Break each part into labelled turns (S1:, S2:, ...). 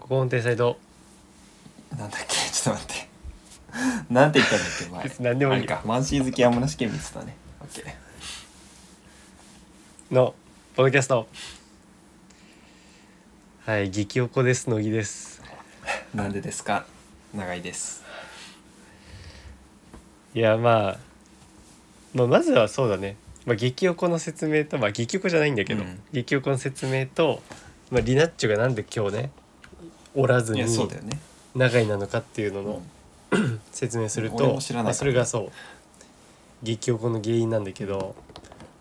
S1: 心の天才と
S2: なんだっけ ちょっと待ってなんて言ったんだっけ前
S1: 別に何でもいい
S2: あれかマンシー好き山梨県民って言ったねオッケー
S1: のポッドキャストはい激おこです乃木です
S2: なんでですか長いです
S1: いやまあ、まあ、まずはそうだね、まあ、激おこの説明とまあ激おこじゃないんだけど、
S2: うん
S1: 激おこの説明と、まあ、リナッチョがなんで今日ねおらず
S2: い
S1: に
S2: やそうだよね
S1: 長いなのかっていうの
S2: う
S1: の
S2: ん
S1: 説明すると、
S2: 俺も知らな
S1: ま
S2: かった
S1: あそれがそう激おこの原因なんだけど、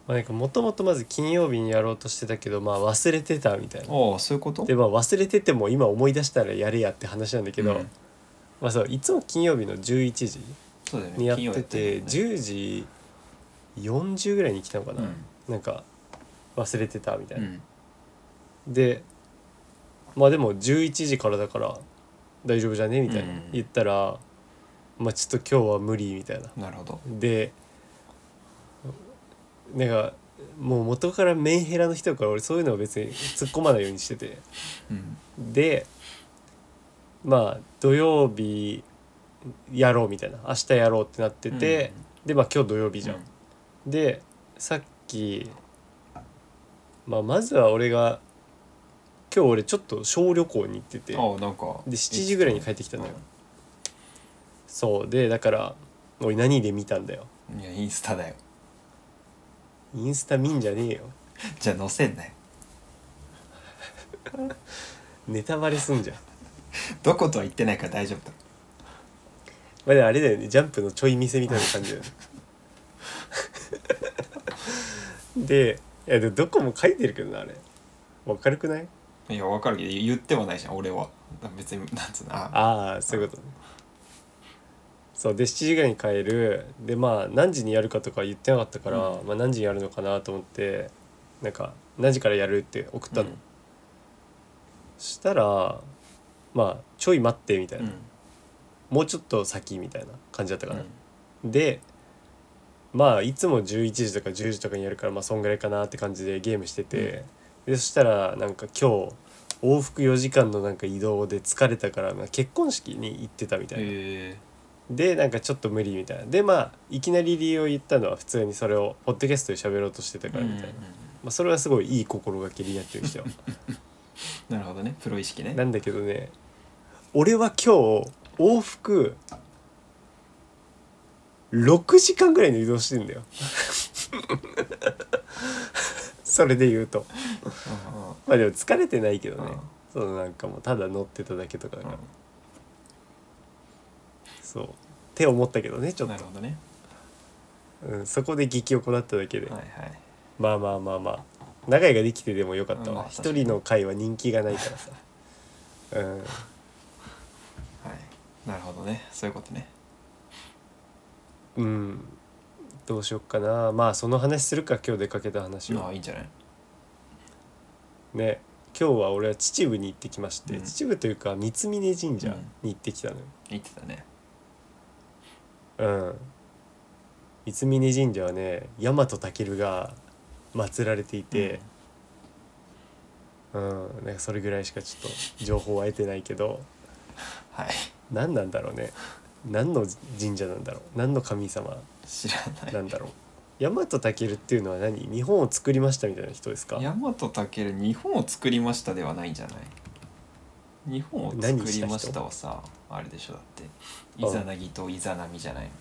S1: まあ、なんかもともとまず金曜日にやろうとしてたけどまあ忘れてたみたいな。
S2: おおそういうこと
S1: でまあ忘れてても今思い出したらやれやって話なんだけど、
S2: うん
S1: まあ、そういつも金曜日の11時
S2: そうだよね
S1: にやっ
S2: 金曜
S1: てて、
S2: ったよね
S1: 10時40ぐらいに来たのかな、なんか忘れてたみたい
S2: うん
S1: な、でまあでも11時からだから大丈夫じゃねみたいな、
S2: うん
S1: 言ったら「まあちょっと今日は無理」みたいな
S2: うんなるほど
S1: でなんかもう元からメンヘラの人だから俺そういうのは別に突っ込まないようにしてて。
S2: うん
S1: でまあ土曜日やろうみたいな明日やろうってなってて、でまあ今日土曜日じゃん。でさっき、まあ、まずは俺が今日俺ちょっと小旅行に行ってて
S2: ああなんか
S1: で7時ぐらいに帰ってきたのよ。そうでだから「おい何で見たんだよ
S2: うんいやインスタだよ
S1: インスタ見んじゃねえよ
S2: じゃあ載せんなよ
S1: ネタバレすんじゃん」
S2: どことは言ってないから大丈夫だ
S1: まあでもあれだよねジャンプのちょい見せみたいな感じ だよねでいやでもどこも書いてるけどなあれわかるくない
S2: いやわかるけど言ってはないじゃん俺は別になんつうのあ
S1: ああそういうことねそうで7時ぐらいに帰るでまあ何時にやるかとか言ってなかったから、
S2: う
S1: まあ、何時にやるのかなと思ってなんか何時からやるって送ったの、
S2: うん
S1: したらまあちょい待ってみたいな、
S2: うん
S1: もうちょっと先みたいな感じだったか
S2: う
S1: な、
S2: ん
S1: でまあいつも11時とか10時とかにやるからまあそんぐらいかなって感じでゲームしてて、でそしたらなんか今日往復4時間のなんか移動で疲れたから、まあ、結婚式に行ってたみたいな、
S2: え
S1: でなんかちょっと無理みたいなでまあいきなり理由を言ったのは普通にそれをポッドキャストで喋ろうとしてた
S2: ー
S1: からみたいな、まあ、それはすごいいい心がけになってる人
S2: なるほどねプロ意識ね
S1: なんだけどね俺は今日往復6時間ぐらいの移動してんだよ それで言うと
S2: うん
S1: まあでも疲れてないけどね
S2: うん
S1: そのなんかもうただ乗ってただけとかだ
S2: う
S1: か
S2: ん
S1: ら、
S2: うん
S1: そうって思ったけどねちょっ
S2: なるほどね
S1: と、うん、そこで激怒だっただけで、
S2: はいはい
S1: まあまあまあまあ長いができてでもよかった
S2: うんま
S1: わ
S2: あ
S1: 一、人の会は人気がない からさうん
S2: はいなるほどねそういうことね
S1: うんどうしよっかなまあその話するか今日出かけた話
S2: あ
S1: を
S2: あいいんじゃない
S1: ね今日は俺は秩父に行ってきまして、
S2: うん
S1: 秩父というか三峯神社に行ってきたのよ
S2: 言ってたね
S1: うん、三峯神社はね大和健が祀られていて、うんなんかそれぐらいしかちょっと情報は得てないけど
S2: はい
S1: 何なんだろうね何の神社なんだろう何の神様
S2: 知らない
S1: なんだろう大和健っていうのは何日本を作りましたみたいな人ですか
S2: 大和健日本を作りましたではないんじゃない日本を作
S1: 何し
S2: り
S1: た人
S2: ましたはさあれでしょだって
S1: うん
S2: イザナギとイザナミじゃないの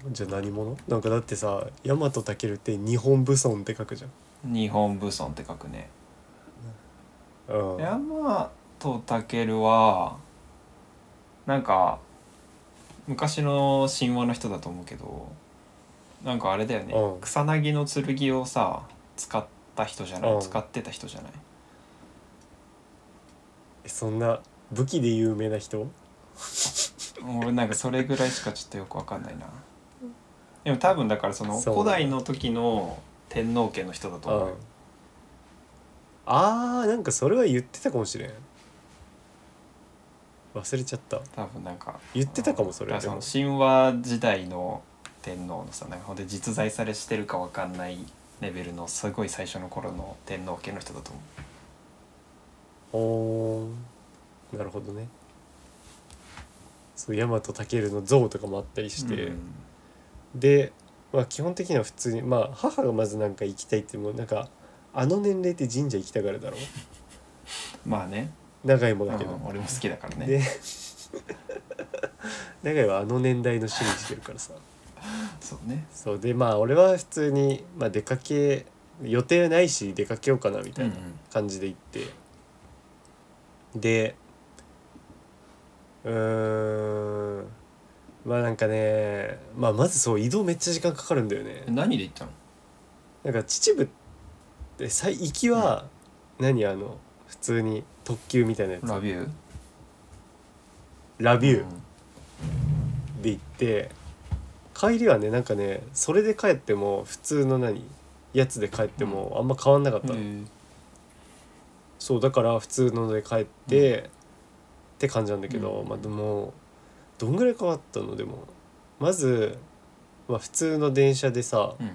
S1: あーじゃあ何者なんかだってさ大和健って日本武尊って書くじゃん。
S2: 日本武尊って書くね
S1: うん、
S2: 大和健はなんか昔の神話の人だと思うけどなんかあれだよね、
S1: うん
S2: 草薙の剣をさ使った人じゃない、
S1: うん
S2: 使ってた人じゃない
S1: そんな武器で有名な人
S2: 俺なんかそれぐらいしかちょっとよくわかんないなでも多分だからその
S1: そう
S2: 古代の時の天皇家の人だと思う、
S1: うん、あーなんかそれは言ってたかもしれん忘れちゃった
S2: 多分なんか
S1: 言ってたかもそれ
S2: だからその神話時代の天皇のさなんかほんで実在されしてるかわかんないレベルのすごい最初の頃の天皇家の人だと思
S1: おーなるほどねそう大和健の像とかもあったりして、
S2: うん
S1: で、まあ、基本的には普通にまあ母がまずなんか行きたいってもうなんかあの年齢って神社行きたがるだろ
S2: まあね
S1: 長いもだけ
S2: う
S1: ど
S2: ん、俺も好きだからね
S1: で 長いはあの年代の趣味してるからさ
S2: そうね
S1: そうでまあ俺は普通に、まあ、出かけ予定ないし出かけようかなみたいな
S2: うん
S1: 感じで行って、でうーんまあなんかね、まあ、まずそう移動めっちゃ時間かかるんだよね
S2: え何で行ったの
S1: なんか秩父ってさ行きは何、あの普通に特急みたいなやつ
S2: ラビュー
S1: ラビュ
S2: うん
S1: ーで行って、帰りはねなんかねそれで帰っても普通の何やつで帰ってもあんま変わんなかったの、
S2: へえ
S1: そうだから普通ので帰って、って感じなんだけど、
S2: うん
S1: まあでもどんぐらい変わったのでもまず、まあ、普通の電車でさ
S2: うん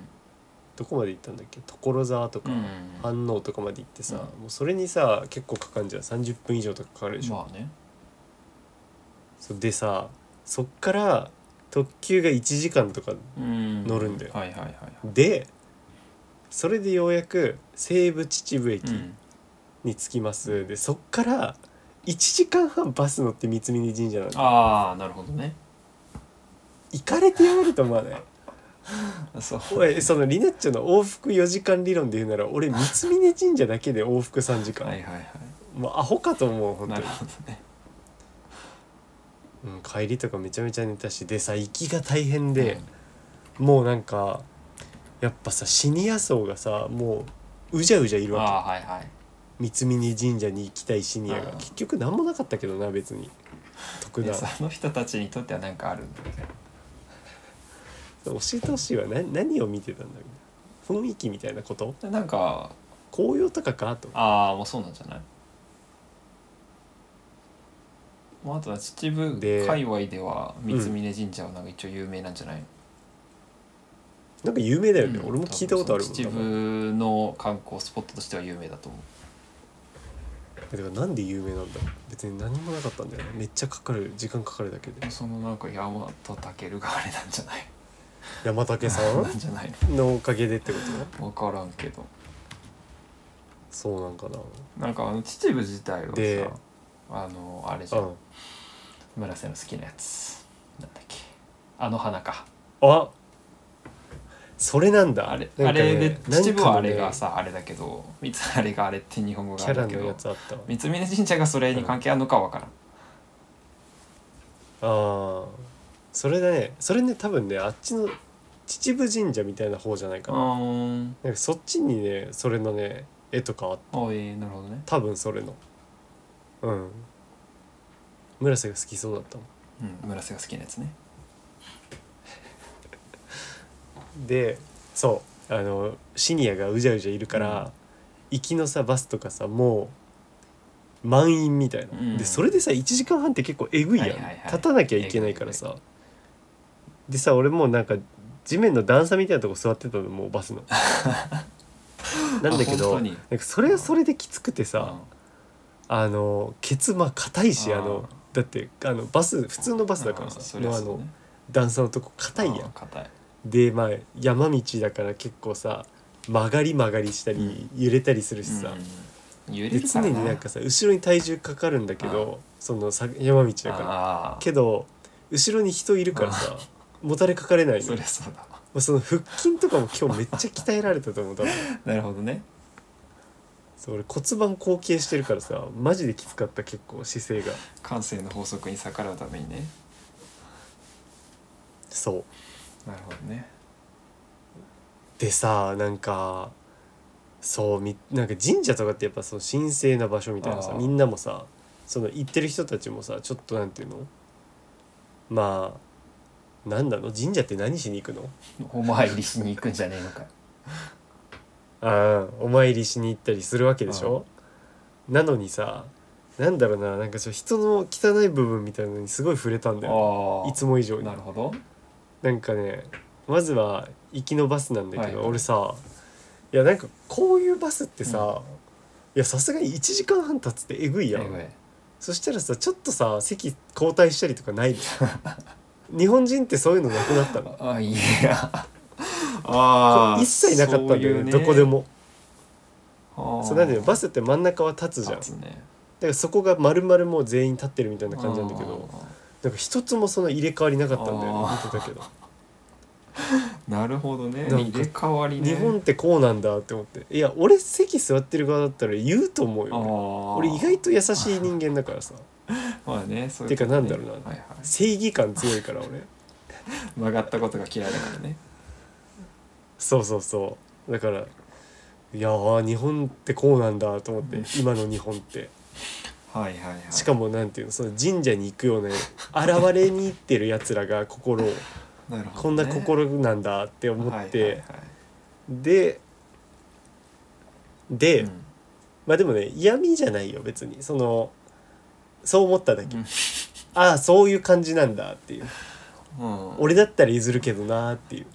S1: どこまで行ったんだっけ所沢とか
S2: うん
S1: 飯能とかまで行ってさ、
S2: う
S1: もうそれにさ結構かかんじゃん30分以上とかかかるでしょ、
S2: まあね
S1: そうでさそっから特急が1時間とか乗
S2: 乗
S1: るんだよ
S2: はいはいはいは
S1: でそれでようやく西武秩父
S2: い、う
S1: 駅
S2: ん、
S1: に着きます、でそっから1時間半バス乗って三峯神社なの
S2: ああなるほどね
S1: 行かれてやがると思わない
S2: そう
S1: おいそのリナッチョの往復4時間理論で言うなら俺三峯神社だけで往復3時間、
S2: はいはいは
S1: もうアホかと思う
S2: い
S1: 本当
S2: な
S1: に
S2: る、ほどね
S1: うん、帰りとかめちゃめちゃ寝たしでさ行きが大変で、もうなんかやっぱさシニア層がさもううじゃうじゃい
S2: うん
S1: るわ
S2: ああーはいはい
S1: け三峯神社に行きたいシニアが
S2: あー
S1: 結局何もなかったけどな別に特
S2: いや
S1: 段
S2: その人たちにとっては何かあるんだよね
S1: 教えてほしいわ何何を見てたんだみたいな雰囲気みたいなこと
S2: でなんか
S1: 紅葉とかかと
S2: ああもうそうなんじゃないまあ、あとは秩父
S1: で
S2: 界隈では三峯神社はなんか一応有名なんじゃない、
S1: なんか有名だよね、
S2: うん
S1: 俺も聞いたことあるもん
S2: 秩父の観光スポットとしては有名だと思う
S1: だからなんで有名なんだろう別に何もなかったんだよねめっちゃかかる時間かかるだけ で
S2: そのなんか大和健があれなんじゃない
S1: 山竹さ
S2: なんじゃない
S1: んのおかげでってことね
S2: の分からんけど
S1: そうなんかな
S2: なんかあの秩父自体は
S1: で
S2: さあのあれじゃ
S1: うんん
S2: 村瀬の好きなやつなんだっけあの花か
S1: あそれなんだ
S2: あれ
S1: な
S2: あ
S1: んかね
S2: れで秩父はあれが
S1: なんか
S2: さあれだけど三つあれがあれって日本語
S1: ね
S2: が
S1: キ
S2: あ
S1: ャラ
S2: るんだけ
S1: のや
S2: ど
S1: つあったわ
S2: 三峯神社がそれに関係あるのかわからん
S1: ああそれだねそれね多分ねあっちの秩父神社みたいな方じゃないかな,、
S2: うーん
S1: なんかそっちにねそれのね絵とかあった
S2: おいなるほどね
S1: 多分それのうん村瀬が好きそうだったもん
S2: うん村瀬が好きなやつね
S1: でそうあのシニアがうじゃうじゃいるから、行きのさバスとかさもう満員みたいな、
S2: うん
S1: でそれでさ1時間半って結構えぐいやん、
S2: はいはいはい
S1: 立たなきゃいけないから
S2: え
S1: さでさ俺もうなんか地面の段差みたいなとこ座ってたのもうバス のなんだけど
S2: あ本当
S1: なん
S2: に
S1: かそれはそれできつくてさ、あのケツまあ硬いしあの
S2: あ
S1: だってあのバス普通のバ
S2: バ
S1: スだからさ
S2: りゃ
S1: のあ
S2: そう
S1: の
S2: ね
S1: 段差のとこ硬いや
S2: あー
S1: ん
S2: 硬い
S1: でまあ山道だから結構さ曲がり曲がりしたり揺れたりするし
S2: うん
S1: さ、
S2: うん揺れ
S1: で
S2: るか
S1: 常
S2: ら
S1: になんかさ後ろに体重かかるんだけどそのさ山道だから
S2: ああ
S1: けど後ろに人いるからさもたれかかれないの
S2: そ
S1: よ
S2: りゃそうだ
S1: もうその腹筋とかも今日めっちゃ鍛えられたと思う多分
S2: なるほどね
S1: そう俺骨盤後傾してるからさマジできつかった結構姿勢 が
S2: 感性の法則に逆らうためにね
S1: そう
S2: なるほどね
S1: でさなんかそうみなんか神社とかってやっぱその神聖な場所みたいなさ
S2: あー
S1: みんなもさその行ってる人たちもさちょっとなんていうのまあなんだろう神社って何しに行くの
S2: お参りしに行くんじゃねえのか
S1: ああお参りしに行ったりするわけでしょなのにさなんだろうななんかちょっと人の汚い部分みたいなのにすごい触れたんだよ
S2: ああ
S1: いつも以上に
S2: なるほど
S1: なんかねまずは行きのバスなんだけど、
S2: はいはい
S1: 俺さいやなんかこういうバスってさ、いやさすがに1時間半経つってえぐいや
S2: えぐ
S1: ん
S2: い
S1: そしたらさちょっとさ席交代したりとかない の日本人ってそういうのなくなったの
S2: あいや あー
S1: 一切なかったんだ
S2: そうい
S1: よ
S2: う
S1: ね
S2: ね
S1: どこでも
S2: ああ
S1: そうなんだよバスって真ん中は立つじゃんだ
S2: 立つね
S1: からそこが丸々もう全員立ってるみたいな感じなんだけどなんか一つもその入れ替わりなかったんだよ
S2: あ
S1: ね
S2: ー
S1: 見てたけど
S2: あーなるほどね
S1: なんか
S2: 入れ替わりね
S1: 日本ってこうなんだって思っていや俺席座ってる側だったら言うと思う
S2: あ
S1: よ
S2: あ
S1: 俺意外と優しい人間だからさ
S2: まあねそう
S1: てか
S2: こと
S1: なんだろうな
S2: はいはい、
S1: 正義感強いから俺
S2: 曲がったことが嫌いだからね
S1: そうそうそうだからいやー日本ってこうなんだと思って今の日本って
S2: はいはいはい
S1: しかもなんていうのその神社に行くような現れに行ってるやつらが 心を
S2: なるほどね
S1: こんな心なんだって思っ
S2: はいはい
S1: て
S2: はい
S1: でで、
S2: うん
S1: まあでもね嫌味じゃないよ別にそのそう思っただけ、
S2: うん
S1: ああそういう感じなんだっていう
S2: うん、
S1: 俺だったら譲るけどなーっていう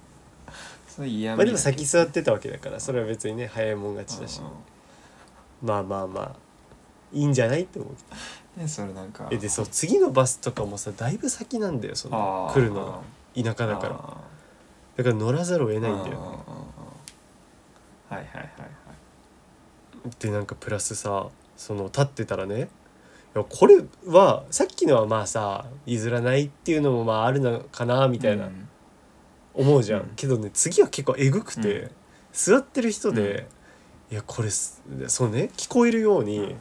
S2: それ嫌
S1: ま
S2: 味
S1: あでも先座ってたわけだからそれは別にね早いもん勝ちだし
S2: うんうん
S1: まあまあまあいいんじゃないって思う
S2: ねそれなんか
S1: えでそう次のバスとかもさだいぶ先なんだよその
S2: あー
S1: 来るのが田舎だから
S2: あ
S1: だから乗らざるを得
S2: ー
S1: ないんだよね
S2: ううううんはいはいはいはい
S1: でなんかプラスさその立ってたらねいやこれはさっきのはまあさ譲らないっていうのもまああるのかなみたいな
S2: うん
S1: 思うじゃん、
S2: うん
S1: けどね次は結構えぐくて、
S2: うん
S1: 座ってる人で、いやこれすそうね聞こえるように、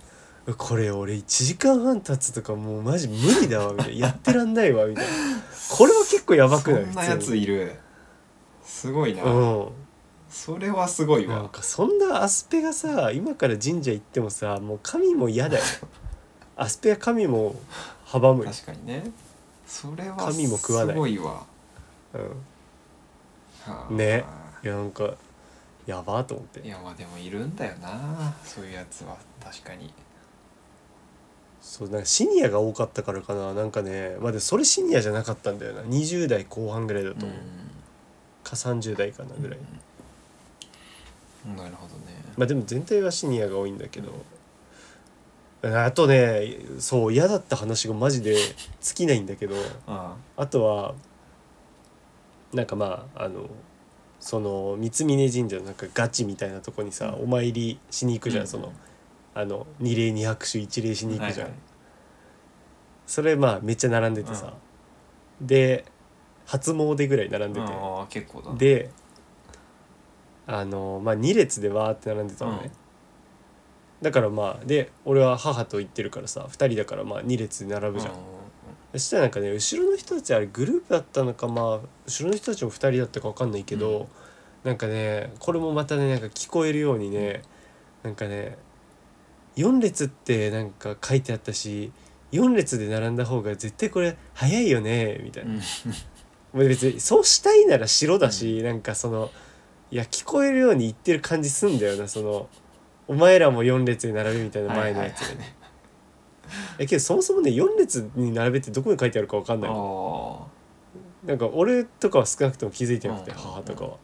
S1: これ俺1時間半経つとかもうマジ無理だわみたい なやってらんないわみたいなこれは結構やばくない
S2: そんなやつ
S1: に
S2: いるすごいな、
S1: うん
S2: それはすごい
S1: な
S2: わ
S1: んかそんなアスペがさ今から神社行ってもさもう神も嫌 だよアスペは神も阻むよ、
S2: 確かにねそれは
S1: 髪も
S2: す
S1: 食わない
S2: ごいわ
S1: うん、
S2: はあ
S1: ねいやなんかやばーと思って
S2: いやまあでもいるんだよなそういうやつは確かに
S1: そうなんかシニアが多かったからかななんかねまあ、でもそれシニアじゃなかったんだよな20代後半ぐらいだと思う、か30代かなぐらい、
S2: うんなるほどね
S1: まあでも全体はシニアが多いんだけど、あとねそう嫌だった話がマジで尽きないんだけど
S2: あ
S1: あとはなんかまああのその三峯神社のなんかガチみたいなとこにさ、お参りしに行くじゃん、
S2: うん
S1: そのあの二礼二拍手一礼し
S2: あ
S1: に行くじゃん、
S2: はい
S1: それまあめっちゃ並んでてさ、で初詣ぐらい並んで
S2: はい
S1: て、
S2: ああ結構だ
S1: であのまあ2列でわーって並んでたのね、
S2: うん
S1: だからまあで俺は母と行ってるからさ2人だからまあ2列で並ぶじゃん、
S2: うん
S1: そしたらなんかね後ろの人たちあれグループだったのかまあ後ろの人たちも2人だったか分かんないけど、
S2: うん
S1: なんかねこれもまたねなんか聞こえるようにね、なんかね4列ってなんか書いてあったし4列で並んだ方が絶対これ早いよねみたいな
S2: う、ん
S1: もう別にそうしたいなら白だし、なんかそのいや聞こえるように言ってる感じすんだよなそのお前らも4列に並べみたいな前のやつでね、えけどそもそもね4列に並べってどこに書いてあるか分かんないの
S2: あ
S1: なんか俺とかは少なくとも気づいてなくて、
S2: うん
S1: 母とかは、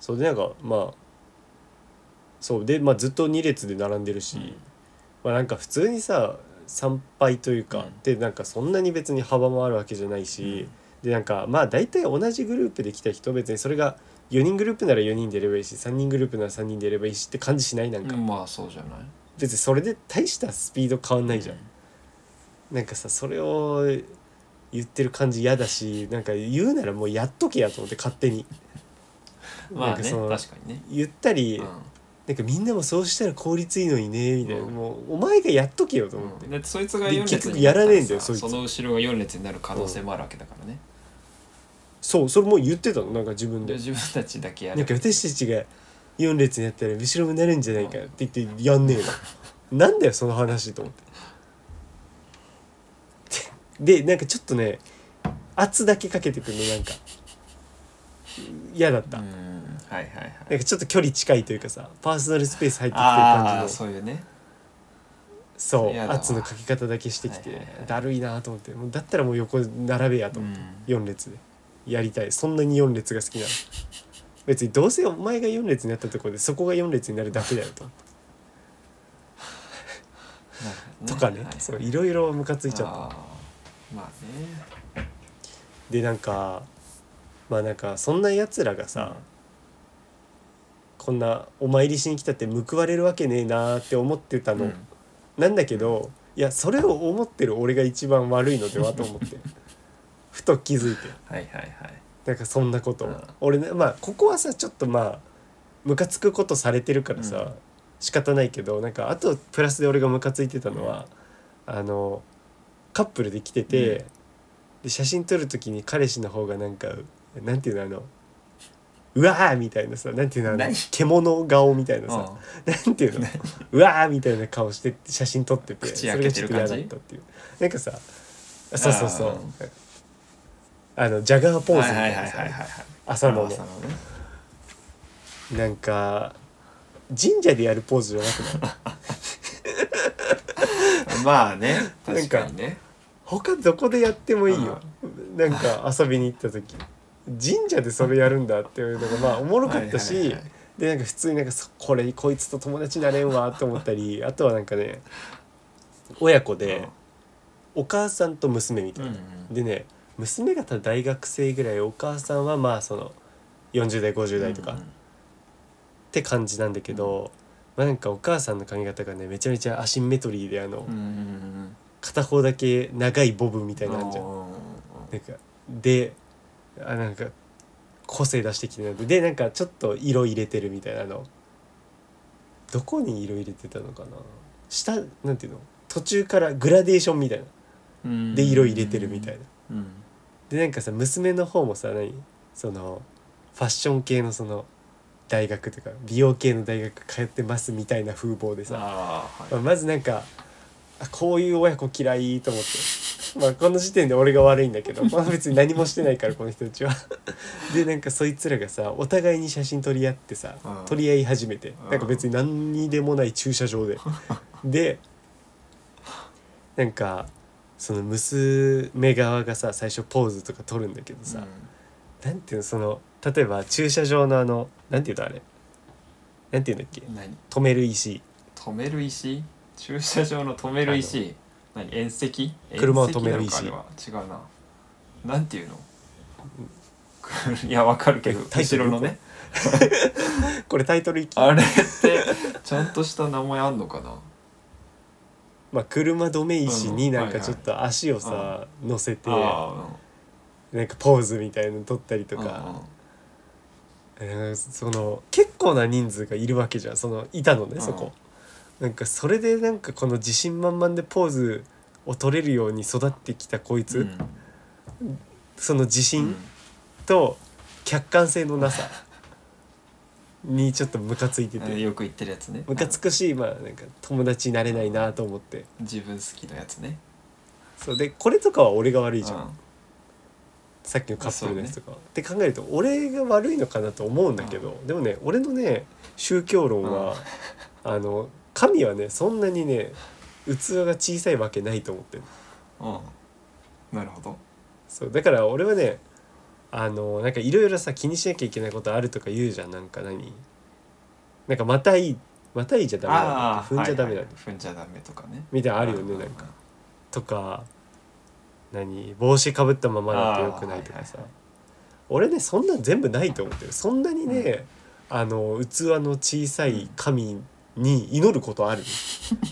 S1: そうでなんかまあそうで、まあ、ずっと2列で並んでるし、
S2: うん
S1: まあなんか普通にさ参拝というか、
S2: うん
S1: でなんかそんなに別に幅もあるわけじゃないし、でなんかまあ大体同じグループで来た人別にそれが4人グループなら4人でいればいいし3人グループなら3人でいればいいしって感じしないなん
S2: あ
S1: か、
S2: まあそうじゃない
S1: 別にそれで大したスピード変わんないじゃん、なんかさそれを言ってる感じ嫌だしなんか言うならもうやっとけやと思って勝手に
S2: うんまあ
S1: なんか
S2: ね
S1: その
S2: 確かにね
S1: 言ったり、
S2: う
S1: なんかみんなもそうしたら効率いいのにねみたいな、
S2: うん
S1: もうお前がやっとけよと思って、
S2: んでそいつが
S1: で
S2: 4列
S1: 結
S2: に
S1: 局やらねえんだよ
S2: なったらさ
S1: そいつ
S2: その後ろが4列になる可能性もあるわけだからね
S1: そうそれもう言ってたのなんか自分
S2: で
S1: で
S2: 自分たちだけやる
S1: なんか私たちが4列になったら後ろもなるんじゃないかって言ってやんねえのなんだよその話と思ってでなんかちょっとね圧だけかけてくるのなんか嫌だった、
S2: うん
S1: な
S2: はいはいはい
S1: んかちょっと距離近いというかさパーソナルスペース入ってきてる
S2: あ
S1: 感
S2: あ
S1: じの
S2: そういうね
S1: そう
S2: 嫌だわ
S1: 圧のかけ方だけしてきて、
S2: はいはいはい
S1: だるいなと思ってもうだったらもう横並べやと思って
S2: うん
S1: 4列でやりたいそんなに4列が好きな の別にどうせお前が4列になったところでそこが4列になるだけだよと
S2: ね
S1: とかね、
S2: はいはい
S1: そういろいろムカついちゃった
S2: あーまあね
S1: でなんかまあなんかそんなやつらがさ、こんなお参りしに来たって報われるわけねえなーって思ってた
S2: うん
S1: の、なんだけどいやそれを思ってる俺が一番悪いのではと思って ふと気づいて
S2: はいはいはい
S1: なんかそんなことを、
S2: うん
S1: 俺ねまあここはさちょっとまあムカつくことされてるからさ、
S2: うん
S1: 仕方ないけどなんかあとプラスで俺がムカついてたのは、あのカップルで来てて、
S2: うん
S1: で写真撮る時に彼氏の方がなんかなんていうのあのうわーみたいなさなんていうのあの
S2: 何
S1: 獣顔みたいなさ
S2: あ
S1: なんていうのうわーみたいな顔して写真撮ってて
S2: 口
S1: そ
S2: 開
S1: れが
S2: け
S1: ちょ
S2: て
S1: っ
S2: る
S1: と
S2: 感
S1: 嫌
S2: じ
S1: だったっていうなんかさそうそうそう
S2: あ
S1: あのジャガーポーズみ
S2: はい
S1: た
S2: はいいは
S1: ないさ
S2: はいはい
S1: 朝のね
S2: 朝のね
S1: なんか神社でやるポーズじゃなくない
S2: まあね
S1: なんか
S2: 確かにね
S1: 他どこでやってもいいよなんか遊びに行った時神社でそれやるんだっていうのがまあおもろかった
S2: はいはい
S1: し
S2: はい
S1: でなんか普通になんかそこれこいつと友達になれんわと思ったりあとはなんかね親子でお母さんと娘みた
S2: うん
S1: いな
S2: う、ん
S1: でね娘方大学生ぐらいお母さんはまあその40代50代とか、
S2: うん
S1: って感じなんだけど、まあ、なんかお母さんの髪型がねめちゃめちゃアシンメトリーであの、
S2: うんうん
S1: 片方だけ長いボブみたいなのあんじゃん。
S2: うん
S1: なんかであなんか個性出してきてないでなんかちょっと色入れてるみたいなのどこに色入れてたのかな下なんていうの途中からグラデーションみたいな
S2: うん
S1: で色入れてるみたいな
S2: うん
S1: でなんかさ娘の方もさ何そのファッション系のその大学とか美容系の大学通ってますみたいな風貌でさ
S2: ああ
S1: ま
S2: は
S1: あ、まずなんかあこういう親子嫌いと思って。まあこの時点で俺が悪いんだけど、まあ、別に何もしてないからこの人たちは。でなんかそいつらがさお互いに写真撮り合ってさ
S2: うん
S1: 撮り合い始めて
S2: うん
S1: なんか別に何にでもない駐車場で。でなんかその娘側がさ最初ポーズとか撮るんだけど
S2: い
S1: さ、
S2: うん
S1: なんていうのその例えば駐車場のあのなんていうのあれなんていうんだっけ
S2: 何
S1: 止める石
S2: 止める石駐車場の止める石何縁石
S1: 車を止める石
S2: 縁石なのかあれは違うななんていうの いやわかるけど
S1: タイト
S2: 後
S1: ル
S2: ろのね
S1: これタイトルいき
S2: あれってちゃんとした名前あんのかな
S1: まあ、車止め石になんかちょっと足を
S2: はいは
S1: さ乗せてな
S2: あ
S1: んかポーズみたいなの撮ったり
S2: あ
S1: とかえーその結構な人数がいるわけじゃんそのいたの
S2: う
S1: ね
S2: ん
S1: そこなんかそれでなんかこの自信満々でポーズを撮れるように育ってきたこいつ、その自信と客観性のな さにちょっとムカついて
S2: うん
S1: て
S2: よく言ってるやつね
S1: ムカつくしまあなんか友達になれないなと思って
S2: 自分好きのやつね
S1: そうでこれとかは俺が悪いじゃん
S2: うん
S1: さっきのカップルのやつとか、って考えると俺が悪いのかなと思うんだけど、でもね俺のね宗教論は、 あの神はねそんなにね器が小さいわけないと思ってる
S2: うんなるほど
S1: そうだから俺はねあのなんかいろいろさ気にしなきゃいけないことあるとか言うじゃんなんか何なんかまたいいまたいいじゃダメだ
S2: ああ
S1: 踏んじゃダメだ、
S2: はいはい踏んじゃダメとかね
S1: みたいなのあるよねなんかとか何帽子かぶったままだと良くないとかさ、
S2: あーはいはいはい
S1: 俺ねそんなん全部ないと思ってるそんなにね、あの器の小さい神に祈ること ある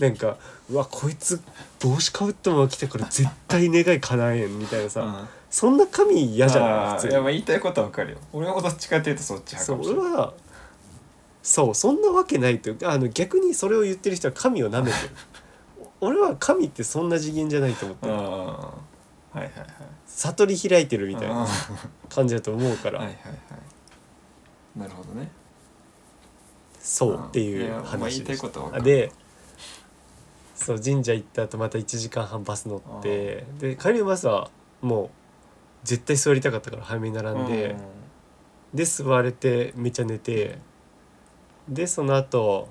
S1: なんかうわこいつ帽子かぶったまま来たから絶対願い叶えんみたいなさ、
S2: うん
S1: そんな神嫌じゃない
S2: あー
S1: 普通
S2: いやまあ言いたいことはわかるよ俺はどっちかっていうとそっち派
S1: そ
S2: かもしれ
S1: う
S2: ない
S1: 俺はそうそんなわけないとあの逆にそれを言ってる人は神を舐 めてる俺は神ってそんな次元じゃないと思って
S2: うん
S1: る
S2: はいはいはい
S1: 悟り開いてるみたい
S2: うん
S1: な
S2: は
S1: 感じだと思うか
S2: い
S1: ら、
S2: はいはいなるほどね
S1: そうってい
S2: いうやまあ言
S1: 話
S2: いた
S1: で
S2: い
S1: し
S2: ことはわか
S1: た
S2: る
S1: でそう神社行った後また1時間半バス乗ってで帰りのバスはもう絶対座りたかったから早めに並んで、で座れてめっちゃ寝てでその後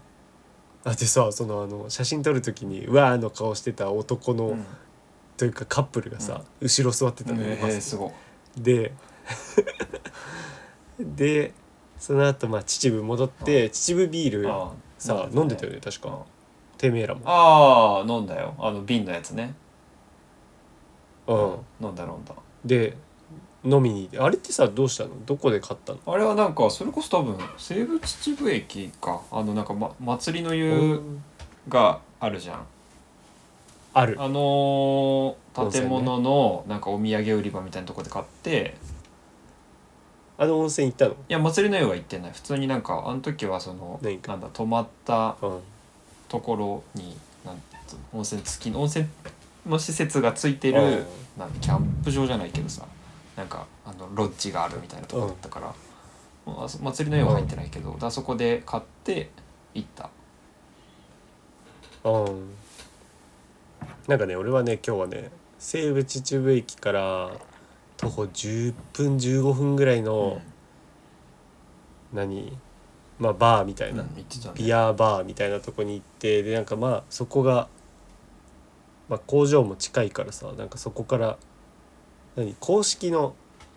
S1: あでさそのあの写真撮る時にうわーの顔してた男の、
S2: うんうん
S1: というかカップルがさ、後ろ座ってたのよ、
S2: え
S1: バ
S2: ー、
S1: ス
S2: すごい
S1: ででその後まあ秩父戻って秩父ビール
S2: あー
S1: さ
S2: なん
S1: 飲んで
S2: かね
S1: たよね確か。ってめえらも
S2: ああ飲んだよあの瓶のやつね、
S1: うん
S2: 飲んだ飲んだ
S1: で飲みに行ってあれってさどうしたのどこで買ったの
S2: あれはなんかそれこそ多分西武秩父駅かあのなんか、ま、祭りの
S1: う
S2: 湯
S1: ん
S2: があるじゃん
S1: ある
S2: あ
S1: 温
S2: のー
S1: 泉ね
S2: 建物のなんかお土産売り場みたいなとこで買って
S1: あの温泉行ったの
S2: いや祭りの湯は行ってない普通になんかあの時はその
S1: 何か
S2: なんだ泊まった
S1: うん
S2: ところになんつうの温泉付きの温泉の施設がついて
S1: う
S2: る
S1: ん
S2: なんキャンプ場じゃないけどさなんかあのロッジがあるみたいなとこだったから、もうあそ祭りの湯は入ってないけど、だからそこで買って行った
S1: うんなんかね俺はね今日はね西武秩父駅から徒歩10分15分ぐらいの、何まあバーみたい
S2: うん、
S1: な、
S2: 行ってたね
S1: ビアバーみたいなとこに行ってでなんかまあそこが、まあ、工場も近いからさなんかそこから何公式の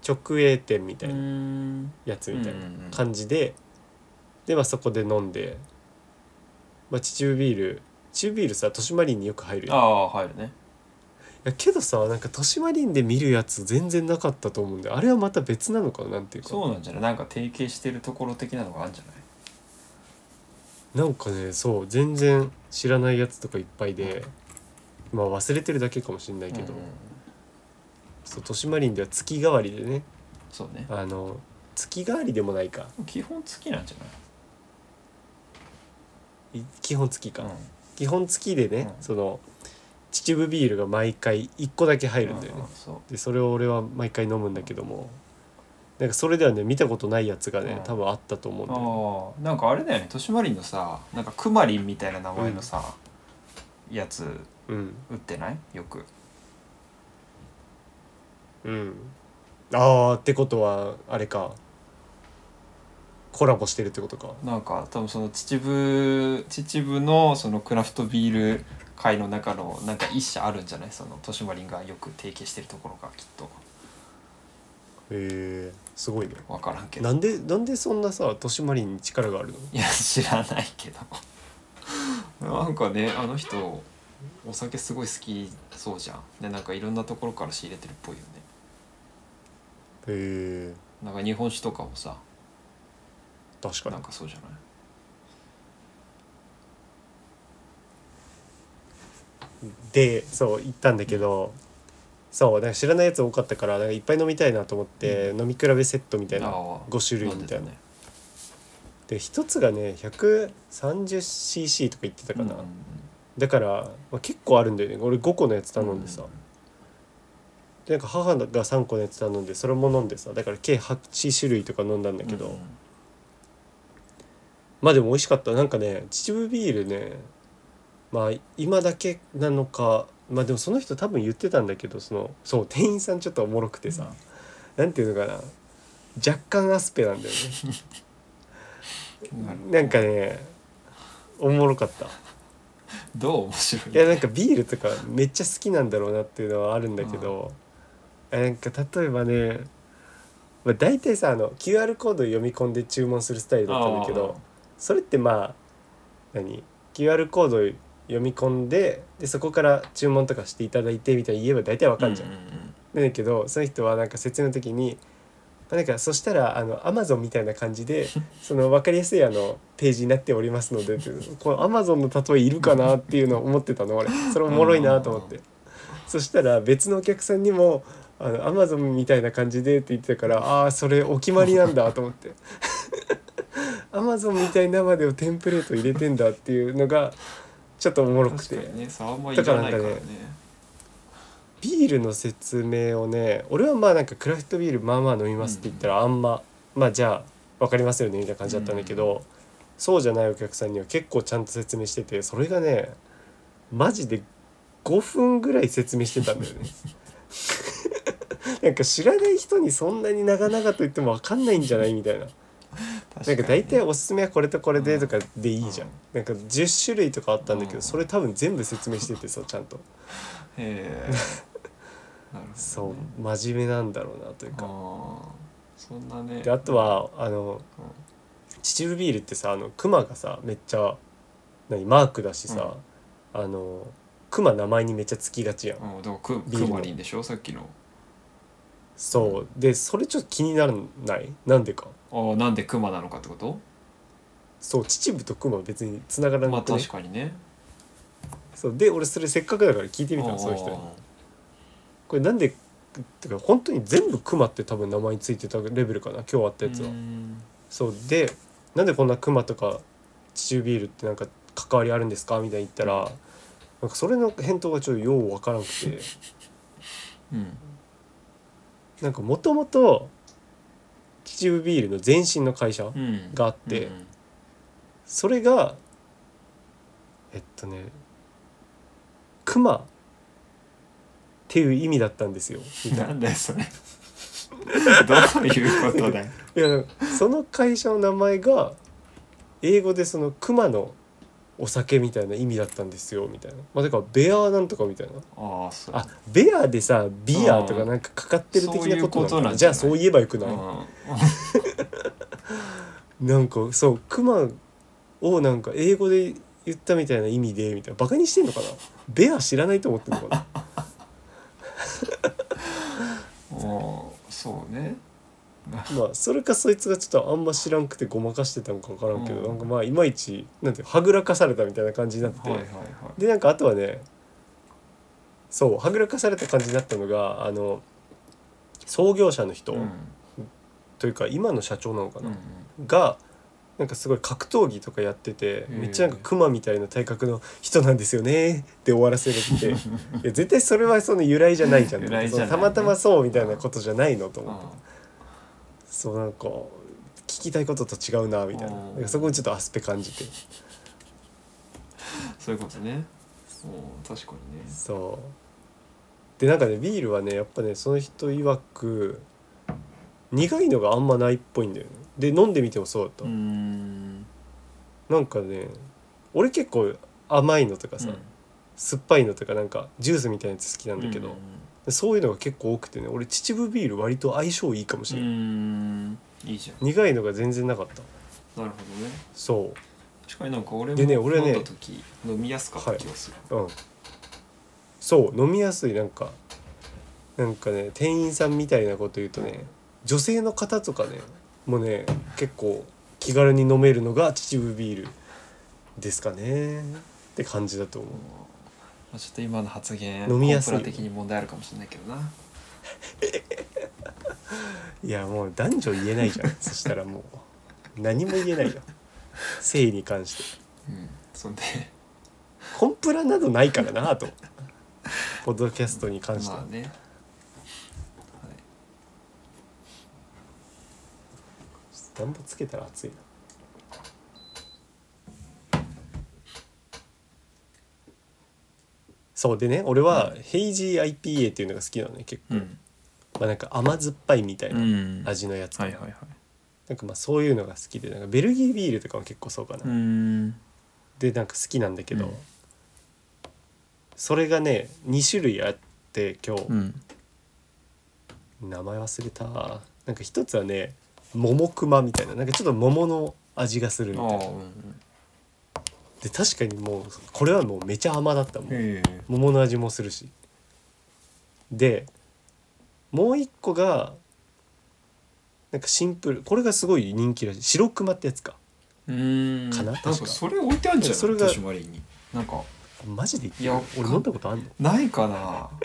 S1: 直営店みた
S2: う
S1: い
S2: ー
S1: なんやつみたいな
S2: うんうんうん
S1: 感じで、でまあそこで飲んで、まあ、秩父ビール秩父ビールさ豊島林によく入るやん
S2: ああ入るね
S1: いやけどさなんか豊島林で見るやつ全然なかったと思うんであれはまた別なのかななんていうか
S2: そうなんじゃないなんか提携してるところ的なのがあるんじゃない
S1: なんかねそう全然知らないやつとかいっぱいでまあ忘れてるだけかもしれないけど、
S2: うんうん
S1: そう豊島林では月替わりでね
S2: そうね
S1: あの月替わりでもないか
S2: 基本月なんじゃ
S1: い基本月か、
S2: ない、
S1: 基本月でね、
S2: うん
S1: その秩父ビールが毎回1個だけ入
S2: 入
S1: るんだよね、
S2: そう
S1: でそれを俺は毎回飲むんだけどもなんかそれではね見たことないやつがね、
S2: うん
S1: 多分あったと思うんだよね
S2: ああなんかあれだよね豊島林のさなんかクマリンみたいな名前のさ、やつ
S1: うん
S2: 売ってないよく
S1: うんああってことはあれかコラボしてるってことか
S2: なんか多分その秩父秩父のそのクラフトビール会の中のなんか一社あるんじゃないその豊島林がよく提携してるところがきっと
S1: へえすごいね
S2: 分からんけど
S1: なんでなんでそんなさ豊島林に力があるの
S2: いや知らないけど なんかねあの人お酒すごい好きそうじゃんでなんかいろんなところから仕入れてるっぽいよね
S1: へえ
S2: なんか日本酒とかもさ
S1: 確か
S2: なん
S1: に
S2: かそうじゃない
S1: でそう行ったんだけど、そうなんか知らないやつ多かったからなんかいっぱい飲みたいなと思って、飲み比べセットみたいな
S2: ああ
S1: 5種類みたい
S2: ん
S1: な
S2: で
S1: で一つがね 130cc とか言ってた
S2: た
S1: か
S2: ね
S1: な、
S2: うんうん
S1: だから、まあ、結構あるんだよね俺5個のやつ頼んでさ、
S2: うん
S1: でなんか母が3個のやつ頼んでそれも飲んでさだから計8種類とか飲んだんだけど、
S2: うんうん
S1: まあでも美味しかったなんかね秩父ビールねまあ今だけなのかまあでもその人多分言ってたんだけどそのそう店員さんちょっとおもろくてさ、なんていうのかな若干アスペなんだよ
S2: なるほ
S1: ね
S2: ど
S1: なんかねおもろか った
S2: どう面白い
S1: いやなんかビールとかめっちゃ好きなんだろうなっていうのはあるんだけど、あなんか例えばね、まあ、大体さあの QR コード読み込んで注文するスタイルだったんだけどそれってまあ何 QR コード読み込んででそこから注文とかしていただいてみたいに言えば大体わ
S2: ああ
S1: かんじゃん。
S2: うう
S1: なんだけどその人はなんか説明の時に、まあ、なんかそしたらあのアマゾンみたいな感じ でその分かりやすいあのページになっておりますのでっていうこのアマゾンの例えいるかなっていうのを思ってたの俺それおもろいなと思ってそしたら別のお客さんにも「あのアマゾンみたいな感じで」って言ってたからああーそれお決まりなんだと思 って。アマゾンみたいなまでをテンプレート入れてんだっていうのがちょっとおもろ
S2: ん
S1: く
S2: 確
S1: て
S2: かにね差はあんまいらないからね
S1: だからなんかビールの説明をね俺はまあなんかクラフトビールまあまあ飲みますって言ったらあんま、まあじゃあ分かりますよねみたいな感じだったんだけど、そうじゃないお客さんには結構ちゃんと説明しててそれがねマジで5分ぐらい説明してたん だよね。なんか知らない人にそんなに長々と言っても分かんないんじゃないみたいな
S2: 確
S1: なんか大体
S2: っ
S1: おすすめはこれとこれでとかでいいじゃん、
S2: うん
S1: なんか10種類とかあったんだけど、
S2: うん
S1: それ多分全部説明しててさちゃんと
S2: え なるほどね
S1: そう真面目なんだろうなというか
S2: ああそんなね
S1: であとはあの
S2: うん
S1: 秩父ビールってさあの熊がさめっちゃ何マークだしさ、あの熊名前にめっちゃつきがちやん
S2: うん、でもク
S1: ビール
S2: ク
S1: の
S2: マリンでしょさっきの
S1: そうでそれちょっと気にならないなんでか
S2: ああなんでクマなのかってこと
S1: そう秩父と熊は別に繋がらな
S2: まあ
S1: くね
S2: 確かにね
S1: そうで俺それせっかくだから聞いてみたのそういう人にこれなんでてか本当に全部熊って多分名前についてたレベルかな今日あったやつは、そうでなんでこんな熊とか秩父ビールってなんか関わりあるんですかみたいに言ったらなんかそれの返答がちょっとようわからなく て
S2: うん
S1: なんかもともと秩父ビールの前身の会社
S2: うん
S1: があって、それがえっとね熊っていう意味だったんですよみ
S2: うん
S1: たい
S2: な
S1: なん
S2: だよそれ どういうことだよ
S1: いやその会社の名前が英語でその熊のお酒みたいな意味だったんですよみたいなまあだからベアなんとかみたいな
S2: ああそう
S1: あベアでさビアとかなんかかかってる的なことなのかなじゃあ
S2: そ
S1: そう
S2: いうことなんじゃないう
S1: 言えばよく
S2: う
S1: ない、
S2: ん
S1: なんかそう熊をなんか英語で言ったみたいな意味でみたいなバカにしてんのかなベア知らないと思ってんのか な
S2: ああそうね
S1: まあそれかそいつがちょっとあんま知らんくてごまかしてたのか分からんけど、
S2: うん
S1: なんかまあいまいちなんていうのはぐらかされたみたいな感じになってて、
S2: はいはいはい
S1: でなんかあとはねそうはぐらかされた感じになったのがあの創業者の人、
S2: うん
S1: というか今の社長なのか
S2: う
S1: な、
S2: ん
S1: がなんかすごい格闘技とかやってて
S2: うん
S1: めっちゃなんかクマみたいな体格の人なんですよねって終わらせるっていや 絶対それはその由来じゃないじゃん
S2: 由来じゃな
S1: そ
S2: いね
S1: のたまたまそうみたいなことじゃないのと
S2: うん
S1: 思って
S2: あ
S1: そうなんか聞きたいことと違うなみたいな
S2: うん
S1: なんかそこにちょっとアスペ感じて
S2: あそういうことねおー確かにね
S1: そうでなんかねビールはねやっぱねその人曰く苦いのがあんまないっぽいんだよねで飲んでみてもそうだった、
S2: うーん
S1: なんかね俺結構甘いのとかさ、
S2: うん
S1: 酸っぱいのとかなんかジュースみたいなやつ好きなんだけ
S2: う
S1: ど
S2: ん、
S1: そういうのが結構多くてね俺秩父ビール割と相性いいかもし
S2: う
S1: れない、
S2: んいいじゃん
S1: 苦いのが全然なかった
S2: なるほどね
S1: そ
S2: 確かになんか俺も
S1: でね俺ね
S2: 飲んだ時飲みやすかった気がする、
S1: ううんそう飲みやすいなんかなんかね店員さんみたいなこと言うとね女性の方とかねもうね結構気軽に飲めるのが秩父ビールですかねって感じだと思う
S2: まあちょっと今の発言
S1: 飲みやすい
S2: コンプラ的に問題あるかもしれないけどない
S1: やもう男女言えないじ ゃんそしたらもう何も言えないじゃん性に関して
S2: うんそんで
S1: コンプラなどないからな あとポッドキャストに関しては、
S2: まあね
S1: 暖房つけたら暑いなそうでね俺はヘイジー IPA っていうのが好きなのね結構、
S2: うん、
S1: まあなんか甘酸っぱいみたいな
S2: うん、
S1: 味のやつ、
S2: はいはいはい
S1: なんかまあそういうのが好きでなんかベルギービールとかも結構そうかな、
S2: うん
S1: でなんか好きなんだけど、
S2: うん
S1: それがね2種類あって今日、
S2: うん
S1: 名前忘れたなんか一つはね桃熊みたいななんかちょっと桃の味がするみ
S2: あ
S1: たい
S2: あ
S1: な
S2: うんうん
S1: で確かにもうこれはもうめちゃ甘だったもん
S2: へえ
S1: 桃の味もするしでもう一個がなんかシンプルこれがすごい人気らしい白熊ってやつか
S2: うん
S1: かな
S2: なん
S1: 確か
S2: かそれ置いてあるんじゃない
S1: それが
S2: 年割りになんか
S1: マジで言って
S2: い
S1: る
S2: や
S1: 俺飲んだことあんの
S2: ないか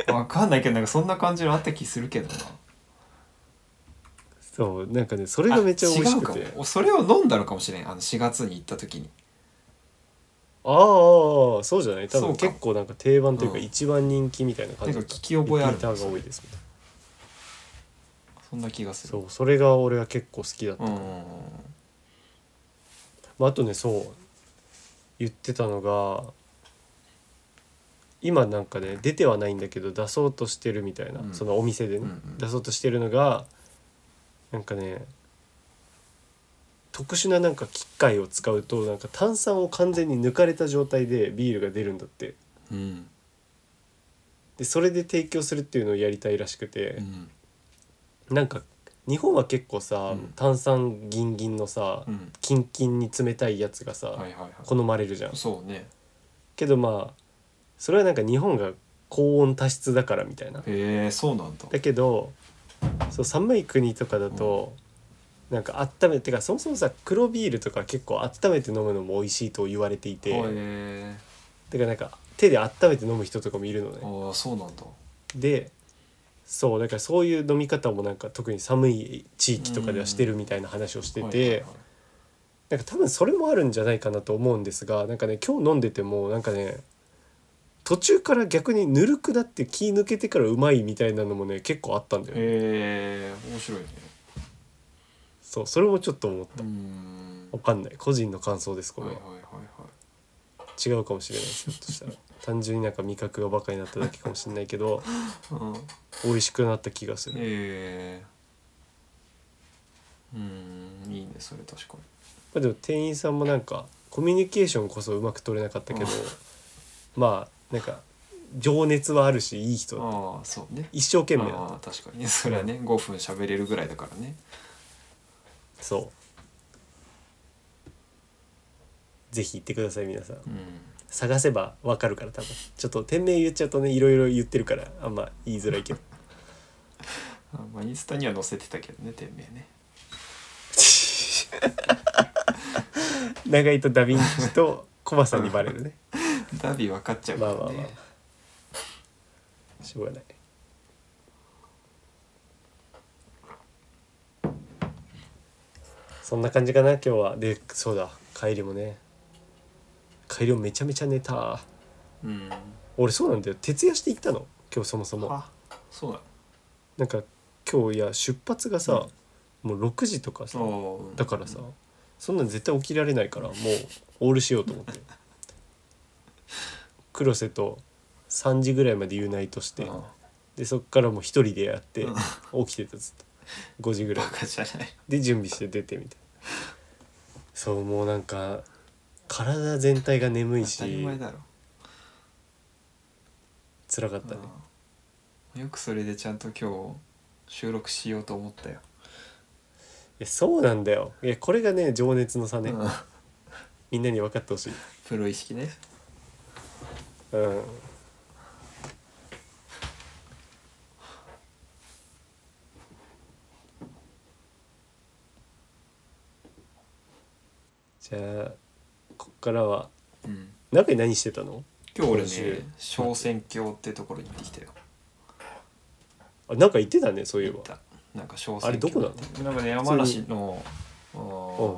S2: なわかんないけどなんかそんな感じのあった気するけどな
S1: そうなんかねそれがめっちゃ美味しく
S2: あ違
S1: て
S2: うかもそれを飲んだのかもしれんあの4月に行った時に
S1: ああああそうじゃない多
S2: そ
S1: 分
S2: うか
S1: 結構なんか定番というか
S2: うん
S1: 一番人気みたいな感じだった
S2: なんか聞き覚えある
S1: リピーターが多いですみたいな
S2: そんな気がする
S1: そうそれが俺は結構好きだった、
S2: うんうん
S1: まあ、あとねそう言ってたのが今なんかね出てはないんだけど出そうとしてるみたいな、
S2: うん
S1: そのお店でね、
S2: うんうん
S1: 出そうとしてるのがなんかね特殊ななんか機械を使うとなんか炭酸を完全に抜かれた状態でビールが出るんだって
S2: うんうん
S1: でそれで提供するっていうのをやりたいらしく
S2: う
S1: て、
S2: ん
S1: なんか日本は結構さ、
S2: うん
S1: 炭酸ギンギンのさ、
S2: うん
S1: キンキンに冷たいやつがさ、
S2: はいはいはい
S1: 好まれるじゃん
S2: そうね
S1: けどまあそれはなんか日本が高温多湿だからみたいな
S2: へえそうなんだ
S1: だけどそう寒い国とかだと、なんか温めてかそもそもさ黒ビールとか結構温めて飲むのも美味しいと言われていて、
S2: へえ
S1: だからなんか手で温めて飲む人とかもいるのね
S2: あーそうなんだ
S1: でそうだからそういう飲み方もなんか特に寒い地域とかではしてるみたいな話をしてて、
S2: はいはいはい
S1: なんか多分それもあるんじゃないかなと思うんですがなんかね今日飲んでてもなんかね途中から逆にぬるくなって気抜けてからうまいみたいなのもね結構あったんだよね、
S2: へえ面白いね
S1: そうそれもちょっと思っ
S2: う
S1: た
S2: ーん
S1: わかんない個人の感想ですこ
S2: はい
S1: れ
S2: はい
S1: は
S2: はいはい
S1: 違うかもしれないですひょっと したら単純になんか味覚がバカになっただけかもしれないけど
S2: うん
S1: 美味しくなった気がする、
S2: へえうーんいいねそれ確かに
S1: まあ、でも店員さんもなんかコミュニケーションこそうまく取れなかったけど
S2: うん
S1: まあなんか情熱はあるしいい人
S2: ああそうね
S1: 一生懸命だった
S2: ああ確かにねそれはね5分喋れるぐらいだからね
S1: そうぜひ行ってください皆さん
S2: うん
S1: 探せばわかるから多分ちょっと店名言っちゃうとねいろいろ言ってるからあんま言いづらいけど
S2: あまあインスタには載せてたけどね店名ね
S1: 長井とダヴィンチとコバさんにバレるね
S2: ダビ分かっちゃうか
S1: まあ
S2: ら
S1: まあま
S2: ね
S1: あしょうがないそんな感じかな今日はでそうだ帰りもね帰りもめちゃめちゃ寝た
S2: うん
S1: 俺そうなんだよ徹夜して行ったの今日そもそも
S2: あそうだ
S1: なんか今日いや出発がさ、もう6時とかさ
S2: そう
S1: だからさ、そんなん絶対起きられないからもうオールしようと思って 黒瀬と3時ぐらいまでユナイトして、
S2: うん
S1: でそっからもう一人でやって、起きてたずっと5時ぐらい
S2: バカじゃ ない
S1: で準備して出てみたいなそうもうなんか体全体が眠い
S2: 当たり
S1: し
S2: 前だろ
S1: 辛かったね
S2: うんよくそれでちゃんと今日収録しようと思ったよ、
S1: いやそうなんだよいやこれがね情熱の差ね、
S2: うん
S1: みんなに分かってほしい
S2: プロ意識ね
S1: うんじゃあこっからは
S2: うん
S1: 中に何してたの
S2: 今日俺
S1: 今週
S2: ね小仙峡ってところに行ってきたよ
S1: あなんか言ってたねそういえ
S2: 行
S1: ば
S2: ったなんか小仙峡
S1: あれどこなの
S2: ってなんかね山梨のあー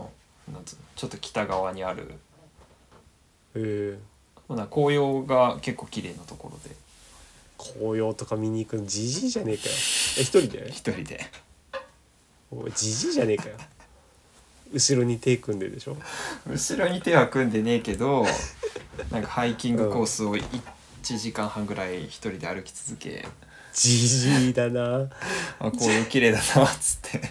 S2: なんつうのちょっと北側にある
S1: えー、
S2: まあなんか紅葉が結構綺麗なところで
S1: 紅葉とか見に行くのじじいじゃねえかよえ一人で
S2: 一人で
S1: おいじじいじゃねえかよ後ろに手組んででしょ
S2: 後ろに手は組んでねえけ どなんかハイキングコースを1時間半ぐらい一人で歩き続け
S1: じじいだ な
S2: あ紅葉綺麗だなっつって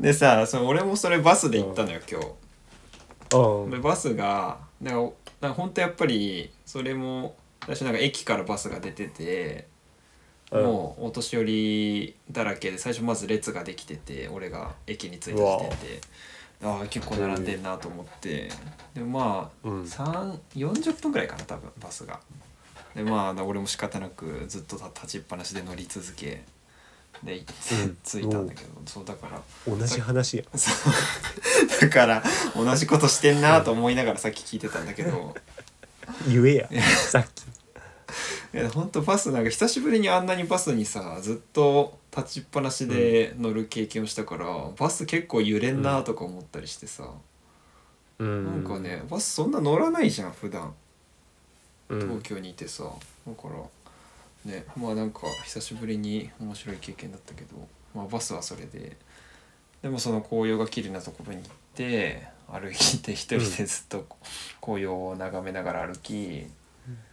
S2: でさその俺もそれバスで行ったのよ今
S1: う
S2: 日で
S1: ん
S2: バスがなんかおなんか本当やっぱりそれも私なんか駅からバスが出てて
S1: うん
S2: もうお年寄りだらけで最初まず列ができてて俺が駅に着いた時点でああ結構並んでんなと思ってでまあ、
S1: うん
S2: 三40分ぐらいかな多分バスがでまあ俺も仕方なくずっと立ちっぱなしで乗り続けで
S1: ん
S2: 着いたんだけど、そうだから
S1: 同じ話や
S2: そうだから同じことしてんなと思いながらさっき聞いてたんだけど。
S1: 言えやさっき
S2: いや本当バスなんか久しぶりにあんなにバスにさずっと立ちっぱなしで乗る経験をしたから、バス結構揺れんなとか思ったりしてさ、
S1: う
S2: なんかねバスそんな乗らないじゃん普段
S1: うん
S2: 東京にいてさ、だからねまあなんか久しぶりに面白い経験だったけど、まあ、バスはそれででもその紅葉が綺麗なところに行って歩いて一人でずっと紅葉を眺めながら歩き、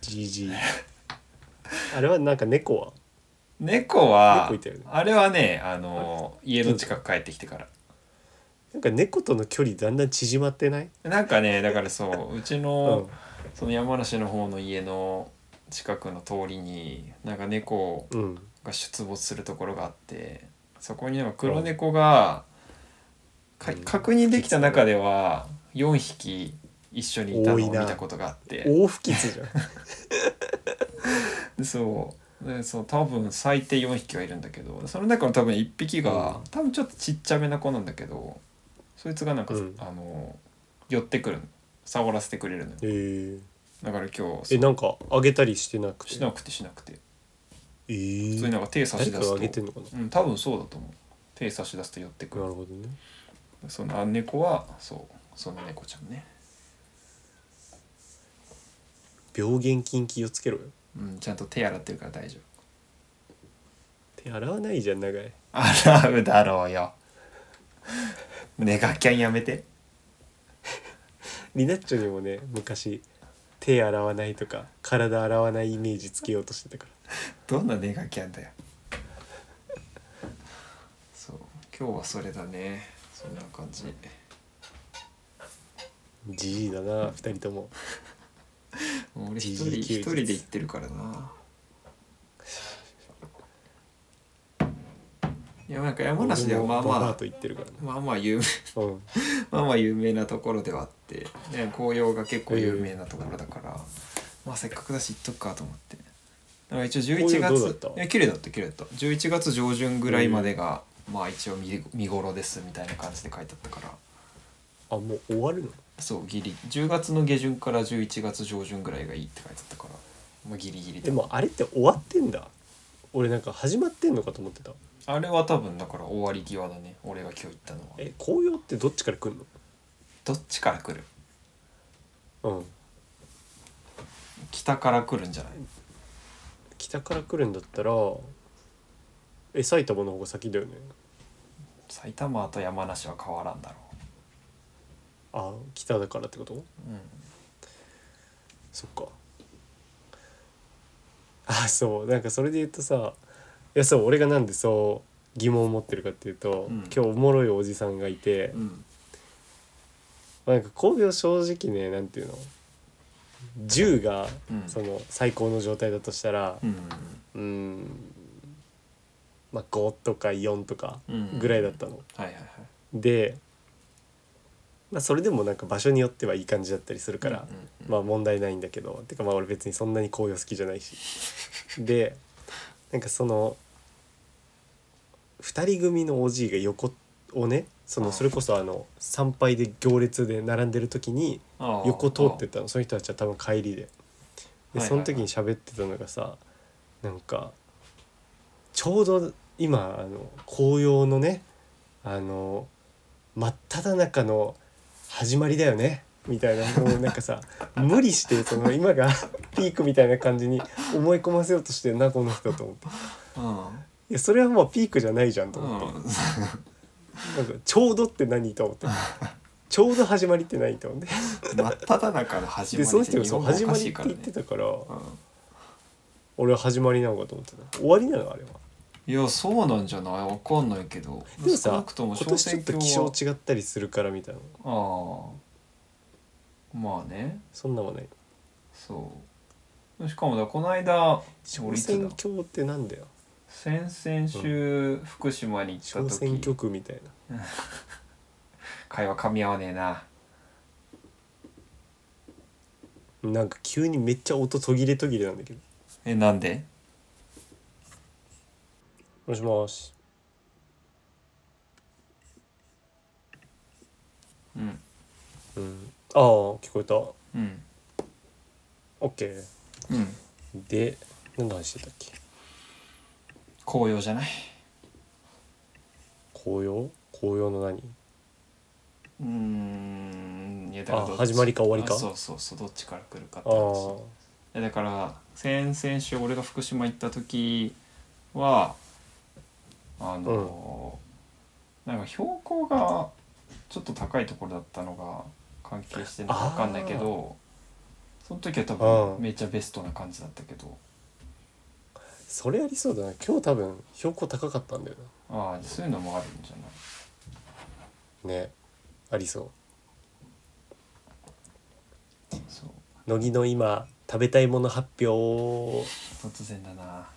S1: じ じいあれはなんか猫は
S2: 猫は
S1: 猫いたよね
S2: あれはねあの家の近く帰ってきてから
S1: なんか猫との距離だんだん縮まってない
S2: なんかねだからそ ううち
S1: う
S2: の、その山梨の方の家の近くの通りになんか猫
S1: うん
S2: が出没するところがあってそこになんか黒猫が、か
S1: うん
S2: 確認できた中では4匹一緒にいたの
S1: 多い
S2: を見
S1: な
S2: たことがあって
S1: 大不吉じゃん
S2: でそうでそう多分最低4匹はいるんだけどその中の多分1匹が、
S1: うん
S2: 多分ちょっとちっちゃめな子なんだけどそいつがなんか、
S1: うん
S2: あの寄ってくるの触らせてくれるのよ
S1: えー、
S2: だから今日
S1: え
S2: そう
S1: なんかあげたりしてなくて
S2: しなくてしなくて
S1: え
S2: 普通に
S1: ー、
S2: なんか手差
S1: 誰
S2: し出
S1: かが
S2: すと
S1: あげてんのかな
S2: うん、多分そうだと思う手差し出すと寄ってく
S1: な
S2: る
S1: るほどね
S2: そのあ猫はそうその猫ちゃんね
S1: 病原菌気をつけろよ
S2: うんちゃんと手洗ってるから大丈 夫
S1: 手洗わないじゃん長い
S2: 洗うだろう よねガキャンやめて
S1: リナッチョにもね昔手洗わないとか体洗わないイメージつけようとしてたから
S2: どんなネガキャンだよそう今日はそれだねそんな感じ
S1: じじいだな2人とも
S2: もう俺一
S1: 一
S2: 人
S1: 人
S2: 一
S1: 一
S2: 人
S1: 人
S2: で
S1: で
S2: 行
S1: 行
S2: っ
S1: って
S2: るからないやなんか山梨ではまあ
S1: 俺もババア
S2: ま
S1: と言ってるからね
S2: あまあまあ有名
S1: うん
S2: まあまあ有名なところではあって、ね、紅葉が結構有名なところだから、まあせっかくだし行っとくかと思ってだから一応11
S1: 紅葉どうだっ
S2: 月
S1: た
S2: いや綺麗だった綺麗だった11月上旬ぐらいまでが、まあ一応見見頃ですみたいな感じで書いてあったから
S1: あもう終わるの
S2: そうギリ10月の下旬から11月上旬ぐらいがいいって書いてあったから、まあ、ギリギリ
S1: で
S2: で
S1: もあれって終わってんだ俺なんか始まってんのかと思ってた
S2: あれは多分だから終わり際だね俺が今日行ったのは
S1: え紅葉ってどっちから来ん
S2: どっちから来る
S1: のうん
S2: 北から来るんじゃない
S1: 北から来るんだったらえ埼玉の方が先だよね
S2: 埼玉と山梨は変わらんだろ
S1: あ北だからってこと
S2: う、うん、
S1: そっかあそうなんかそれで言うとさいやそう俺がなんでそう疑問を持ってるかっていうと、
S2: うん
S1: 今日おもろいおじさんがいて、
S2: うん
S1: なんか工業正直ねなんていうの10が
S2: うん
S1: その最高の状態だとしたら
S2: うん
S1: うんまあ5とか4とかぐらいだったの。
S2: はいはいはい
S1: で、まあ、それでもなんか場所によってはいい感じだったりするから、
S2: うん
S1: まあ問題ないんだけどてかまあ俺別にそんなに紅葉好きじゃないしでなんかその2人組のおじいが横をねそ
S2: うん
S1: のそれこそあの参拝で行列で並んでる時に
S2: ああ
S1: 横通ってったのその人たちは多分帰りで
S2: い
S1: で
S2: はい
S1: その時に喋ってたのがさなんかちょうど今あの紅葉のねあの真っ只中の始まりだよねみたいなもうなんか さ無理してその今が ピークみたいな感じに思い込ませようとしてるなこの人と思ってい
S2: うん
S1: やそれはもうピークじゃないじゃんと思って、
S2: うん
S1: なんかちょうどって何と思って ちょうど始まりって何と思って
S2: 真っ只中の始まり
S1: でその人がそう
S2: 日
S1: 始
S2: 本語
S1: ま
S2: おか
S1: りっ
S2: していから
S1: 言
S2: ね
S1: ってたから
S2: う
S1: 俺は始まりなのかと思ってた終わりなのあれは
S2: んいやそうなんじゃないわかんないけど
S1: でもさ
S2: なくとも
S1: 今年ちょっと気
S2: 小
S1: 象
S2: 選
S1: 違ったりするからみたいな
S2: 挙はああまあね
S1: そんなんはない
S2: そうしかもだこの間
S1: 小
S2: 俺いつ
S1: 選
S2: だ
S1: 挙ってなんだよ
S2: 先々週福島に行
S1: 小
S2: った
S1: 選挙
S2: 時
S1: 区みたいな
S2: 会話噛み合わねえな
S1: なんか急にめっちゃ音途切れ途切れなんだけど
S2: えなんで
S1: もしもし
S2: うん
S1: うんああ聞こえた
S2: うん
S1: オッケー
S2: うん
S1: で何の話してたっけ
S2: 紅葉じゃない
S1: 紅葉紅葉の何
S2: うーんいやだから
S1: あ
S2: どっち
S1: 始まりか終わり
S2: あ
S1: か
S2: そうそうそうどっちから来るかって
S1: あ
S2: 話
S1: ー
S2: いやだから先々週俺が福島行った時はあの、なんか標高がちょっと高いところだったのが関係してるのか分かんないけどその時は多
S1: う
S2: 分
S1: ん
S2: めっちゃベストな感じだったけど
S1: それありそうだな今日多分標高高かったんだよ
S2: ああそういうのもあるんじゃない
S1: なねありそう
S2: そう
S1: 乃木の今食べたいもの発表
S2: 突然だな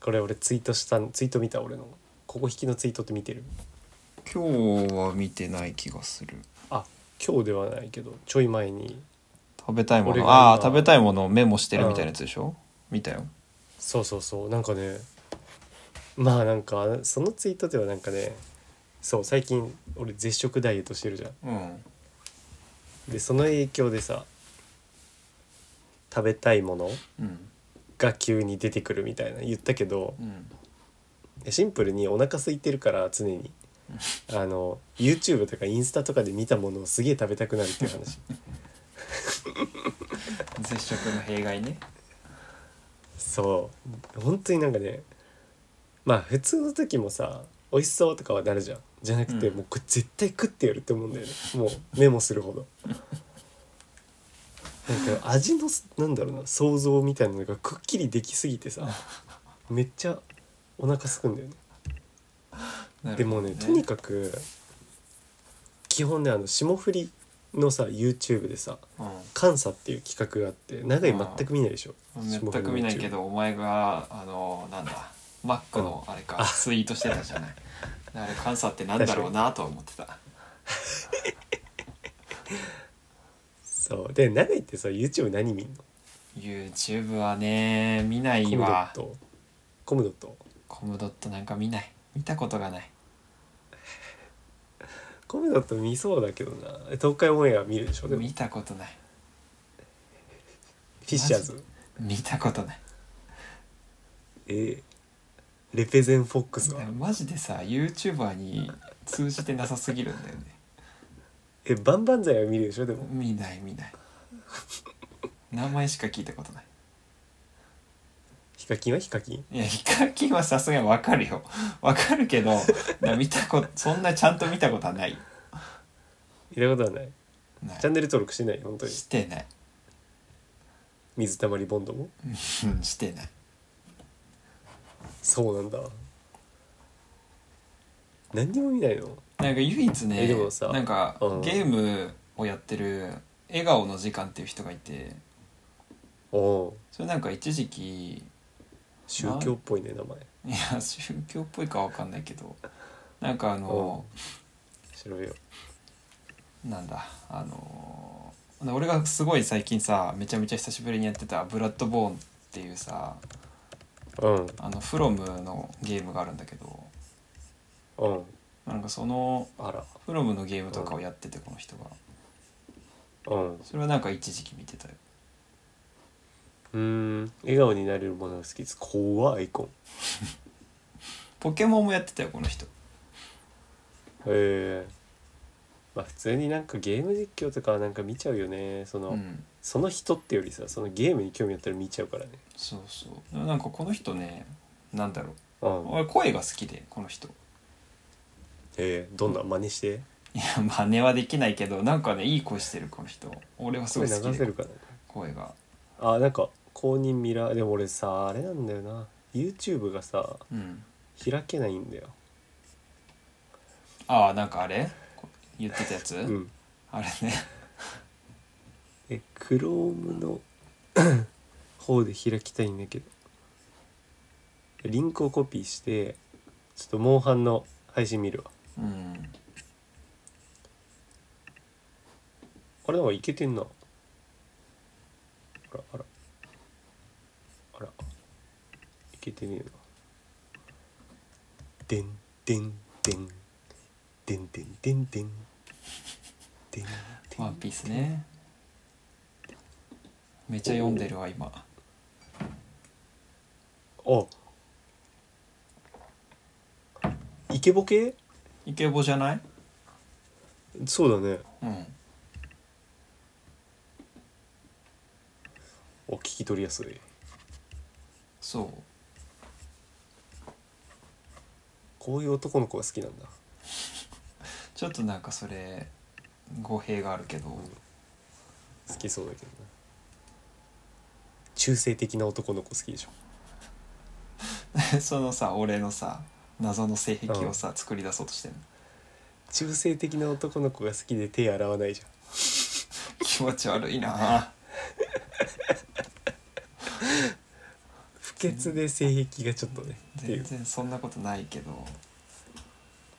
S1: これ俺ツイートしたんツイート見た俺のここ引きのツイートって見てる
S2: 今日は見てない気がする
S1: あ今日ではないけどちょい前に
S2: 食べたい
S1: もの俺が今
S2: ああ食べたいものをメモしてるみたいなやつでしょ見たよ
S1: そうそうそうなんかねまあなんかそのツイートではなんかねそう最近俺絶食ダイエットしてるじゃん
S2: うん
S1: でその影響でさ食べたいもの
S2: うん
S1: が急に出てくるみたいな言ったけど
S2: うん
S1: シンプルにお腹空いてるから常にあの YouTube とかインスタとかで見たものをすげえ食べたくなるっていう話
S2: 絶食の弊害ね
S1: そう本当になんかねまあ普通の時もさ美味しそうとかはなるじゃんじゃなくて、
S2: うん
S1: もうこれ絶対食ってやるって思うんだよねもうメモするほどなんか味のなんだろうな想像みたいなのがくっきりできすぎてさめっちゃお腹すくんだよね
S2: な
S1: で
S2: るほ
S1: も
S2: ど
S1: ねとにかく基本ねあの霜降りのさ YouTube でさ「監査」っていう企画があって長井全く見ないでしょ
S2: うん、全く見ないけどお前があのなんだマックのあれか、ツイートしてたじゃないあれ監査ってなんだろうなとは思ってた
S1: そうで長井ってさ YouTube 何見んの
S2: YouTube はね見な
S1: コ
S2: い
S1: ムドッ
S2: わ
S1: トコムドット
S2: コムドットなんか見ない見たことがない
S1: コムドット見そうだけどなえ東海オンエア見るでしょでもフ
S2: 見たことない
S1: ィッシャーズ
S2: 見たことない
S1: えーレペゼンフォックスは
S2: マジでさ YouTuber に通じてなさすぎるんだよね
S1: えバンバンザイは見るでしょでも
S2: 見ない見ない名前しか聞いたことない
S1: ヒカキンはヒカキン
S2: いやヒカキンはさすがにわかるよわかるけどな見たことそんなちゃんと見たことはない
S1: 見たことはない
S2: ない
S1: チャンネル登録してない本当に
S2: してない
S1: 水溜りボンドも
S2: うんしてない
S1: そうなんだ何にも見ないの
S2: なんか唯一ね
S1: えでもさ
S2: なんか
S1: うん
S2: ゲームをやってる笑顔の時間っていう人がいて
S1: おお
S2: それなんか一時期
S1: 宗教っぽいね名前
S2: いや宗教っぽいかわかんないけどなんかあの
S1: 調べよ
S2: なんだあの俺がすごい最近さめちゃめちゃ久しぶりにやってた「ブラッドボーン」っていうさ
S1: ううん
S2: あのフロムのゲームがあるんだけど
S1: うん
S2: なんかその
S1: あら
S2: フロムのゲームとかをやっててこの人が
S1: うんう
S2: それはなんか一時期見てたよ
S1: ーん笑顔になれるものが好きです怖いアイコン
S2: ポケモンもやってたよこの人
S1: へえまあ普通になんかゲーム実況とかはなんか見ちゃうよねその、
S2: うん
S1: その人ってよりさそのゲームに興味あったら見ちゃうからね
S2: そうそうでもなんかこの人ねなんだろう
S1: うんへ
S2: 俺声が好きでこの人
S1: えどんな真似して
S2: いや真似はできないけどなんかねいい声してるこの人俺はす
S1: す
S2: ご
S1: ご
S2: い
S1: い
S2: 好き
S1: 流せ
S2: で
S1: るからね
S2: 声が
S1: あなんか公認ミラーでも俺さあれなんだよな YouTube がさ
S2: うん
S1: 開けないんだよ
S2: ああなんかあれこ言ってたやつ、
S1: うん
S2: あれね
S1: え Chrome の 方で開きたいんだけどリンクをコピーしてちょっとモンハンの配信見るわ
S2: うん
S1: あれなんかいけてんなあらあらあらいけてねえなでんでんでんでんでんでんでんでん
S2: 「ワンピースねめっちゃ読んでるわ今
S1: あイケボ系
S2: イケボじゃない
S1: そうだね
S2: うん
S1: お聞き取りやすい
S2: そう
S1: こういう男の子が好きなんだ
S2: ちょっとなんかそれ語弊があるけど
S1: 好きそうだけどな中性的な男の子好きでしょ
S2: そのさ俺のさ謎の性癖をさ作り出そうとしてる
S1: 中性的な男の子が好きで手洗わないじゃん
S2: 気持ち悪いな
S1: 不潔で性癖がちょっとねってい
S2: 全
S1: う、
S2: 然そんなことないけど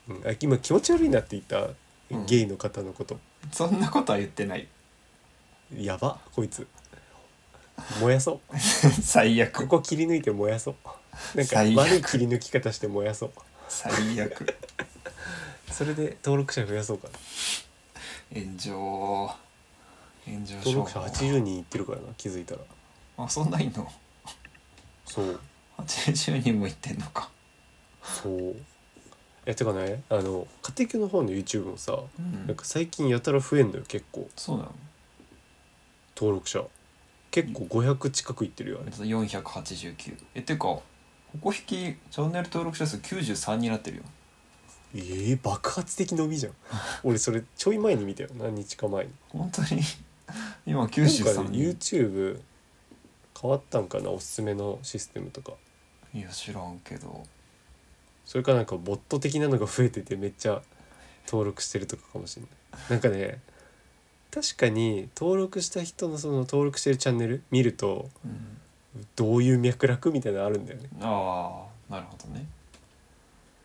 S1: うん、あ今気持ち悪いなって言った
S2: うん
S1: ゲイの方のこと、
S2: そんなことは言ってない
S1: やばこいつ燃やそう
S2: 最悪
S1: ここ切り抜いて燃やそうなんか
S2: 最悪
S1: 悪い切り抜き方して燃やそう
S2: 最悪
S1: それで登録者増やそうかな
S2: 炎上炎上
S1: 登録者
S2: 商
S1: 80人いってるからな気づいたら
S2: 法あそんないんの
S1: そう
S2: 80人もいってんのか
S1: そういやてかねあの家庭教の方の YouTube もさ
S2: うん
S1: なんか最近やたら増えんのよ結構
S2: そうなの
S1: 登録者結構500近くいってるよあれ
S2: 489えてかここ引きチャンネル登録者数93になってるよ
S1: えー、爆発的伸びじゃん俺それちょい前に見たよ何日か前に
S2: 本当に 今
S1: なんか
S2: 93人
S1: YouTube 変わったんかなおすすめのシステムとか
S2: いや知らんけど
S1: それかなんかボット的なのが増えててめっちゃ登録してるとかかもしれないなんかね確かに登録した人のその登録してるチャンネル見ると
S2: うん
S1: どういう脈絡みたいなのあるんだよね
S2: ああなるほどね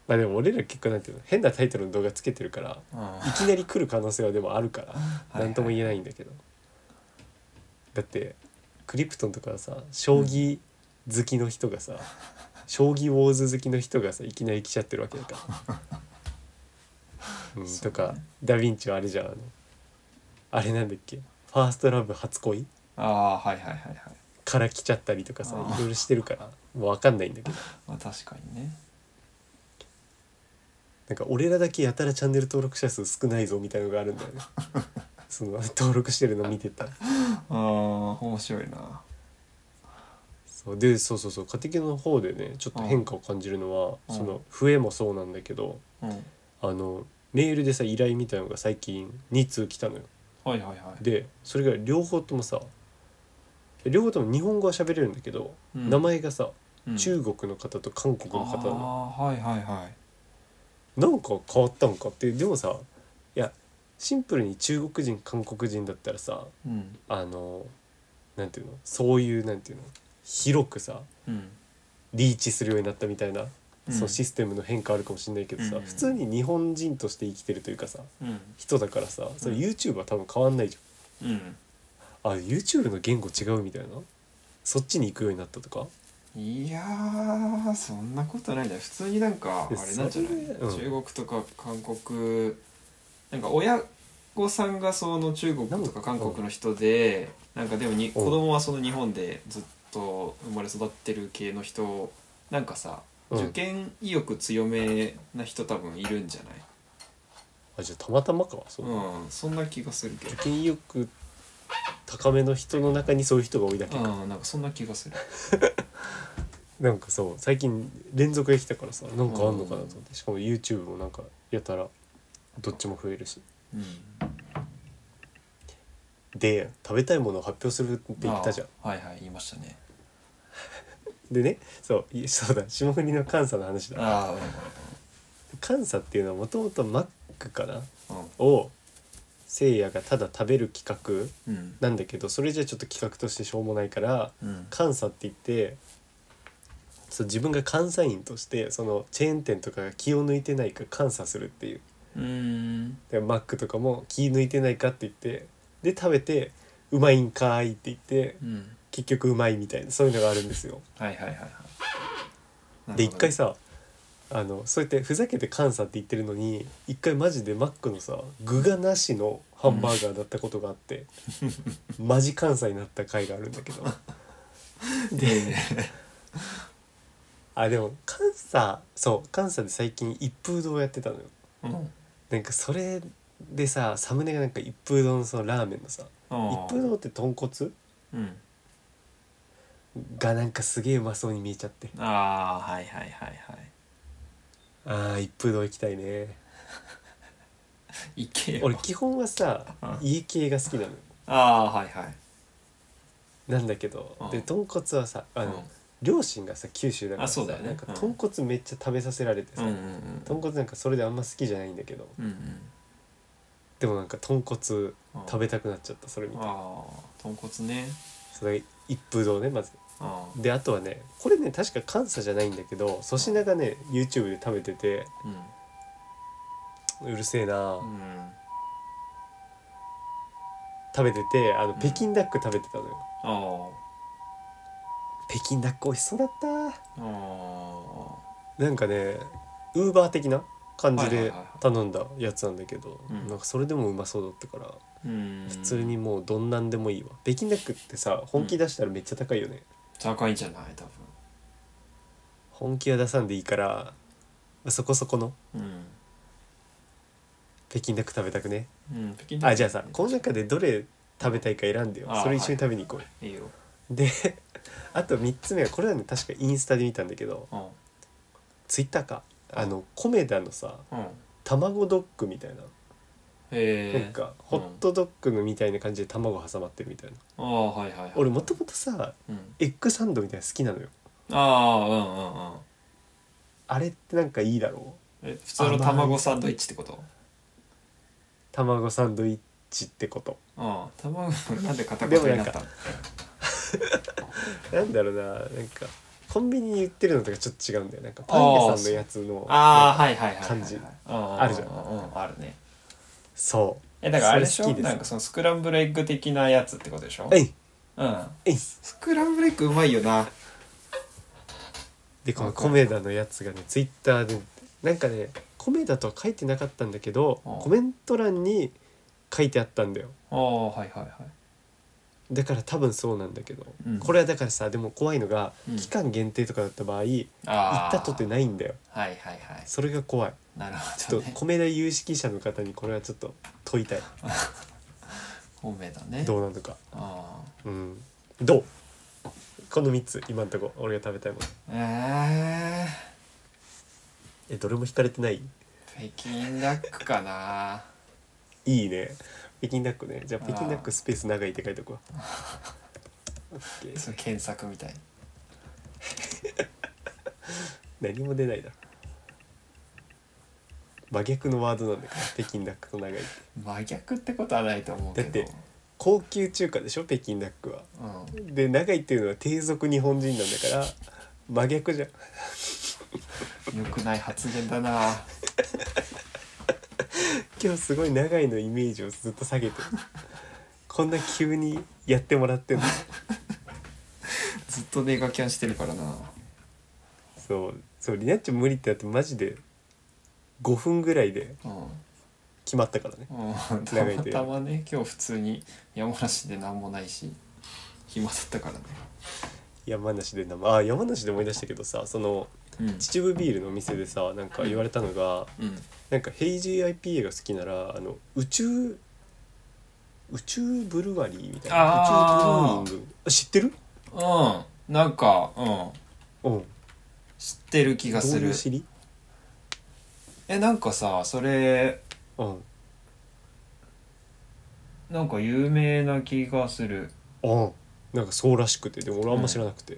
S1: まあでも俺ら結構なんていうの変なタイトルの動画つけてるから
S2: うん
S1: いきなり来る可能性はでもあるから
S2: いはい
S1: 何とも言えないんだけどだってクリプトンとかはさ将棋好きの人がさ、将棋ウォーズ好きの人がさいきなり来ちゃってるわけだ から、うん
S2: そうね
S1: とかダ・ヴィンチはあれじゃんあのあれなんだっけ「ファーストラブ初恋
S2: ああはいはいはいはい」
S1: から来ちゃったりとかさ
S2: あー
S1: いろいろしてるからもう分かんないんだけど
S2: まあ確かにね
S1: なんか俺らだけやたらチャンネル登録者数少ないぞみたいのがあるんだよ ねその登録してるの見てたら
S2: ああ面白いな
S1: そうでそうそうそう家庭教の方でねちょっと変化を感じるのは、
S2: うん
S1: その増えもそうなんだけど
S2: うん
S1: あのメールでさ依頼みたいなのが最近2通来たのよ
S2: はいはいはい
S1: でそれが両方ともさ両方とも日本語は喋れるんだけど、
S2: うん
S1: 名前がさ、
S2: うん
S1: 中国の方と韓国の方なの
S2: ああーはいはいはい
S1: なんか変わったんかってでもさいやシンプルに中国人韓国人だったらさ
S2: うん
S1: あのなんていうのそういうなんていうの広くさ
S2: うん
S1: リーチするようになったみたいな、
S2: うん
S1: そのシステムの変化あるかもしれないけどさ、
S2: うん
S1: 普通に日本人として生きてるというかさ
S2: うん
S1: 人だからさそれ YouTube は多分変わんないじ
S2: うん
S1: ゃん、あ YouTube の言語違うみたいなそっちに行くようになったとか
S2: いやーそんなことないんだよ普通になんかあ
S1: え
S2: れなんじゃない、
S1: それうん
S2: 中国とか韓国なんか親御さんがその中国とか韓国の人でなんかでもに子供はその日本でずっと生まれ育ってる系の人なんかさ
S1: うん
S2: 受験意欲強めな人多分いるんじゃない、
S1: あじゃあたまたまかそう、
S2: うん、そんな気がするけど
S1: 受験意欲高めの人の中にそういう人が多いだけか、
S2: うんなんかそんな気がする
S1: なんかそう最近連続できたからさなんかあんのかなと思って、しかも YouTube もなんかやたらどっちも増えるし
S2: うん
S1: で食べたいものを発表するって言ったじゃん
S2: あーはいはい言いましたね
S1: でねそういそうだ霜降りの監査の話だ
S2: あ
S1: 監査っていうのはもともとマックかな
S2: あ
S1: をせいやがただ食べる企画
S2: うんうん
S1: なんだけどそれじゃちょっと企画としてしょうもないから
S2: うん
S1: 監査って言ってそう自分が監査員としてそのチェーン店とかが気を抜いてないか監査するっていう
S2: うん
S1: でマックとかも気抜いてないかって言ってで食べてうまいんかーいって言って
S2: うん
S1: 結局うまいみたいなそういうのがあるんですよ。
S2: はいはいはいはい
S1: で一回さあのそうやってふざけて「監査」って言ってるのに一回マジでマックのさ具がなしのハンバーガーだったことがあって、マジ監査になった回があるんだけど
S2: で
S1: あでも監査そう監査で最近一風堂やってたのよ
S2: うん
S1: なんかそれでさサムネがなんか一風堂のそのラーメンのさ一風堂って豚骨
S2: うん
S1: がなんかすげえうまそうに見えちゃって
S2: ああはいはいはいは
S1: あー一風堂行きたいね
S2: い行けよ
S1: 俺基本はさ
S2: うん
S1: 家系が好きなのよ
S2: ああーはいはい
S1: なんだけど、
S2: うん
S1: で豚骨はさあの、
S2: うん
S1: 両親がさ九州だから
S2: あ
S1: さ、
S2: そうだよね
S1: なんか
S2: うん
S1: 豚骨めっちゃ食べさせられて
S2: う
S1: さ、
S2: んうんうん
S1: 豚骨なんかそれであんま好きじゃないんだけど
S2: うんうん
S1: でもなんか豚骨食
S2: うん
S1: べたくなっちゃったそれ見て
S2: ああ豚骨ね
S1: それ一風堂ねまず
S2: ああ
S1: であとはねこれね確か監査じゃないんだけど粗品がね YouTube で食べてて
S2: うん
S1: うるせえな、
S2: うん
S1: 食べててあの
S2: ん
S1: 北京ダック食べてたのよ、
S2: ああ
S1: 北京ダック美味しそうだった
S2: ああ
S1: なんかねウーバー的な感じ
S2: はいはい
S1: で
S2: はいはい
S1: 頼んだやつなんだけど、
S2: うん
S1: なんかそれでもうまそうだったから
S2: うん
S1: 普通にもうどんなんでもいいわ北京ダックってさ本気出したらめっちゃ高いよね、
S2: 高いんじゃない多
S1: 本気は出さんでいいからそこそこの
S2: 分うん
S1: 北京ダック食べたくね
S2: うん、北京ダック
S1: あじゃあさこの中でどれ食べたいか選んでよ
S2: あ
S1: それ一緒に食べに行こう、
S2: いいよ。
S1: であと3つ目はこれはね確かインスタで見たんだけど
S2: うん。
S1: ツイッターかあのコメダのさ
S2: うん。
S1: 卵ドッグみたいな、
S2: えー。
S1: なんかホットドッグのみたいな感じで卵挟まってるみたいな、
S2: ああ、はいはいはい。
S1: 俺もともとさ
S2: うん。
S1: エッグサンドみたいなの好きなのよ
S2: ああ、うんうんうん。
S1: あれってなんかいいだろう
S2: え、普通の卵サンドイッチってこと
S1: 卵サンドイッチってこと
S2: うん。卵、なんで片言になったの
S1: なんだろうななんかコンビニに売ってるのとかちょっと違うんだよなんかパン屋さんのやつの
S2: ああ、はいはいはいはい。
S1: 感じ
S2: うんうんうん。
S1: あるじゃん
S2: うん、あるね。
S1: そう
S2: え、だからあれでし
S1: そ
S2: ょ
S1: れ好きです
S2: なんかそのスクランブルエッグ的なやつってことでしょ
S1: えい
S2: うん。
S1: えい
S2: スクランブルエッグうまいよな。
S1: でこの
S2: わかる
S1: コメダのやつがねツイッターでなんかねコメダとは書いてなかったんだけど
S2: うん
S1: コメント欄に書いてあったんだよ
S2: ああ、はいはいはい。
S1: だから多分そうなんだけど、
S2: うん
S1: これはだからさでも怖いのが、
S2: うん
S1: 期間限定とかだった場合行
S2: ああ。
S1: ったとてないんだよ
S2: はいはいはい。
S1: それが怖い
S2: なるほ
S1: ちょ
S2: ど
S1: っと
S2: ね。
S1: コメダ有識者の方にこれはちょっと問いたい
S2: 本命だね。
S1: どうなのか
S2: ああ。
S1: うんどうこの3つ今んとこ俺が食べたいもの
S2: ええ。
S1: えどれも引かれてない
S2: 北京ダックかな
S1: いいね北京ダックねじゃあ
S2: あー
S1: 北京ダックスペース長いって書いとくわオッケー
S2: それ検索みたい
S1: 何も出ないだろ真逆のワードなんだから北京ダックと長いって
S2: な真逆ってことはないと思うけ
S1: だ
S2: ど
S1: って高級中華でしょ北京ダックは
S2: うん、
S1: で長いっていうのは低俗日本人なんだから真逆じゃん
S2: 良くない発言だな
S1: 今日すごい長いのイメージをずっと下げてるこんな急にやってもらってんの
S2: ずっとネガキャンしてるからな
S1: そうそうリナッチ無理ってなってマジで5分ぐらいで
S2: うん、
S1: 決まったからね
S2: うん、た
S1: 長い
S2: ま
S1: で
S2: たまね今日普通に山梨で何もないし暇だったからね
S1: 山梨で生あ山梨で思い出したけどさその
S2: うん
S1: 秩父ビールのお店でさなんか言われたのが
S2: うん
S1: なんかヘイジー IPA が好きならあの宇宙宇宙ブルワリーみたいな
S2: あー
S1: 宇宙ブルーイングあ知ってる
S2: うんなんかうん
S1: うん
S2: 知ってる気が
S1: どう
S2: す
S1: い
S2: る
S1: う知り
S2: えなんかさそれ
S1: うん
S2: なんか有名な気がする
S1: うんなんかそうらしくてでも俺あんま知らなくて、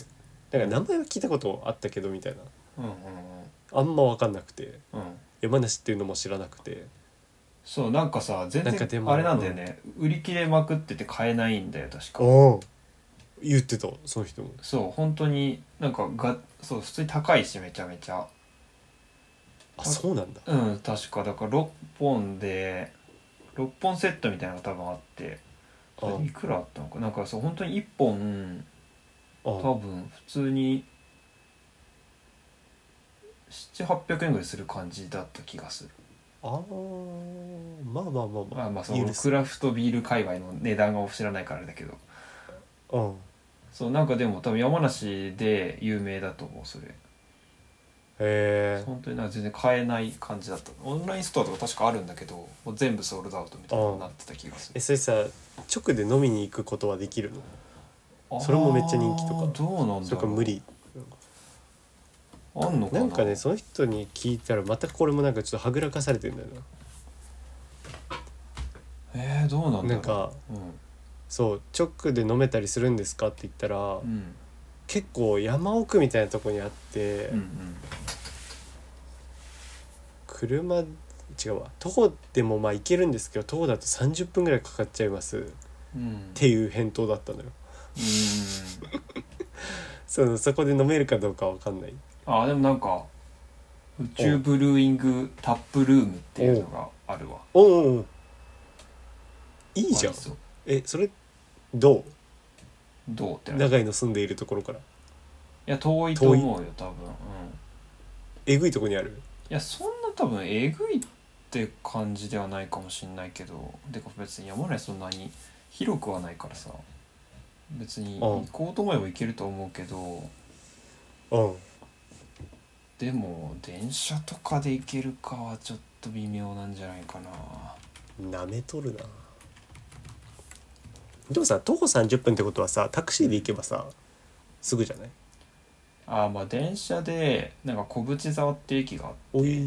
S1: なんか名前は聞いたことあったけどみたいな
S2: うんうん
S1: あんま分かんなくて
S2: うんうん
S1: 山梨っていうのも知らなくて
S2: そうなんかさ全
S1: なんかで
S2: 然
S1: も
S2: あれなんだよね、売り切れまくってて買えないんだよ確か
S1: うん言ってたその人も
S2: そう本当になんかがそう普通に高いしめちゃめちゃ
S1: あそうなんだ
S2: うん確かだから6本で6本セットみたいなのが多分あって
S1: あ
S2: いくらあったのかなんかそう本当に1本
S1: あ
S2: 多分普通に700800円ぐらいする感じだった気がする
S1: あーまあまあまあま
S2: ま
S1: あ
S2: あまあその
S1: 許す
S2: クラフトビール界隈の値段が知らないからあれだけど
S1: うん
S2: そうなんかでも多分山梨で有名だと思うそれ
S1: へえ
S2: 本当になんか全然買えない感じだったオンラインストアとか確かあるんだけどもう全部ソールドアウトみたいなのになってた気がす
S1: え
S2: る
S1: それさ直で飲みに行くことはできるのそれもめっちゃ人気とか
S2: あーどうなんだろう
S1: それか無理
S2: あんのか
S1: な
S2: なん
S1: かねその人に聞いたらまたこれもなんかちょっとはぐらかされてんだよ
S2: えー、どうなんだろ
S1: な
S2: う
S1: なんか
S2: うん
S1: そう直で飲めたりするんですかって言ったら、
S2: うん
S1: 結構山奥みたいなとこにあって、
S2: うんうん
S1: 車違うわ徒歩でもまあ行けるんですけど徒歩だと30分ぐらいかかっちゃいますっ
S2: うん
S1: ていう返答だったのよ
S2: うん
S1: そのそこで飲めるかどうかわかんない
S2: あーでもなんか宇宙ブルーイングタップルームっていうのがあるわ
S1: おうおうおういいじゃん
S2: ありそう
S1: えそれど
S2: どうって
S1: う
S2: なる
S1: 長井の住んでいるところから
S2: や遠いと思うよ多分、うん、
S1: えぐいとこにある
S2: いやそんな多分えぐいって感じではないかもしんないけどでか別に山根そんなに広くはないからさ別に行こうと思えば行けると思うけど
S1: うん
S2: でも電車とかで行けるかはちょっと微妙なんじゃないかな
S1: なめとるなでもさ徒歩30分ってことはさタクシーで行けばさすぐじゃない
S2: あーまあ電車でなんか小淵沢って駅があって
S1: おい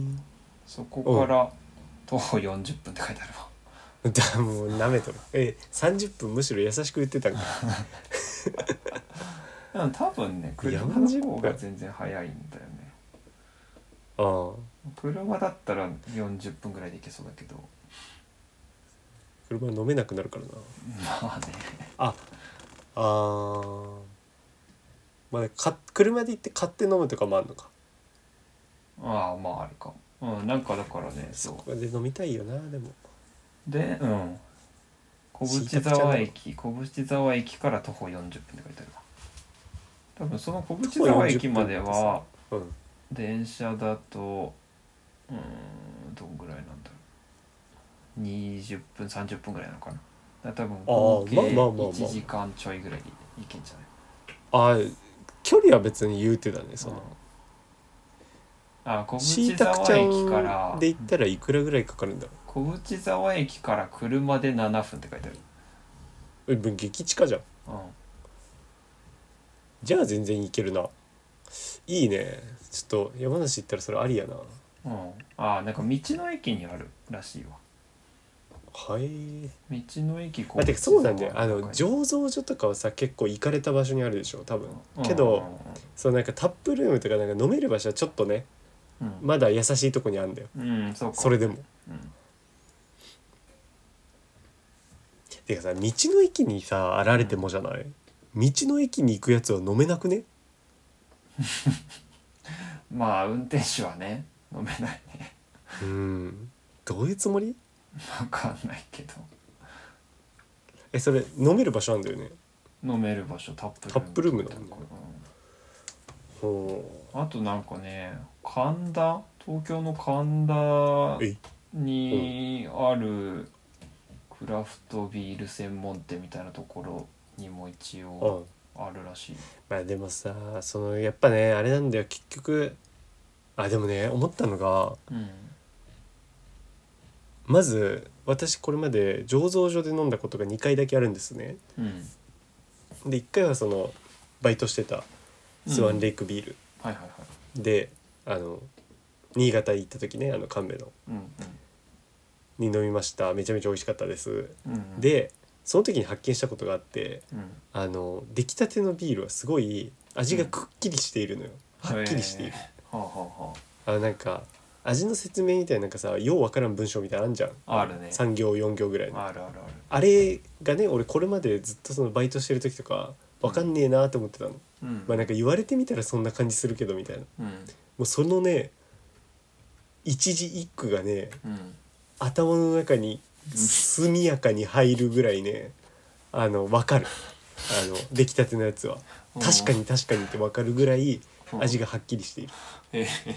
S2: そこから徒歩40分って書いてあるわ
S1: だもうなめとるえ30分むしろ優しく言ってたんか
S2: でも多分ね車の方が全然早いんだよね
S1: ああ
S2: 車だったら40分ぐらいで行けそうだけど
S1: 車飲めなくなるからな
S2: まあね
S1: ああーまあねか車で行って買って飲むとかもあるのか
S2: ああまああるかもうんなんかだからね
S1: そ
S2: そ
S1: こで飲みたいよなでも
S2: うでうん小淵沢駅小淵沢駅から徒歩40分って書いてあるわ多分その小淵沢駅までは
S1: うん
S2: 電車だとうーんどんぐらいなんだろう20分30分ぐらいなのかなだから
S1: あー
S2: 多分合計
S1: まあまあまあまあ
S2: 1時間ちょいぐらいで行けんじゃない
S1: ああ距離は別に言うてたねその、
S2: うんあ小
S1: しい
S2: 淵
S1: た
S2: 沢
S1: くちゃ
S2: 駅から
S1: んで行ったらいくらぐらいかかるんだろ
S2: 小淵沢駅から車で7分って書いてある、
S1: うえ激近じゃん
S2: う
S1: じゃあ全然行けるないいねちょっと山梨行ったらそれありやなん
S2: うん、あーなんか道の駅にあるらしいわ
S1: はい
S2: 道の駅小
S1: まあ、てかそうなんだよあの
S2: 上
S1: 醸造所とかはさ結構行かれた場所にあるでしょ多分けど、そうなんかタップルームとかなんか飲める場所はちょっとね
S2: うんうん
S1: まだ優しいとこにあるんだよ
S2: うん、うんそうか
S1: それでも
S2: うん
S1: てかさ道の駅にさあられてもじゃない道の駅に行くやつは飲めなくね
S2: まあ運転手はね飲めない ね
S1: うんどういうつもり
S2: わかんないけど
S1: えそれ飲める場所なんだよね
S2: 飲める場所タップ
S1: タップルームな
S2: だ、
S1: んだ
S2: う
S1: ほ
S2: ん、あとなんかね神田東京の神田
S1: うえい
S2: にあるクラフトビール専門店みたいなところにも一
S1: う
S2: 応
S1: ん
S2: あるらしい
S1: まあでもさそのやっぱねあれなんだよ結局あでもね思ったのが
S2: うん
S1: まず私これまで醸造所で飲んだことが2回だけあるんですね
S2: うん
S1: で1回はそのバイトしてたスワンレイクビール、
S2: はいはいはい
S1: であの新潟行った時ねあの神戸の
S2: うん
S1: に飲みましためちゃめちゃ美味しかったです、
S2: うんうん
S1: でその時に発見したことがあって
S2: うん
S1: あの出来たてのビールはすごい味がくっきりしているのよ、はっきりしている
S2: へ、ーはあはあは
S1: あのなんか味の説明みたいななんかさようわからん文章みたいなのあんじゃん
S2: ああるね
S1: 3行4行ぐらいの
S2: ああるあるある
S1: あれがね俺これまでずっとそのバイトしてる時とかわかんねえなと思ってたの、
S2: うん
S1: まあなんか言われてみたらそんな感じするけどみたいなも
S2: うん
S1: うそのね一字一句がね
S2: うん
S1: 頭の中に速やかに入るぐらいねあのわかるあの出来たてのやつは
S2: うん
S1: 確かに確かにってわかるぐらい
S2: うん
S1: 味がはっきりしている
S2: え ー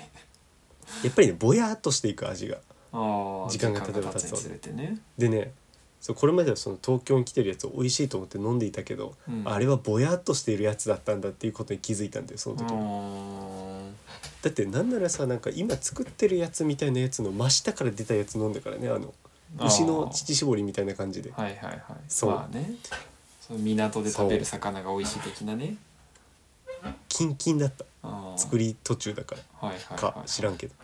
S1: やっぱりねぼやっとしていく味が
S2: ああ
S1: 時間が経てば
S2: 時間が
S1: 経つ
S2: につれてね
S1: でねそうこれまではその東京に来てるやつを美味しいと思って飲んでいたけど、
S2: うん
S1: あれはぼやっとしているやつだったんだっていうことに気づいたんだよその
S2: う
S1: 時、
S2: ーん
S1: だってなんならさなんか今作ってるやつみたいなやつの真下から出たやつ飲んだからねあの
S2: あー
S1: 牛の乳搾りみたいな感じで
S2: はいはいはい
S1: そう
S2: まあねその港で食べる魚が美味しい的なね
S1: キンキンだった作
S2: り
S1: り途中だから
S2: はいはいはい
S1: か知らんけど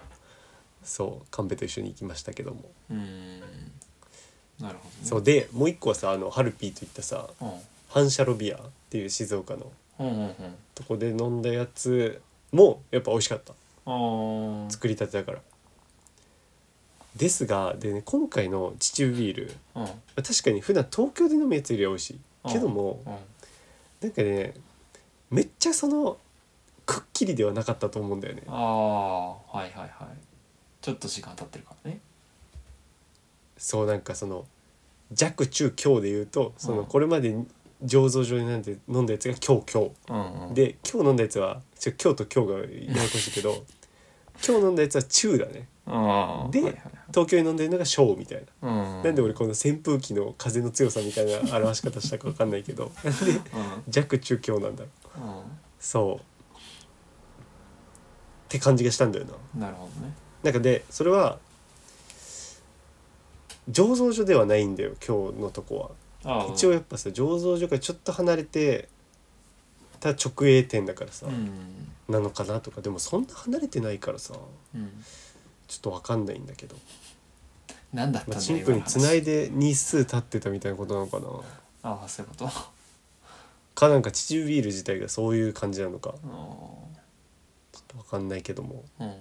S1: そう神戸と一緒に行きましたけども、
S2: うーんなるほどね
S1: そうでもう一個はさあのハルピーといったさ
S2: うん
S1: 反射ロビアっていう静岡の
S2: うんうん
S1: とこで飲んだやつもやっぱ美味しかった
S2: うんあ
S1: 作りたてだからですがでね今回の秩父ビール
S2: あうん
S1: 確かに普段東京で飲むやつよりは美味しいけども
S2: うん
S1: なんかねめっちゃそのくっきりではなかったと思うんだよね
S2: ああはいはいはいちょっと時間経ってるからね
S1: そうなんかその弱中強で言うとそうの
S2: ん
S1: これまで醸造所に飲んで飲んだやつが今日今
S2: うんう
S1: 日
S2: ん、
S1: で今日飲んだやつはちょ今日と今日がややこしいけ ど今日飲んだやつは中だね
S2: あー
S1: で
S2: はいはいはい
S1: 東京に飲んでるのが小みたいな、
S2: うん
S1: なんで俺この扇風機の風の強さみたいな表し方したか分かんないけど なんで
S2: うん
S1: 弱中強なんだろう
S2: う、
S1: そうって感じがしたんだよなん
S2: なるほどね
S1: なんかでそれは醸造所ではないんだよ今日のとこ
S2: あ
S1: は
S2: ー
S1: 一応やっぱさ醸造所からちょっと離れてただ直営店だからさ、
S2: うん
S1: なのかなとかでもそんな離れてないからさ
S2: うん
S1: ちょっとわかんないんだけど、
S2: 何だった
S1: ま
S2: んだ
S1: あ、シンプルに繋
S2: い
S1: いで日数経ってたみたいなことなのかな
S2: ああそういうこと
S1: かなんかチチビール自体がそういう感じなのか
S2: う
S1: ちょっとわかんないけども
S2: んうん
S1: い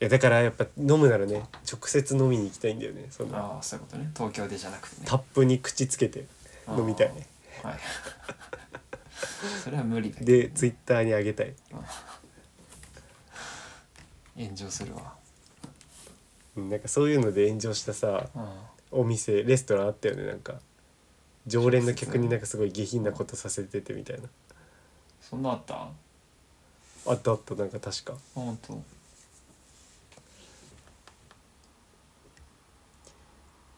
S1: やだからやっぱ飲むならね直接飲みに行きたいんだよねその
S2: ああそういうことね東京でじゃなくてね
S1: タップに口つけて飲みたいね
S2: はい それは無理だけど
S1: でツイッターに上げたい
S2: 炎上するわ
S1: うんなんかそういうので炎上したさ
S2: う
S1: お店レストランあったよねなんか常連の客になんかすごい下品なことさせててみたいな
S2: そんなあったあ
S1: あったあったなんか確か
S2: 本当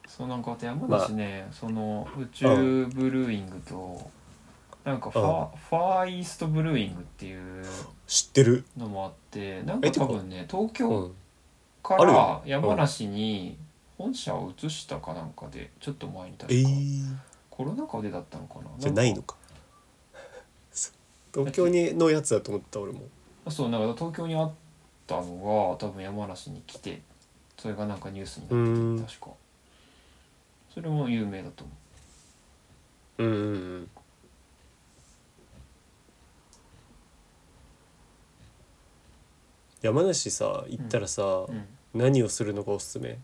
S2: そうなんかあと山梨ね、その宇宙ブルーイングとなんかファ,、ファーイーストブルーイングっていう
S1: 知ってる
S2: のもあってなん
S1: え
S2: か
S1: てか
S2: 多分ね東
S1: う
S2: 京
S1: ん
S2: か
S1: ある
S2: ら
S1: よ
S2: 山梨に本社を移したかなんかでちょっと前に
S1: え
S2: 確か、
S1: ー、
S2: コロナ禍でだったのかな
S1: じゃないのか 東京にのやつだと思った俺も
S2: そうなんか東京にあったのが多分山梨に来てそれがなんかニュースになって
S1: う
S2: て
S1: ん
S2: 確かそれも有名だと思
S1: うんうんうん山梨さ行ったらさ、
S2: ううん
S1: 何をするのがおすすめ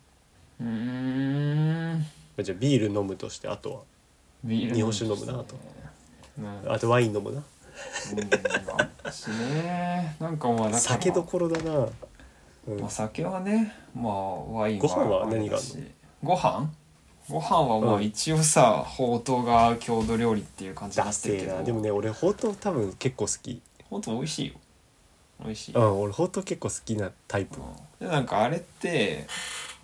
S2: うーん
S1: じゃあビール飲むとしてあと
S2: ビール
S1: 日本酒飲むなと
S2: うん
S1: はあとワイン飲むな
S2: うん しねなんかまあだから
S1: 酒どころだな、うん
S2: まあ、酒はねまあワイン
S1: ご飯は何があるの
S2: れだしご飯ご飯はもう一応さ、ほうとうが郷土料理っていう感じに
S1: ダ
S2: な
S1: ッ
S2: って
S1: セ
S2: るけ
S1: ー
S2: ど
S1: なでもね俺ほうとう多分結構好き
S2: ほんと美味しいよ美味しい、
S1: うん俺ほうとう結構好きなタイプ
S2: でなんかあれって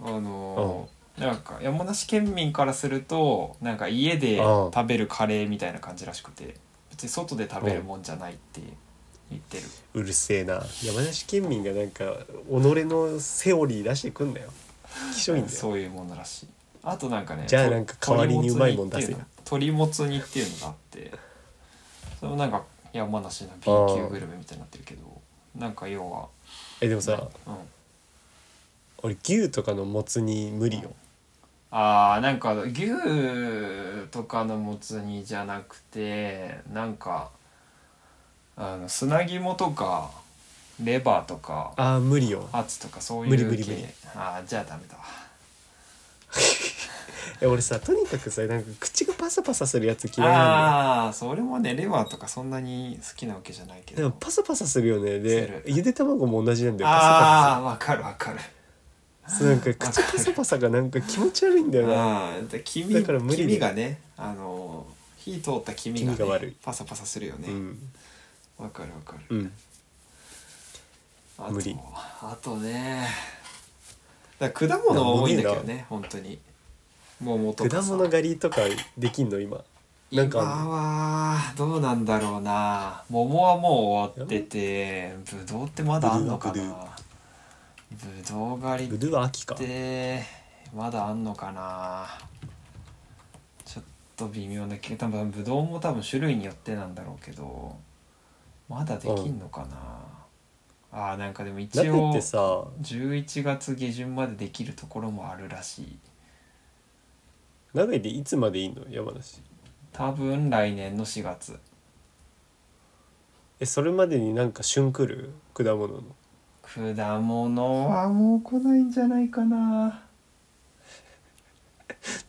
S2: あのなんか山梨県民からするとなんか家で
S1: うん
S2: 食べるカレーみたいな感じらしくて別に外で食べるもんじゃないって言ってる
S1: うるせえな山梨県民がなんか己のセオリー出してくんだよきしょいんだよ
S2: そういうものらしいあとなんかね
S1: じゃあ
S2: と
S1: なんか代わりにうまいもん出せよ
S2: 鶏もつ煮っていうのがあってそれもなんか山梨の B 級グルメみたいになってるけどなんか要は
S1: えでもさ
S2: うん、
S1: 俺牛とかのもつ煮無理よ
S2: あーなんか牛とかのもつ煮じゃなくてなんかあの砂肝とかレバーとか
S1: あー無理よ
S2: ハツとかそういう
S1: 無理無理無理
S2: 系あーじゃあダメだわ
S1: え俺さとにかくさなんか口がパサパサするやつ嫌いなんだよ
S2: ああーそれもねレバーとかそんなに好きなわけじゃないけ
S1: で
S2: ど
S1: もパサパサするよね
S2: す
S1: で
S2: る
S1: ゆで卵も同じなんだよパサパサする
S2: ああわかるわかる
S1: そうなんか口パサパサがなんか気持ち悪いんだよな
S2: ああで黄身
S1: だから無理
S2: 黄身がねあの火通った黄身が,、ね、
S1: 黄身が悪い
S2: パサパサするよ
S1: う
S2: ね
S1: ん
S2: わ、かるわかる、
S1: うん
S2: あと
S1: 無理
S2: あとねだから果物は多いんだけどね本当に桃と
S1: 果
S2: かさ
S1: 物狩りとかできんの今なんか
S2: 今はどうなんだろうな桃はもう終わっててぶどうってまだあんのかな
S1: ぶ
S2: ぶ
S1: どう
S2: どう狩り
S1: ブ
S2: っ
S1: ドゥは秋か
S2: てまだあんのかなちょっと微妙な気が多分ぶどうも多分種類によってなんだろうけどまだできんのかな、あーなんかでも一
S1: 鍋っ
S2: 応
S1: てさ
S2: 11月下旬までできるところもあるらしい
S1: 鍋でいつまでいいの山梨
S2: 多分来年の4月
S1: えそれまでになんか旬来る果物の
S2: 果物はもう来ないんじゃないかな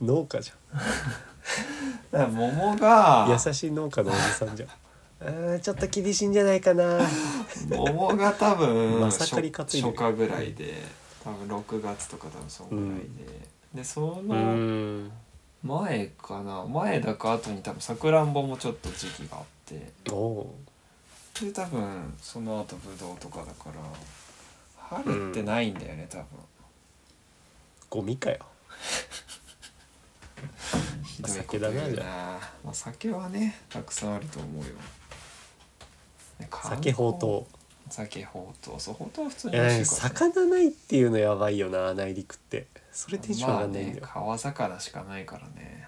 S1: 農家じ
S2: だから桃
S1: ゃん
S2: が
S1: 優しい農家のおじさんじゃ んうーんちょっと厳しいんじゃないか な
S2: 桃が多分
S1: ま
S2: 初
S1: さかり担いでる
S2: 初夏ぐらいで多分6月とか多分そんぐらいで、でそ
S1: う
S2: の
S1: ん
S2: 前かな前だか後に多分さくらんぼもちょっと時期があって
S1: おお
S2: で多分その後ぶどうとかだから春ってないんだよね、多分
S1: ゴミかよ
S2: ひどいこと言う
S1: 酒だなじ
S2: なまあ、酒はねたくさんあると思うよ、ね
S1: 酒ほうと
S2: 酒ほうとうそうほうとうは普通
S1: うい
S2: に
S1: や
S2: 美
S1: なんか
S2: 味しいからね
S1: 魚ないっていうのやばいよな内陸ってそれテンション上がんないんだよ、
S2: まあね、川魚しかないからね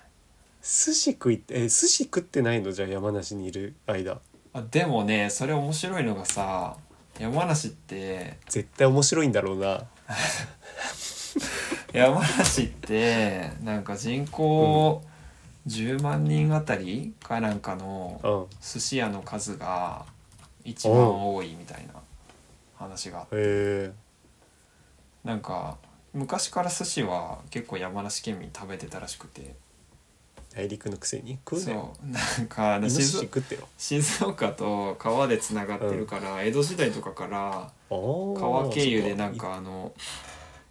S1: 寿司食いってえ寿司食ってないのじゃあ山梨にいる間
S2: あでもねそれ面白いのがさ山梨って
S1: 絶対面白いんだろうな
S2: 山梨ってなんか人口10万人あたりかなんかの
S1: うん
S2: 寿司屋の数が一番多いみたいな話があって
S1: へえ
S2: なんか昔から寿司は結構山梨県民食べてたらしくて
S1: 内陸のくせに食うね
S2: そうなんか
S1: イノシシ
S2: 静
S1: 食ってよ
S2: 静岡と川でつながってるから江戸時代とかから
S1: あー
S2: 川経由でなんかあの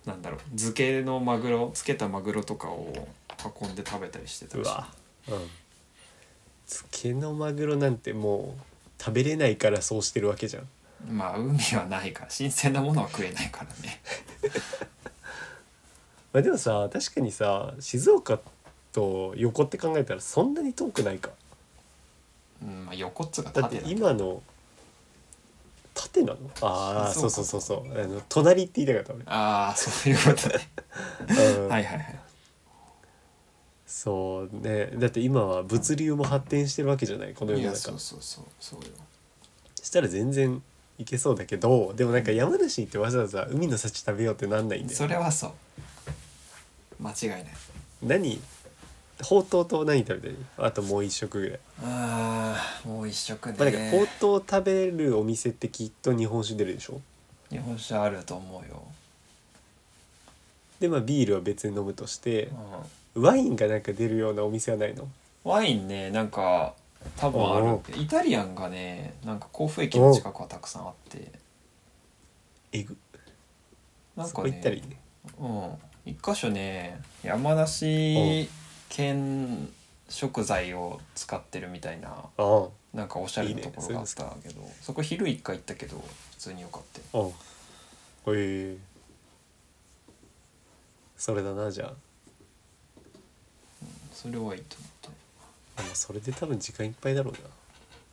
S2: なんだろう漬けのマグロ漬けたマグロとかを運んで食べたりしてた
S1: う
S2: らしい
S1: わうん漬けのマグロなんてもう食べれないからそうしてるわけじゃん
S2: まあ海はないから新鮮なものは食えないからね
S1: まあでもさ確かにさ静岡と横って考えたらそんなに遠くないか
S2: うんまあ横っつが
S1: だっ
S2: 縦
S1: て
S2: だけど
S1: 今の縦なのああ
S2: 静
S1: そうそうそ
S2: 岡
S1: うそうあの隣って言いたかっ
S2: ああそういうことね
S1: た俺、うん
S2: はいはいはい
S1: そうねだって今は物流も発展してるわけじゃないこの世
S2: い
S1: の
S2: や
S1: 中
S2: そうそうそうそうよ
S1: したら全然いけそうだけどでもなんか山梨行ってわざわざ海の幸食べようってなんないんだよ
S2: それはそう間違いない
S1: 何ほうとうと何食べたいあともう一食ぐらい、
S2: あーもう一食ね、
S1: まあ、なんかほうとう食べるお店ってきっと日本酒出るでしょ
S2: 日本酒あると思うよ、
S1: でまあビールは別に飲むとして
S2: うん
S1: ワインがなんか出るようなお店はないの
S2: ワインねなんか多分ある
S1: お
S2: イタリアンがねなんか甲府駅の近くはたくさんあって
S1: えぐ
S2: なん
S1: そ
S2: か
S1: こ行ったらい
S2: ね
S1: いね
S2: うん一箇所ね山梨県食材を使ってるみたいな
S1: あ
S2: なんかおしゃれなところがあったけどそこ昼一回行ったけど普通によかったよ
S1: あああへえそれだなじゃあ
S2: それはいいと思った
S1: あまあそれで多分時間いっぱいだろう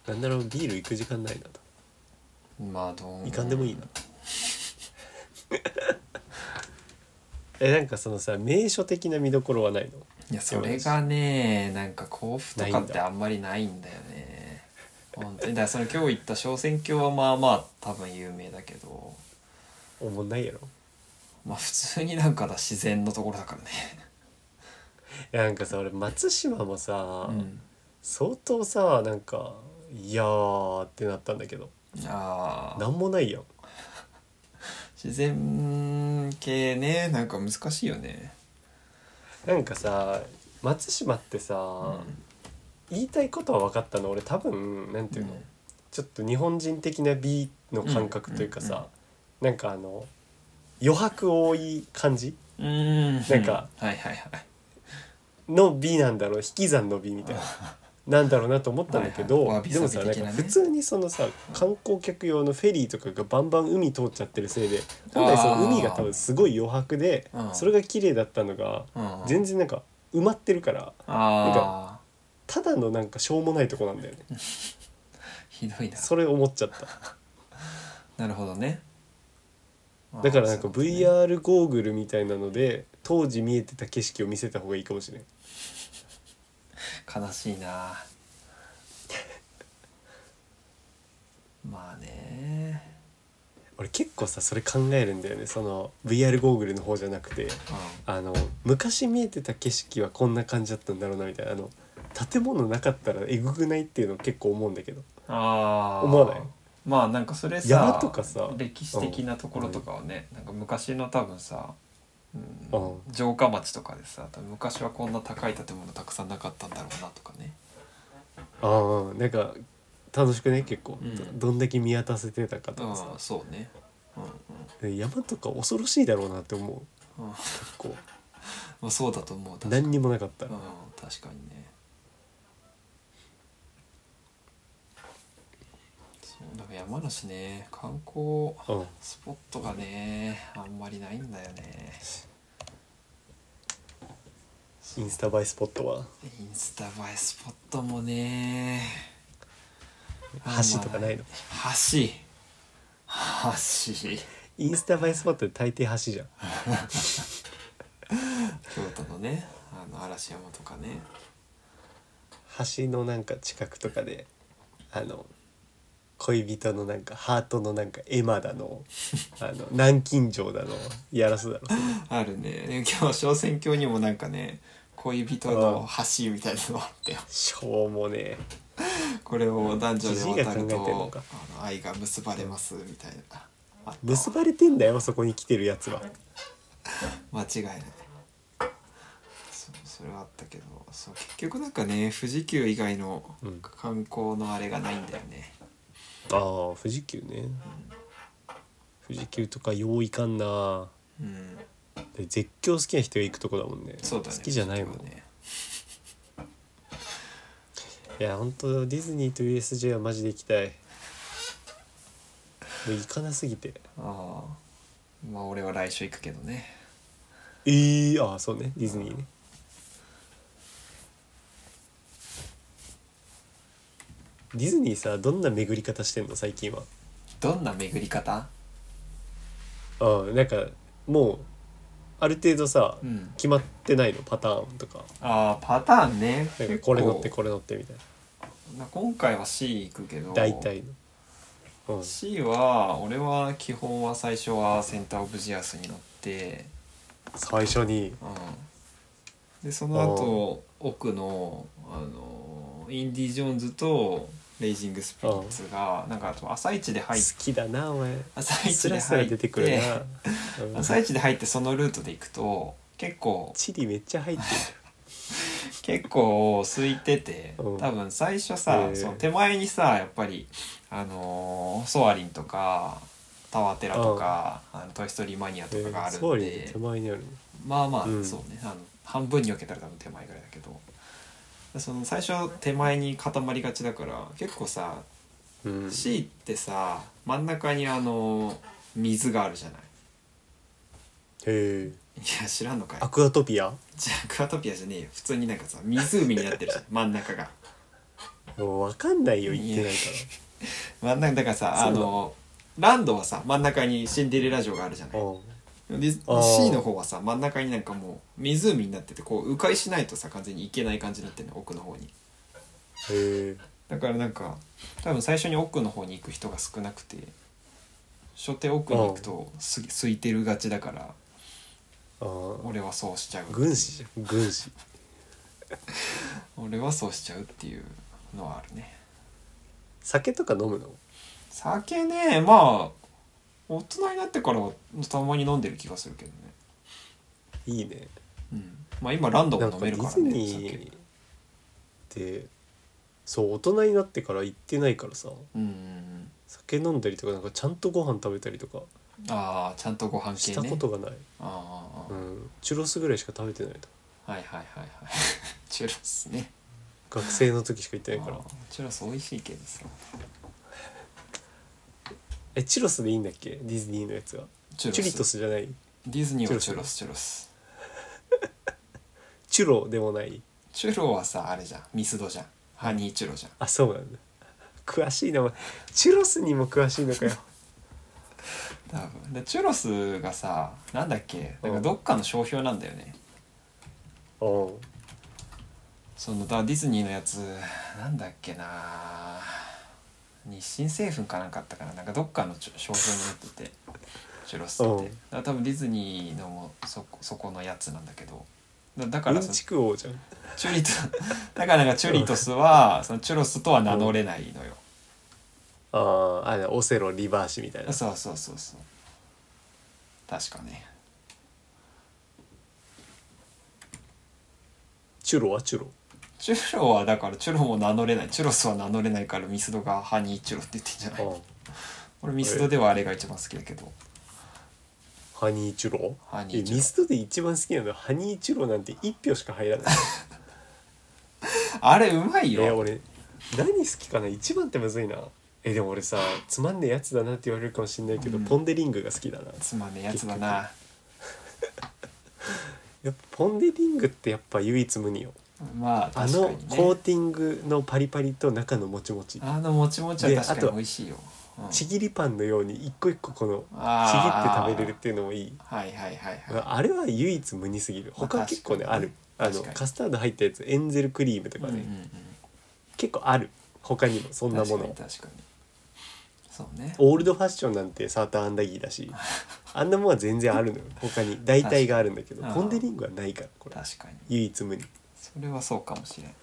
S1: ななんならビール行く時間ないなと
S2: まあどう
S1: いかんでもいいな えなんかそのさ名所的な見どころはないの
S2: いやそれがねなんか甲府とかってあんまりないんだよね本当にだからその今日行った小選挙はまあまあ多分有名だけど
S1: おもんないやろ
S2: まあ普通になんかだ自然のところだからね
S1: いやなんかさ俺松島もさ、
S2: うん
S1: 相当さなんかいやーってなったんだけど
S2: ああ
S1: なんもないやん
S2: 自然系ねなんか難しいよね
S1: なんかさ松島ってさ、言いたいことは分かったの俺多分なんていうの、
S2: うん
S1: ちょっと日本人的な美の感覚というかさ、なんかあの余白多い感じ
S2: うんなん
S1: か
S2: はいはいはい
S1: の美なんだろう引き算の美みたいな。なんだろうなと思ったんだけど、
S2: はいはいわび
S1: で
S2: さび
S1: もさなん
S2: 的なね
S1: か普通にそのさ観光客用のフェリーとかがバンバン海通っちゃってるせいで本来その海が多分すごい余白で
S2: うん
S1: それが綺麗だったのが
S2: うん
S1: 全然なんか埋まってるからなん
S2: あ
S1: かただのなんかしょうもないとこなんだよね
S2: あひどいな
S1: それ思っちゃった
S2: なるほどね
S1: だからなんか
S2: あーそういうこ
S1: VR ゴーグルみたいなので当時見えてた景色を見せた方がいいかもしれない
S2: とね悲しいな まあね
S1: 俺結構さそれ考えるんだよねその VR ゴーグルの方じゃなくてあの昔見えてた景色はこんな感じだったんだろうなみたいなあの建物なかったらえぐくないっていうのを結構思うんだけど
S2: ああ
S1: 思わない
S2: まあなんかそれさ
S1: 山とかさ
S2: 歴史的なところとかはね、なんか昔の多分さ、う
S1: う
S2: ん
S1: ん
S2: 城下町とかでさ多分昔はこんな高い建物たくさんなかったんだろうなとかね
S1: ああなんか楽しくね結構、
S2: うん
S1: どんだけ見渡せてたかとか
S2: あ
S1: さ
S2: あ、そうね、うんうん
S1: 山とか恐ろしいだろうなって思う
S2: うん
S1: 結構
S2: まあそうだと思う確かに
S1: 何にもなかった、
S2: うん確かにねそうだから山梨ね観光
S1: うん、
S2: スポットがねあんまりないんだよね
S1: インスタ映えスポットは
S2: インスタ映えスポットもね
S1: 橋とかないの
S2: 橋橋
S1: インスタ映えスポットで大抵橋じゃん
S2: 京都のねあの嵐山とかね
S1: 橋のなんか近くとかであの恋人のなんかハートのなんか絵馬だ のあの南京錠だのやらすだろ
S2: あるね今日小選挙にもなんかね恋人の橋みたいなのあって
S1: しょうもね
S2: これを男女で渡る
S1: じじいが考えてんの
S2: と
S1: か
S2: あの愛が結ばれますみたいなあった
S1: 結ばれてんだよそこに来てるやつは
S2: 間違いないそうそれはあったけどそう結局なんかね富士急以外の
S1: うん
S2: 観光のあれがないんだよね、
S1: ああ富士急ね富士急とかよういかんな
S2: うん、
S1: で絶叫好きな人が行くとこだもんね
S2: そうだね
S1: 好きじゃないもん、
S2: そうだね
S1: いや本当ディズニーと USJ はマジで行きたいもう行かなすぎて
S2: ああまあ俺は来週行くけどね
S1: えー、ああそうねディズニーねディズニーさどんな巡り方してんの最近は
S2: どんな巡り方
S1: ああなんかもうある程度さ、
S2: うん
S1: 決まってないのパターンとか
S2: ああパターンね
S1: なんか
S2: 結
S1: こ
S2: 構
S1: れ乗ってこれ乗ってみたい
S2: な今回は C 行くけど
S1: な大体の、うん、
S2: C は俺は基本は最初はセンターオブジアスに乗って、
S1: 最初に
S2: うん、でその後奥のあのインディ・ジョーンズとレイジング・スピリッツがなんかあと朝一で
S1: 好
S2: 入っ
S1: きだなお前
S2: 朝一
S1: ス
S2: で
S1: ラスラ
S2: 入っ
S1: 出
S2: て
S1: てくるな、うん、
S2: 朝一で入ってそのルートで行くと結構
S1: チリめっちゃ入って
S2: 結構空いてて
S1: うん
S2: 多分最初さ
S1: へえ
S2: その手前にさやっぱりあのーソアリンとかタワーテラとか「あのトイ・ストーリー・マニア」と
S1: る
S2: かがあるん
S1: 総理の
S2: で
S1: 手前にあるの
S2: まあまあ
S1: うん
S2: そうねあの半分に分けたら多分手前ぐらいだけどその最初手前に固まりがちだから結構さ
S1: うん、
S2: C ってさ真ん中にあのー水があるじゃない。
S1: へえ
S2: いや知らんのかい
S1: アクアトピア
S2: じゃあアクアトピアじゃねえよ普通になんかさ湖になってるじゃん真ん中が
S1: もう分かんないよ言ってないか
S2: 真ん中だからさ
S1: そ
S2: あ
S1: うだ
S2: のランドはさ真ん中にシンデレラ城があるじゃな
S1: ら
S2: い
S1: うん
S2: で
S1: あー
S2: C の方はさ真ん中になんかもう湖になっててこう迂回しないとさ完全に行けない感じになってるの奥の方に
S1: へえ
S2: だからなんか多分最初に奥の方に行く人が少なくて初手奥に行くとす空いてるがちだから
S1: ああ
S2: 俺はそうしちゃう
S1: 軍師じゃん軍師
S2: 俺はそうしちゃうっていうのはあるね
S1: 酒とか飲むの
S2: 酒ねまあ大人になってからはたまに飲んでる気がするけどね、
S1: いいね
S2: うん、まあ今ランド
S1: なん
S2: も
S1: か
S2: 飲
S1: デ
S2: めるか
S1: ィ
S2: ら
S1: ズ
S2: ね
S1: ニー
S2: 酒
S1: ってそう大人になってから行ってないからさ
S2: うんうんうん
S1: 酒飲んだりとかなんかちゃんとご飯食べたりとか
S2: ああちゃんとご飯
S1: し
S2: 系
S1: た
S2: ね
S1: ことがない、
S2: ああ、
S1: う
S2: あ
S1: ん、チュロスぐらいしか食べてないと
S2: あはいはいはいはい チュロスね
S1: 学生の時しか行ってないか
S2: あ
S1: ら
S2: あチュロス美味しいけどさ
S1: えチュロスでいいんだっけディズニーのやつは
S2: チ
S1: チュリトスじゃない
S2: ディズニーはチュロスチュロス
S1: チュロでもない
S2: チュロはさあれじゃんミスドじゃんハニーチュロじゃん
S1: あそうなんだ詳しいなお前チュロスにも詳しいのかよ
S2: 多分でチュロスがさなんだっけなんかどっかの商標なんだよね
S1: おう
S2: そのだディズニーのやつなんだっけな日清製粉かなんかあったかななんかどっかのちょ商標になっててチュロスって
S1: うん
S2: だから多分ディズニーのもそこそこのやつなんだけどだだか
S1: う
S2: ら
S1: ん
S2: その
S1: ちく王じゃん
S2: チュリト だからなんかチュリトスはそのチュロスとは名乗れないのよ
S1: あーあれオセロリバーシみたいな
S2: そうそうそうそう確かね
S1: チュロはチュロ
S2: チュロはだからチュロも名乗れないチュロスは名乗れないからミスドがハニーチュロって言ってんじゃない
S1: あ
S2: 俺ミスドではあれが一番好きだけど
S1: ハニーチュロ
S2: ハニ
S1: え
S2: ーチュ
S1: ミ
S2: ロ
S1: スドで一番好きなのはハニーチュロなんて1票しか入らない
S2: あれうまい
S1: いや
S2: よ
S1: 俺何好きかな一番ってむずいなえでも俺さつまんねえやつだなって言われるかもしんないけど、
S2: うん
S1: ポン・デ・リングが好きだな
S2: つまんねえやつだな
S1: やっぱポン・デ・リングってやっぱ唯一無二よ
S2: まあ
S1: あ
S2: 確か
S1: の
S2: に
S1: コー
S2: ね
S1: ティングのパリパリと中のもちもち
S2: あのもちもちは
S1: で
S2: 確
S1: あ
S2: か
S1: と
S2: に美味しいよ、うん
S1: ちぎりパンのように一個一個このちぎって
S2: あー
S1: 食べれるっていうのもいい
S2: はいはいはいはい、
S1: あれは唯一無二すぎる
S2: まあ
S1: 他結構ね
S2: 確か
S1: あ
S2: に
S1: る
S2: ね
S1: あの
S2: 確かに
S1: カスタード入ったやつエンゼルクリームとか
S2: うんうんう
S1: ね
S2: ん
S1: 結構ある他にもそんなも
S2: 確かに
S1: の
S2: 確かにそうね
S1: オールドファッションなんてサーターアンダギーだ しあんなもんは全然あるのよ他に大体があるんだけど
S2: 確
S1: ポ
S2: かに
S1: ン・デ・リングはないからこれ
S2: 確かに
S1: 唯一無二ちょ
S2: それはそうかもしれん
S1: っ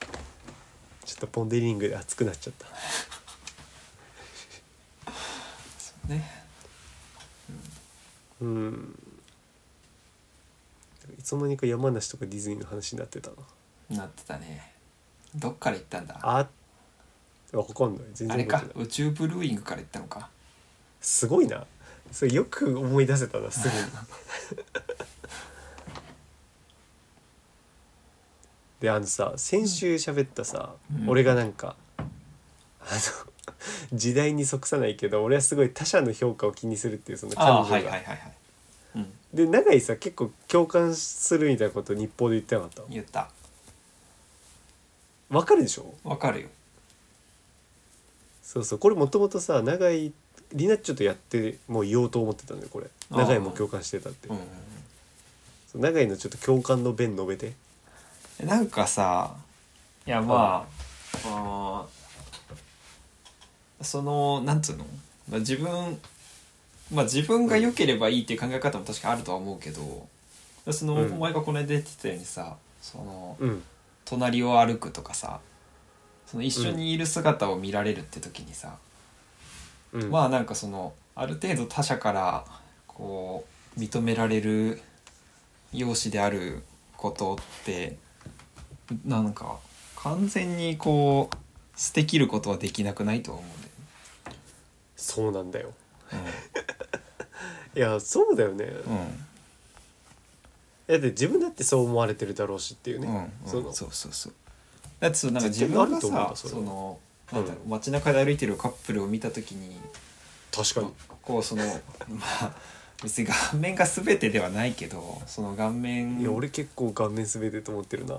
S1: とポン・デ・リングで熱くなっちゃった
S2: そうね
S1: うんいつの間にか山梨とかディズニーの話になってたな
S2: なってたねどっから行ったんだあ
S1: あわかんない全然
S2: れ
S1: 覚え
S2: か
S1: てない
S2: 宇宙ブルーイングから行ったのか
S1: すごいなそれよく思い出せたなすぐに であのさ先週喋ったさ、
S2: うん
S1: 俺がなんかあの時代に即さないけど俺はすごい他者の評価を気にするっていうその彼
S2: あ
S1: 女が、
S2: あーはいはいはいはいうん
S1: で永井さ結構共感するみたいなこと日報で言ってなかった
S2: 言った
S1: わかるでしょ
S2: わかるよ
S1: そうそうこれもともとさ永井リナッチョとやってもう言おうと思ってたんだよこれ
S2: あー
S1: 永井も共感してたって
S2: うんうんうん
S1: そう永井のちょっと共感の弁述べて
S2: えなんかさいやまああーそのなんつうの、まあ、自分まあ自分が良ければいいっていう考え方も確かにあるとは思うけどその、
S1: うん
S2: お前がこの間言ってたようにさその
S1: うん
S2: 隣を歩くとかさその一緒にいる姿を見られるって時にさ、
S1: うん
S2: まあなんかそのある程度他者からこう認められる容姿であることってなんか完全にこう捨てきることはできなくないとは思う
S1: そうなんだよ
S2: んだよね。
S1: いやそうだよね、
S2: うん
S1: だって自分だってそう思われてるだろうしっていう
S2: う
S1: ね、
S2: んうん
S1: そ
S2: そう
S1: の
S2: そうそうだってそのなんか自分が
S1: 絶対あると思うん
S2: さ
S1: だそ
S2: そ
S1: れは
S2: の
S1: うん
S2: なんだろう街中で歩いてるカップルを見た時に
S1: 確かに
S2: こうそのまあ別に顔面が全てではないけどその顔面
S1: いや俺結構顔面滑ってと思って るな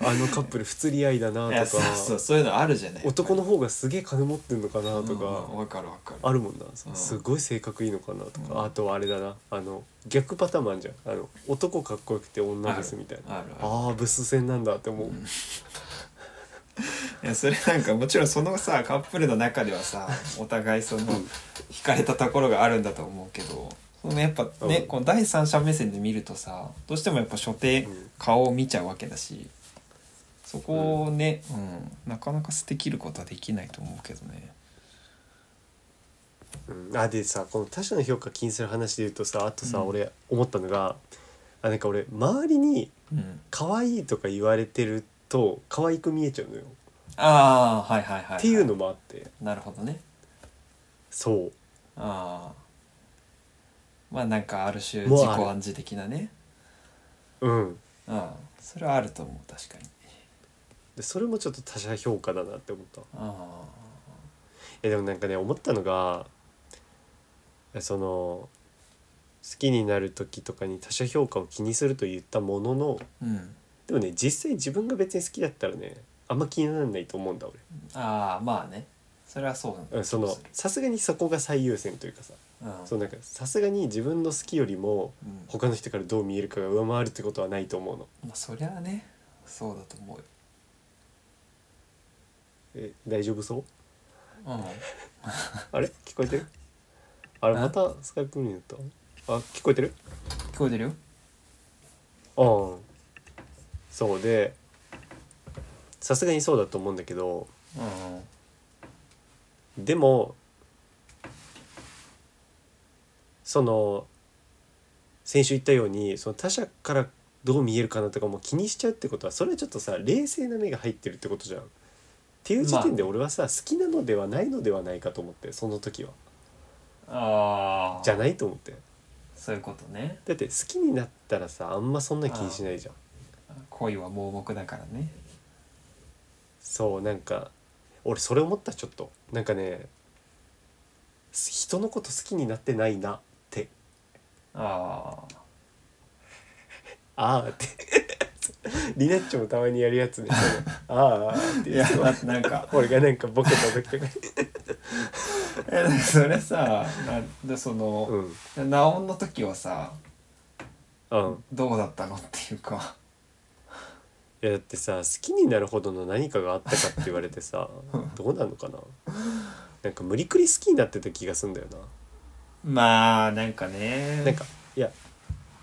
S1: あのカップル不釣り合いだない
S2: や
S1: と
S2: そう
S1: か
S2: そうそういうのあるじゃない
S1: 男の方がすげえ金持ってんのかな
S2: と
S1: と
S2: か
S1: か、
S2: わかるわかる
S1: あるもんな、
S2: うん
S1: すごい性格いいのかなとか、
S2: うん
S1: あとはあれだなあの逆パターンもあるじゃんあの男かっこよくて女ですみたいな
S2: あるある
S1: ああーブス戦なんだって思う、
S2: いやそれなんかもちろんそのさカップルの中ではさお互いその惹かれたところがあるんだと思うけどそのやっぱね、
S1: うん
S2: この第三者目線で見るとさどうしてもやっぱ所定、
S1: うん
S2: 顔を見ちゃうわけだしそこをね、うん、なかなか捨てきることはできないと思うけどね。
S1: うん、あでさこの他者の評価気にする話で言うとさあとさ、
S2: うん
S1: 俺思ったのがあなんか俺周りに
S2: うん、
S1: 可愛いとか言われてると可愛く見えちゃうのよ、
S2: ああはいはいはい、はい。
S1: っていうのもあって
S2: なるほどね。
S1: そう
S2: ああまあなんかある種自
S1: もう
S2: 己
S1: ある
S2: 暗示的なね
S1: うん
S2: うんそれはあると思う確かに
S1: でそれもちょっと他者評価だなって思った
S2: あ
S1: えでもなんかね思ったのがその好きになる時とかに他者評価を気にすると言ったものの
S2: あうん
S1: でもね実際自分が別に好きだったらねあんま気にならないと思うんだ
S2: ああまあねそれはそうなんだ
S1: 俺うんその
S2: うする
S1: さすがにそこが最優先というかさ
S2: うん
S1: そうなんかさすがに自分の好きよりも
S2: うん
S1: 他の人からどう見えるかが上回るってことはないと思うの
S2: まあそりゃあねそうだと思うよ
S1: え大丈夫そう
S2: うん
S1: あれ聞こえてるあれ
S2: あ
S1: またスカイプになったあ聞こえてる
S2: 聞こえてるよ
S1: うんそうでさすがにそうだと思うんだけど
S2: うん
S1: でもその先週言ったようにその他者からどう見えるかなとかも気にしちゃうってことはそれはちょっとさ冷静な目が入ってるってことじゃん。っていう時点で俺はさ、好きなのではないのではないかと思ってその時は
S2: ああ
S1: じゃ
S2: い
S1: ないと思って
S2: そういうことね
S1: だって好きになったらさあんまそんな気にしないじゃん
S2: 恋は盲目だからね
S1: そうなんか俺それ思ったちょっとなんかね人のこと好きになってないなって
S2: ああ
S1: ああって リナッチもたまにやるやつで、ああって
S2: い
S1: 言
S2: や
S1: って
S2: だってなんか
S1: 俺がなんかボケた時とかに
S2: えそれさなでその、
S1: うん
S2: ナオンの時はさ
S1: うん
S2: どうだったのっていうか
S1: いやだってさ好きになるほどの何かがあったかって言われてさどうなのかななんか無理くり好きになってた気がすんだよ
S2: まあなんかね
S1: ななんかいや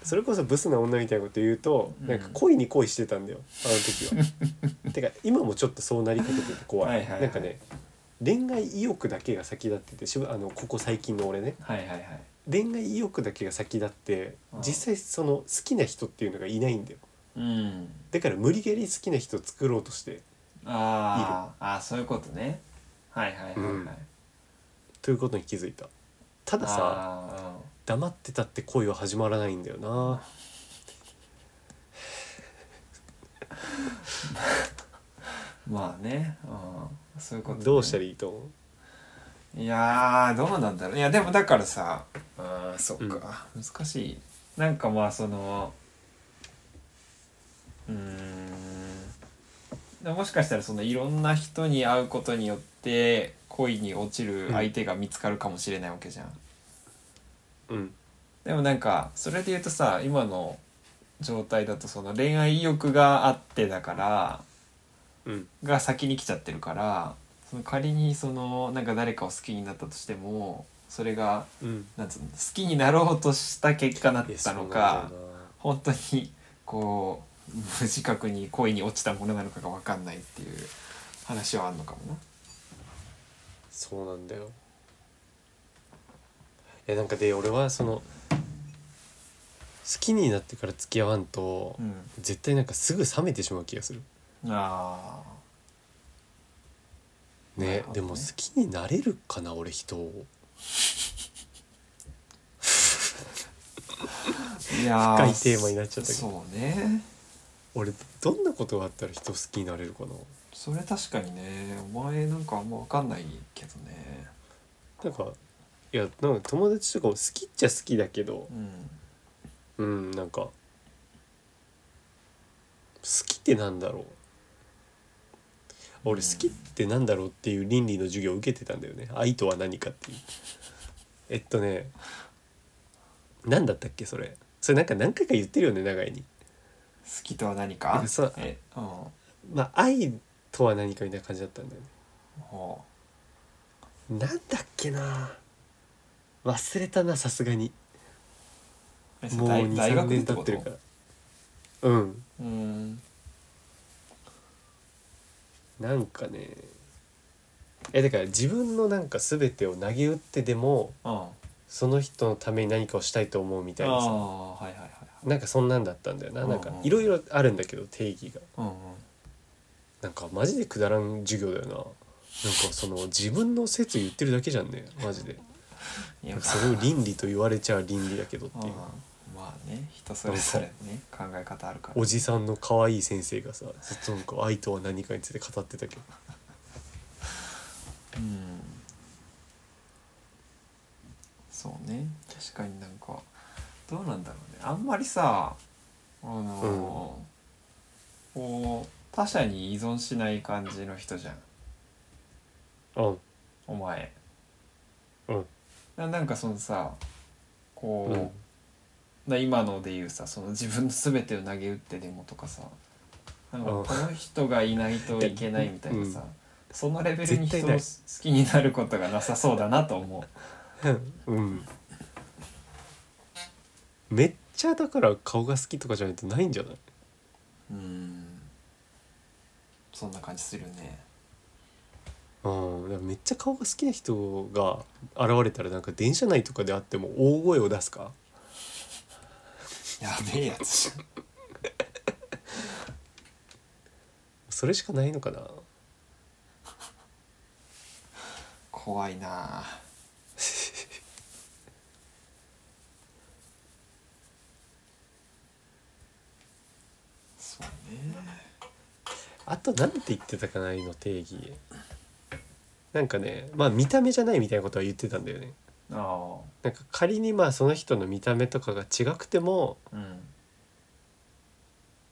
S1: それこそブスな女みたいなこと言うと、
S2: うん
S1: なんか恋に恋してたんだよあの時は てか今もちょっとそうなりかけてて怖い
S2: はいはいはい
S1: なんかね恋愛意欲だけが先立っててしぶあのここ最近の俺ね
S2: はいはいはい
S1: 恋愛意欲だけが先立って
S2: うん
S1: 実際その好きな人っていうのがいないんだよ
S2: うん
S1: だから無理やり好きな人を作ろうとして
S2: あーあーそういうことねはいはいはいはい、
S1: うんということに気づいたたださ
S2: あ
S1: 黙ってたって恋は始まらないんだよな
S2: ーまあね、うん、そういうことね、
S1: どうしたらいいと思う
S2: いやーどうなんだろういやでもだからさあーそっか、難しいなんかまあそのうーんでももしかしたらそのいろんな人に会うことによって恋に落ちる相手が見つかるかもしれないわけじゃん、
S1: うん
S2: でもなんかそれで言うとさ今の状態だとその恋愛意欲があってだから
S1: うん
S2: が先に来ちゃってるからその仮にそのなんか誰かを好きになったとしてもそれが
S1: うん
S2: なんつうの好きになろうとした結果なっ
S1: いや
S2: たの
S1: そうなん
S2: か
S1: だよな
S2: 本当にこう無自覚に恋に落ちたものなのかが分かんないっていう話はあんのかもな。
S1: そうなんだよいやなんかで俺はその好きになってから付き合わんと、
S2: うん、
S1: 絶対なんかすぐ冷めてしまう気がする
S2: あ
S1: ね
S2: なるほ
S1: で
S2: どね
S1: も好きになれるかな俺人を
S2: ーいや
S1: 深いテーマになっちゃったけど
S2: そうね
S1: 俺どんなことがあったら人を好きになれるかな
S2: それ確かにねお前なんかあんま分かんないけどね。
S1: なんかいやなんか友達とかも好きっちゃ好きだけど、
S2: うん
S1: うんなんか好きってなんだろう俺
S2: うん
S1: 好きってなんだろうっていう倫理の授業を受けてたんだよね愛とは何かっていうえっとね何だったっけそれそれなんか何回か言ってるよね長井に
S2: 好きとは何か
S1: えそう
S2: えうん
S1: まあ愛とは何かみたいな感じだったんだよね
S2: ほ
S1: なんだっけな忘れたなさすがに
S2: うえそ
S1: も
S2: れ
S1: う
S2: 大大
S1: 23
S2: 学で
S1: 年
S2: っ
S1: 経
S2: て
S1: っ
S2: こ
S1: て
S2: と
S1: るからうん
S2: うん
S1: なんかねえだから自分のなんか全てを投げ打ってでも
S2: うんあ
S1: その人のために何かをしたいと思うみたいなさ
S2: あはいはいはいはい
S1: なんかそんなんだったんだよななんか
S2: うんうん
S1: いろいろあるんだけど定義が
S2: うんうん
S1: なんかマジでくだらん授業だよななんかその自分の説言ってるだけじゃんねマジで
S2: い
S1: な
S2: や
S1: んかそれを倫理と言われちゃ倫理だけどっていう
S2: うんまあね人それぞれね考え方あるから
S1: おじさんの可愛い先生がさずっとなんか愛とは何かについて語ってたけど
S2: うんそうね確かになんかどうなんだろうねあんまりさあのーこう他者に依存しない感じの人じゃん
S1: うん
S2: お前
S1: うん
S2: ななんかそのさこう、
S1: うん
S2: な今ので言うさその自分の全てを投げ打ってでもとかさなんか
S1: うん
S2: この人がいないといけないみたいなさ、
S1: うん
S2: そのレベルに人を
S1: 絶対
S2: 好
S1: ない
S2: きになることがなさそうだなと思う。
S1: うんめっちゃだから顔が好きとかじゃないとないんじゃない
S2: うんそんな感じするね。
S1: うん、だからめっちゃ顔が好きな人が現れたらなんか電車内とかであっても大声を出すか
S2: やべえやつじゃん。
S1: それしかないのかな
S2: 怖いなあ
S1: あとなんて言ってたかなああいうの定義なんかねまあ見た目じゃないみたいなことは言ってたんだよね
S2: あ
S1: なんか仮にまあその人の見た目とかが違くても
S2: あうん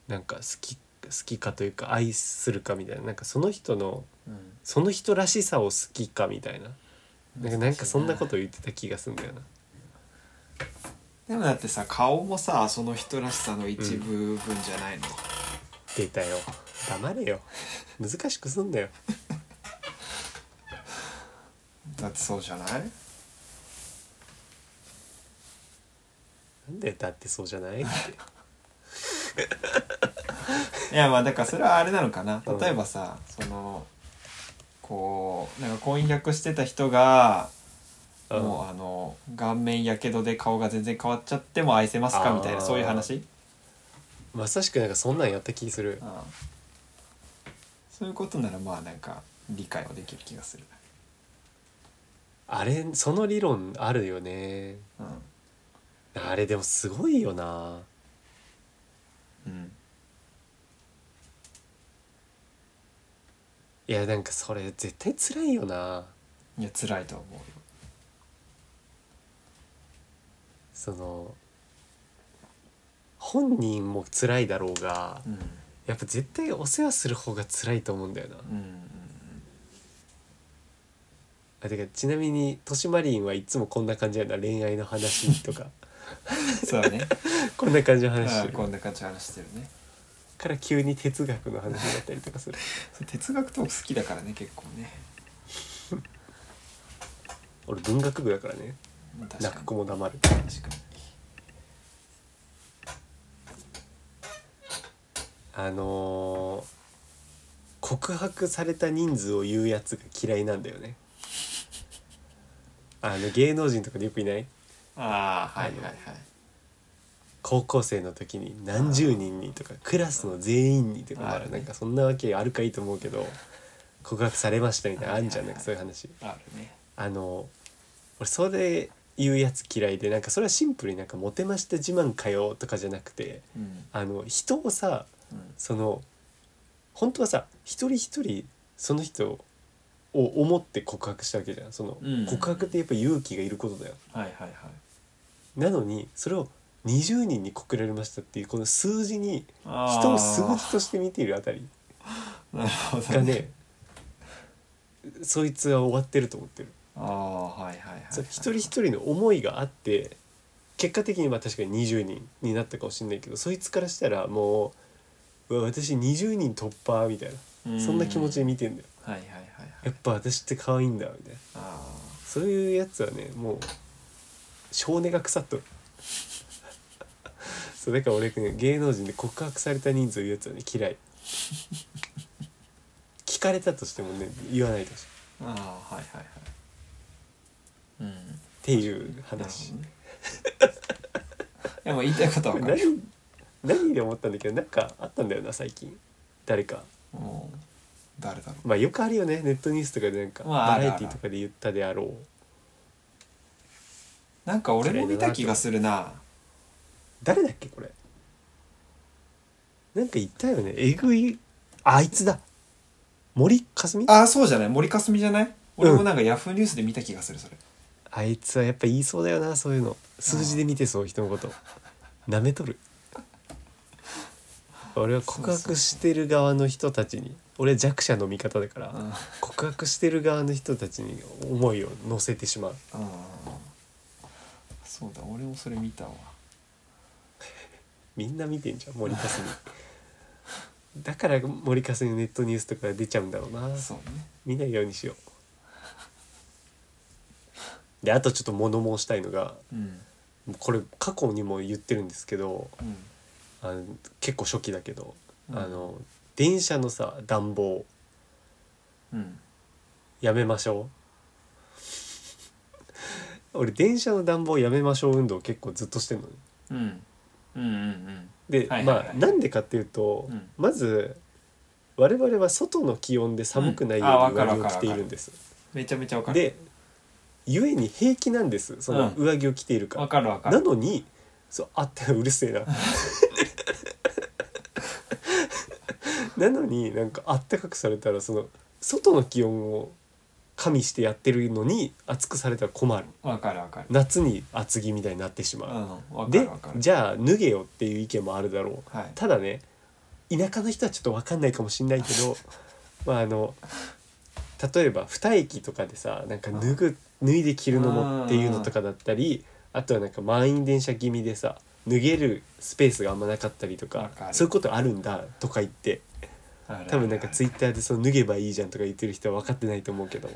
S1: なんか好き好きかというか愛するかみたいななんかその人の
S2: うん
S1: その人らしさを好きかみたいななんかなんかそんなこ
S2: 難しい
S1: と言
S2: ね
S1: ってた気がするんだよな
S2: でもだってさ顔もさその人らしさの一部分じゃないの、
S1: 出たよ黙れよ難しくすんだよ
S2: だってそうじゃない
S1: なんでだってそうじゃないって
S2: いやまあだからそれはあれなのかな
S1: うん
S2: 例えばさ、そのこうなんか婚約してた人が
S1: うん
S2: もうあの顔面やけどで顔が全然変わっちゃっても愛せますかみたいな
S1: あー
S2: そういう話
S1: まさしくなんかそんなんやった気する
S2: ああそういうことならまあなんか理解はできる気がする、
S1: あれその理論あるよね
S2: うん
S1: あれでもすごいよな
S2: うん、
S1: いやなんかそれ絶対辛いよない
S2: や辛いと思うよ
S1: その本人も辛いだろうが
S2: うんうん
S1: やっぱ絶対お世話する方が辛いと思うんだよな
S2: うん
S1: あてかちなみにとしまりんはいつもこんな感じやな恋愛の話とか
S2: そうだ ね
S1: こんな感じの話
S2: あ
S1: して
S2: あ
S1: る
S2: こんな感じの話してるね
S1: から急に哲学の話だったりとかする
S2: そう哲学トーク好きだからね結構ね
S1: 俺文学部だからね
S2: うん確
S1: 泣
S2: か
S1: く
S2: に
S1: 子も黙る
S2: 確かに
S1: あのー告白された人数を言うやつが嫌いなんだよねあの芸能人とかでよくいない
S2: ああはいはいはい
S1: 高校生の時に何十人にとかクラスの全員にとか
S2: あ
S1: まあ
S2: る
S1: な
S2: ね
S1: んかそんなわけあるかいいと思うけど告白されましたみたいなのあんじゃん
S2: は
S1: ない
S2: はいはい
S1: んかそういう話
S2: あるね
S1: あの俺それ言うやつ嫌いでなんかそれはシンプルになんかモテました自慢かよとかじゃなくて
S2: うん
S1: あの人をさ
S2: うん
S1: その本当はさ一人一人その人を思って告白したわけじゃんその
S2: うん
S1: 告白ってやっぱ勇気がいることだよ、
S2: はいはいはい
S1: なのにそれを20人に告られましたっていうこの数字に人を数字として見ているあたり
S2: あーなるほど
S1: が ねそいつは終わってると思ってる
S2: ああはいはいはいはい
S1: そう一人一人の思いがあって結果的にまあ確かに20人になったかもしれないけどそいつからしたらもううわ私20人突破みたいなそんな気持ちで見てんだよ
S2: はいはいはいは
S1: や
S2: い
S1: っぱ私って可愛いんだみたいな
S2: あ
S1: そういうやつはねもう性根が腐っとる そうだから俺、ね、芸能人で告白された人数を言うやつはね嫌い聞かれたとしてもね言わないでほしいっ
S2: ーあーはいはいはいうん
S1: ていう
S2: なる
S1: 話
S2: ほどねいやもう言いたいことは
S1: こ
S2: 分
S1: れ
S2: かる
S1: 何何で思ったんだけどなんかあったんだよな最近誰か
S2: もう誰だろ
S1: まあよくあるよねネットニュースとかでなんか、
S2: まああ
S1: バ
S2: るある
S1: ラエティとかで言ったであろう
S2: うなんか俺も見た気がするな
S1: 誰だっけこれなんか言ったよねえぐいあいつだ森かすみ
S2: ああそうじゃない森かすみじゃない俺もなんかヤフーニュースで見た気がするそれ
S1: あいつはやっぱ言いそうだよなそういうの数字で見てそう人のことなめ とる俺は告白してる側の人たちに俺は弱者の味方だか
S2: うん
S1: ら告白してる側の人たちに思いを乗せてしまう
S2: うんそうだ俺もそれ見たわ
S1: みんな見てんじゃん森かすみだから森かすみのネットニュースとか出ちゃうんだろうな
S2: そうね
S1: 見ないようにしようであとちょっと物申したいのが
S2: うん
S1: これ過去にも言ってるんですけど
S2: うん
S1: あの結構初期だけど、
S2: うん
S1: あの電車のさ暖房
S2: うん
S1: やめましょう俺電車の暖房やめましょう運動結構ずっとしてんのね
S2: うんうんうん
S1: で、
S2: はいはいはい
S1: まあなんでかっていうと、
S2: うん
S1: まず我々は外の気温で寒くないよ
S2: うんあ
S1: う
S2: わ
S1: に
S2: かる
S1: 上
S2: わ
S1: 着
S2: か
S1: を着て
S2: る
S1: いるんです、
S2: めちゃめちゃわかる
S1: で故に平気なんですその
S2: うん
S1: 上着を着ているから、
S2: わかるわか
S1: な
S2: る
S1: のに そうあったうるせえななのになんかあったかくされたらその外の気温を加味してやってるのに暑くされたら困る
S2: わかるわかる
S1: 夏に厚着みたいになってし
S2: うん
S1: まう、
S2: わかる
S1: で
S2: わかる
S1: じゃあ脱げよっていう意見もあるだろう
S2: はい
S1: ただね田舎の人はちょっと分かんないかもしんないけ どまああの例えば二駅とかでさなんか脱ぐ脱いで着るのもっていうのとかだったりあとはなんか満員電車気味でさ脱げるスペースがあんまなかったりと
S2: わ
S1: か
S2: かる
S1: そういうことあるんだとか言って多分なんかツイッターでその脱げばいいじゃんとか言ってる人は分かってないと思うけど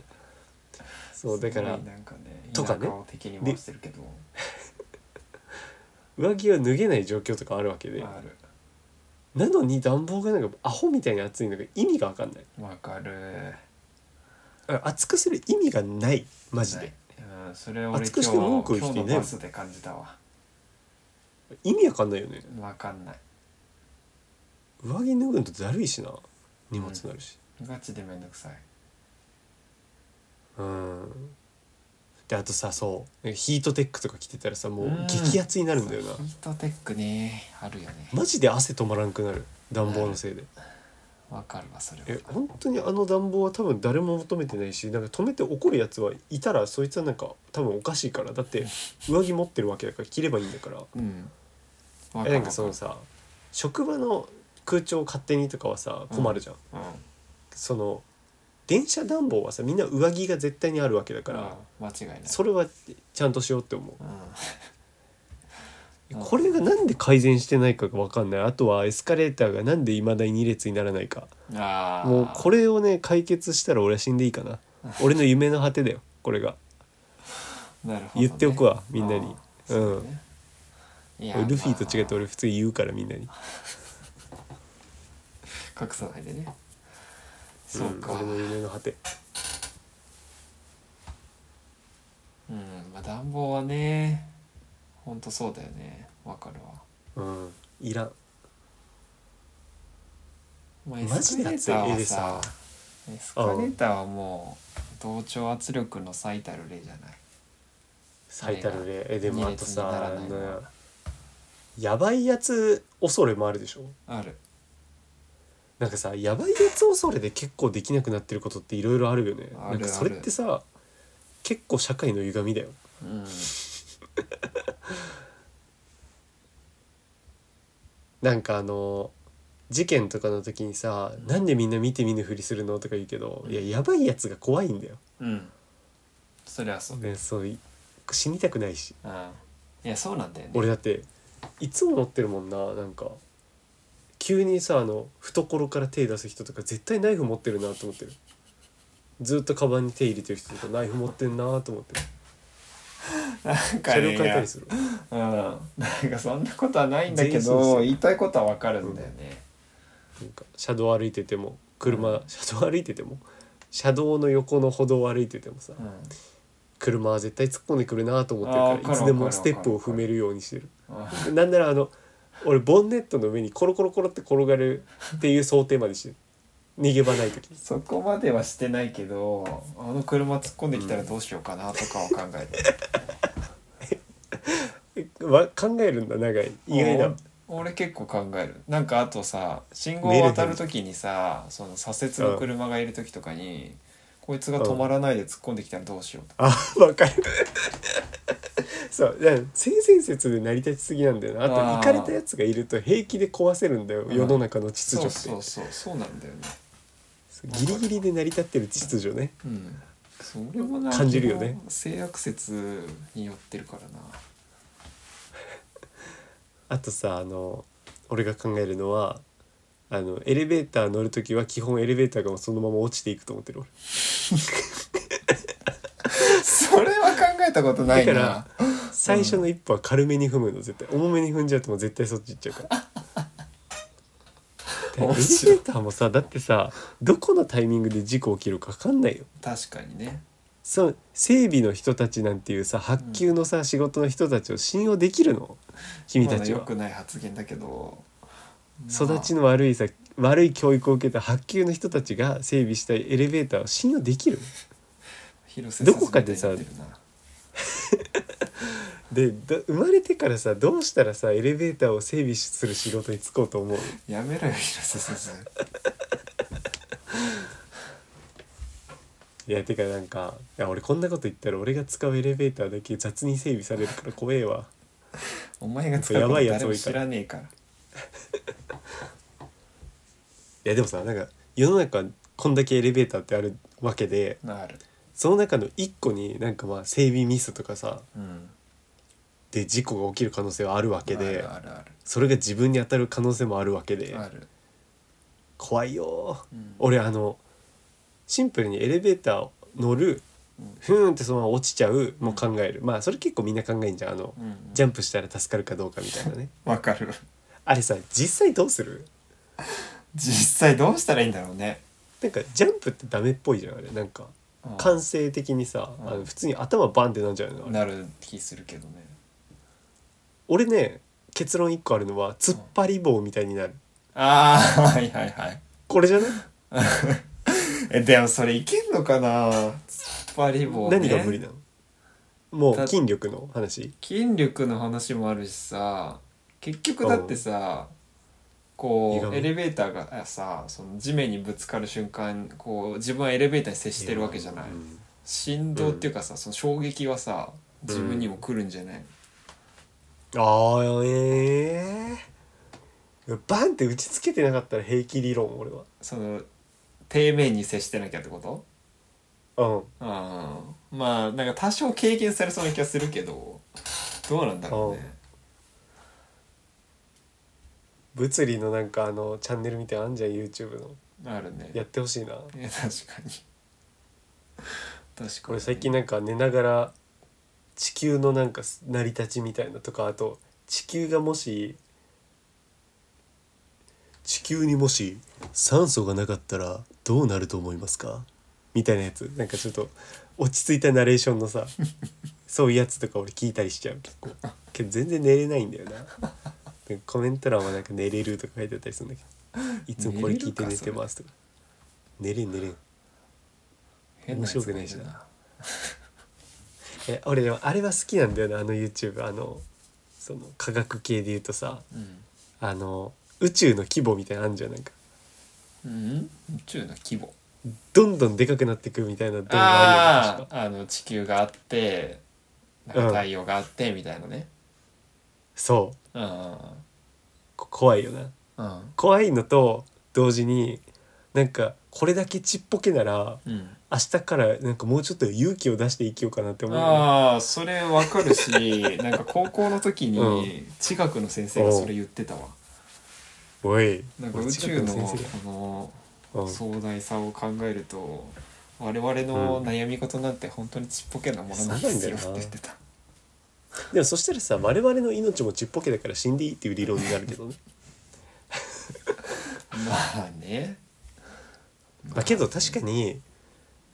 S1: そうだから
S2: すごいなんかね
S1: とかね
S2: 田舎を敵に回してるけど
S1: 上着は脱げない状況とかあるわけで
S2: ある
S1: なのに暖房がなんかアホみたいに暑いのが意味が分かんない。
S2: わかる
S1: 熱くする意味がないマジで、
S2: はいうん、それ俺
S1: 熱く
S2: 今日
S1: して文句を言
S2: 今
S1: う
S2: 日
S1: 人い
S2: の
S1: ないもん
S2: バスで感じたわ
S1: 意味わかんないよね
S2: わかんない
S1: 上着脱ぐのとだるいしな荷物になるし
S2: ガチでめんどくさい
S1: うんであとさそうヒートテックとか着てたらさもううん激熱になるんだよな
S2: そうヒートテックねあるよね
S1: マジで汗止まらんくなる暖房のせいで
S2: わかるわそれは
S1: え本当にあの暖房は多分誰も求めてないしなんか止めて怒るやつはいたらそいつはなんか多分おかしいからだって上着持ってるわけだから着ればいいんだから
S2: うんわ
S1: えなんかその
S2: わ
S1: さ職場の空調勝手にとかはさ困るじゃん
S2: かるうん
S1: その電車暖房はさみんな上着が絶対にあるわけだから、
S2: うん間違いない
S1: それはちゃんとしようって思う、
S2: ううん
S1: これがなんで改善してないかが分かんないあとはエスカレーターがなんでいまだに2列にならないか
S2: んああ
S1: もうこれをね解決したら俺は死んでいいかな俺の夢の果てだよこれが
S2: なるほどね
S1: 言っておくわみんなに
S2: あーそうねいや
S1: ルフィと違って
S2: ま
S1: 俺普通に言うからみんなに
S2: あ隠さないでねそうか
S1: ん俺の夢の果て
S2: うん、まあ暖房はねほんとそうだよねわかるわ、
S1: うんいらん
S2: まあ、
S1: マジで暑い絵でさ
S2: エスカレーターはもう同調圧力の最たる例じゃない
S1: 最たる例えでもあとさ
S2: 二
S1: あ
S2: 列にならない
S1: のやばいやつ恐れもあるでしょ
S2: ある
S1: なんかさやばいやつ恐れで結構できなくなってることっていろいろあるよね
S2: ある
S1: なんかそれってさ結構社会の歪みだよ
S2: うん
S1: なんかあの事件とかの時にさ「なんでみんな見て見ぬふりするの?」とか言うけど、
S2: うん
S1: いややばいやつが怖いんだよ、
S2: うんそりゃそう、
S1: ね、そうい死にたくないし
S2: うん、いやそうなんだよね
S1: 俺だっていつも思ってるもんななんか急にさあの懐から手出す人とか絶対ナイフ持ってるなと思ってるずっとカバンに手入れてる人とかナイフ持ってんなと思ってる
S2: なんか
S1: 車両
S2: ね
S1: 変えたりする
S2: うん、なんかそんなことはないんだけ
S1: 全員そうです
S2: ど
S1: よ
S2: 言いたいことはわかるんだよね、
S1: なんか車道歩いてても車、
S2: うん
S1: 車道歩いてても車道の横の歩道を歩いててもさ、
S2: うん
S1: 車は絶対突っ込んでくるなと思
S2: あー
S1: っ
S2: わ
S1: てる
S2: か
S1: から
S2: る
S1: いつでも
S2: わかる
S1: ステップを踏めるようにしてる
S2: あ
S1: なんならあの俺ボンネットの上にコロコロコロって転がるっていう想定までしてる逃げ場ない時
S2: そこまではしてないけどあの車突っ込んできたらどうしようかなとかは考えてる
S1: えわ考えるんだ長い意外だ
S2: お俺結構考えるなんかあとさ信号を渡る時にさその左折の車がいる時とかに、こいつが止まらないで突っ込んできたらどうしようとか、
S1: あわかる そうだから性善説で成り立ちすぎなんだよなあと
S2: あー
S1: 行かれたやつがいると平気で壊せるんだよ
S2: うん
S1: 世の中の秩序
S2: そう
S1: って
S2: そうそうそうなんだよね
S1: そうギリギリで成り立ってる秩序ね
S2: うんそれもな
S1: 感じるよね
S2: 性悪説によってるからな
S1: あとさあの俺が考えるのはあのエレベーター乗る時は基本エレベーターがもうそのまま落ちていくと思ってる俺
S2: それは考えたことない
S1: だか
S2: な
S1: ら最初の一歩は軽めに踏むの絶対重めに踏んじゃうともう絶対そっち行っちゃうから。でエレベ
S2: 面白い
S1: ーターもさだってさどこのタイミングで事故起きるか分かんないよ
S2: 確かにね
S1: その整備の人たちなんていうさ発給のさ、仕事の人たちを信用できるの君たち
S2: よ
S1: は、
S2: くない発言だけど
S1: 育ちの悪いさ悪い教育を受けた発給の人たちが整備したエレベーターを信用できる
S2: 広瀬
S1: どこかでさ
S2: すずみたいになってる
S1: でだ生まれてからさどうしたらさエレベーターを整備する仕事に就こうと思う
S2: なやめろよ広瀬すず
S1: いやてかなんかいや俺こんなこと言ったら俺が使うエレベーターだけ雑に整備されるから怖えわ
S2: お前が使うこ
S1: やば
S2: と
S1: いやつ
S2: 誰
S1: 多
S2: も
S1: いか
S2: 知
S1: ら
S2: らねえから
S1: いやでもさなんか世の中こんだけエレベーターってあるわけで
S2: なる
S1: その中の1個になんかまあ整備ミスとかさ
S2: うん
S1: で事故が起きる可能性はあるわけで
S2: あるある
S1: それが自分に当たる可能性もあるわけで
S2: あるある、
S1: 怖いよ
S2: うん
S1: 俺あのシンプルにエレベーター乗る
S2: うん
S1: ふーんってそのまま落ちちゃうも考えるまあそれ結構みんな考えんじゃんあの
S2: うん
S1: ジャンプしたら助かるかどうかみたいな ね
S2: わかる
S1: あれさ実際どうする
S2: 実際どうしたらいいんだろうね
S1: なんかジャンプってダメっぽいじゃんあれなんか
S2: うん
S1: 感性的にさ
S2: うん
S1: あの普通に頭バンってなんじゃうのあれ
S2: なる気するけどね
S1: 俺ね結論1個あるのは突っ張り棒みたいになる
S2: ああはいはいはい
S1: これじゃない
S2: えでもそれいけんのかな突っ張り棒、ね、
S1: 何が無理なのもう
S2: た
S1: 筋力の話
S2: 筋力の話もあるしさ結局だってさこ
S1: 歪
S2: う
S1: む
S2: エレベーターがさその地面にぶつかる瞬間こう自分はエレベーターに接してるわけじゃない
S1: うん
S2: 振動っていうかさその衝撃はさ自分にも来るんじゃない、
S1: ああええバンって打ちつけてなかったら平気理論俺は
S2: その底面に接してなきゃってこと
S1: うん
S2: うんまあなんか多少経験されそうな気がするけどどうなんだろうね
S1: 物理のなんかあのチャンネルみたいなのあんじゃん YouTube の
S2: あるね
S1: やってほしいな
S2: え確かに確か
S1: こ
S2: に
S1: れ最近なんか寝ながら地球のなんか成り立ちみたいなとかあと地球がもし地球にもし酸素がなかったらどうなると思いますかみたいなやつなんかちょっと落ち着いたナレーションの さそういうやつとか俺聞いたりしちゃう結構けど全然寝れないんだよなでコメント欄はなんか「寝れる」とか書いてあったりするんだけど「いつもこれ聞いて寝てます」とか「寝れん寝れん」
S2: 変やつがる
S1: 面白くないえ俺でもあれは好きなんだよなあの YouTube あのその科学系で言うとさ
S2: うん
S1: あの宇宙の規模みたいなのあんじゃんなんか
S2: うん宇宙の規模
S1: どんどんでかくなってくみたいな動画あるよね
S2: あ
S1: 確か
S2: ああの地球があってなんか太陽があってみたいなね
S1: そう
S2: うんうん
S1: こ怖いよな
S2: うん
S1: 怖いのと同時になんかこれだけちっぽけなら
S2: うん
S1: 明日からなんかもうちょっと勇気を出して生きようかなって思うよね
S2: ああそれわかる しなんか高校の時に地学の先生がそれ言ってたわ
S1: おい
S2: なんか宇宙の
S1: 俺
S2: こ
S1: 近くの先
S2: の
S1: 生がうん
S2: 壮大さを考えると我々の悩み事なんて本当にちっぽけなものなんですよって言ってた
S1: でもそしたらさ我々の命もちっぽけだから死んでいいっていう理論になるけどね
S2: まあね
S1: まあ、けど確かに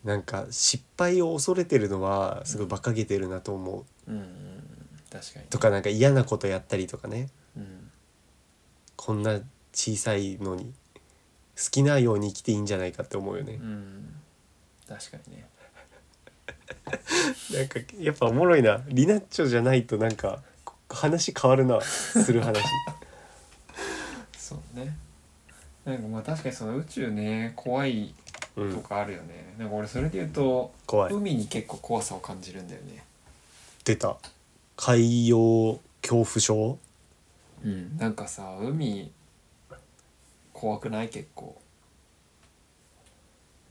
S1: なんか失敗を恐れてるのはすごい馬鹿げてるなと思う
S2: うんうん確かに
S1: とかなんか嫌なことやったりとかね
S2: うん
S1: こんな小さいのに好きなように生きていいんじゃないかって思うよね
S2: うん確かにね
S1: なんかやっぱおもろいなリナッチョじゃないとなんかこ話変わるなする話
S2: そうねなんかまあ確かにその宇宙ね怖い
S1: うん
S2: とかあるよね、なんか俺それで言うと
S1: 怖い
S2: 海に結構怖さを感じるんだよね
S1: 出た海洋恐怖症
S2: うんなんかさ海怖くない結構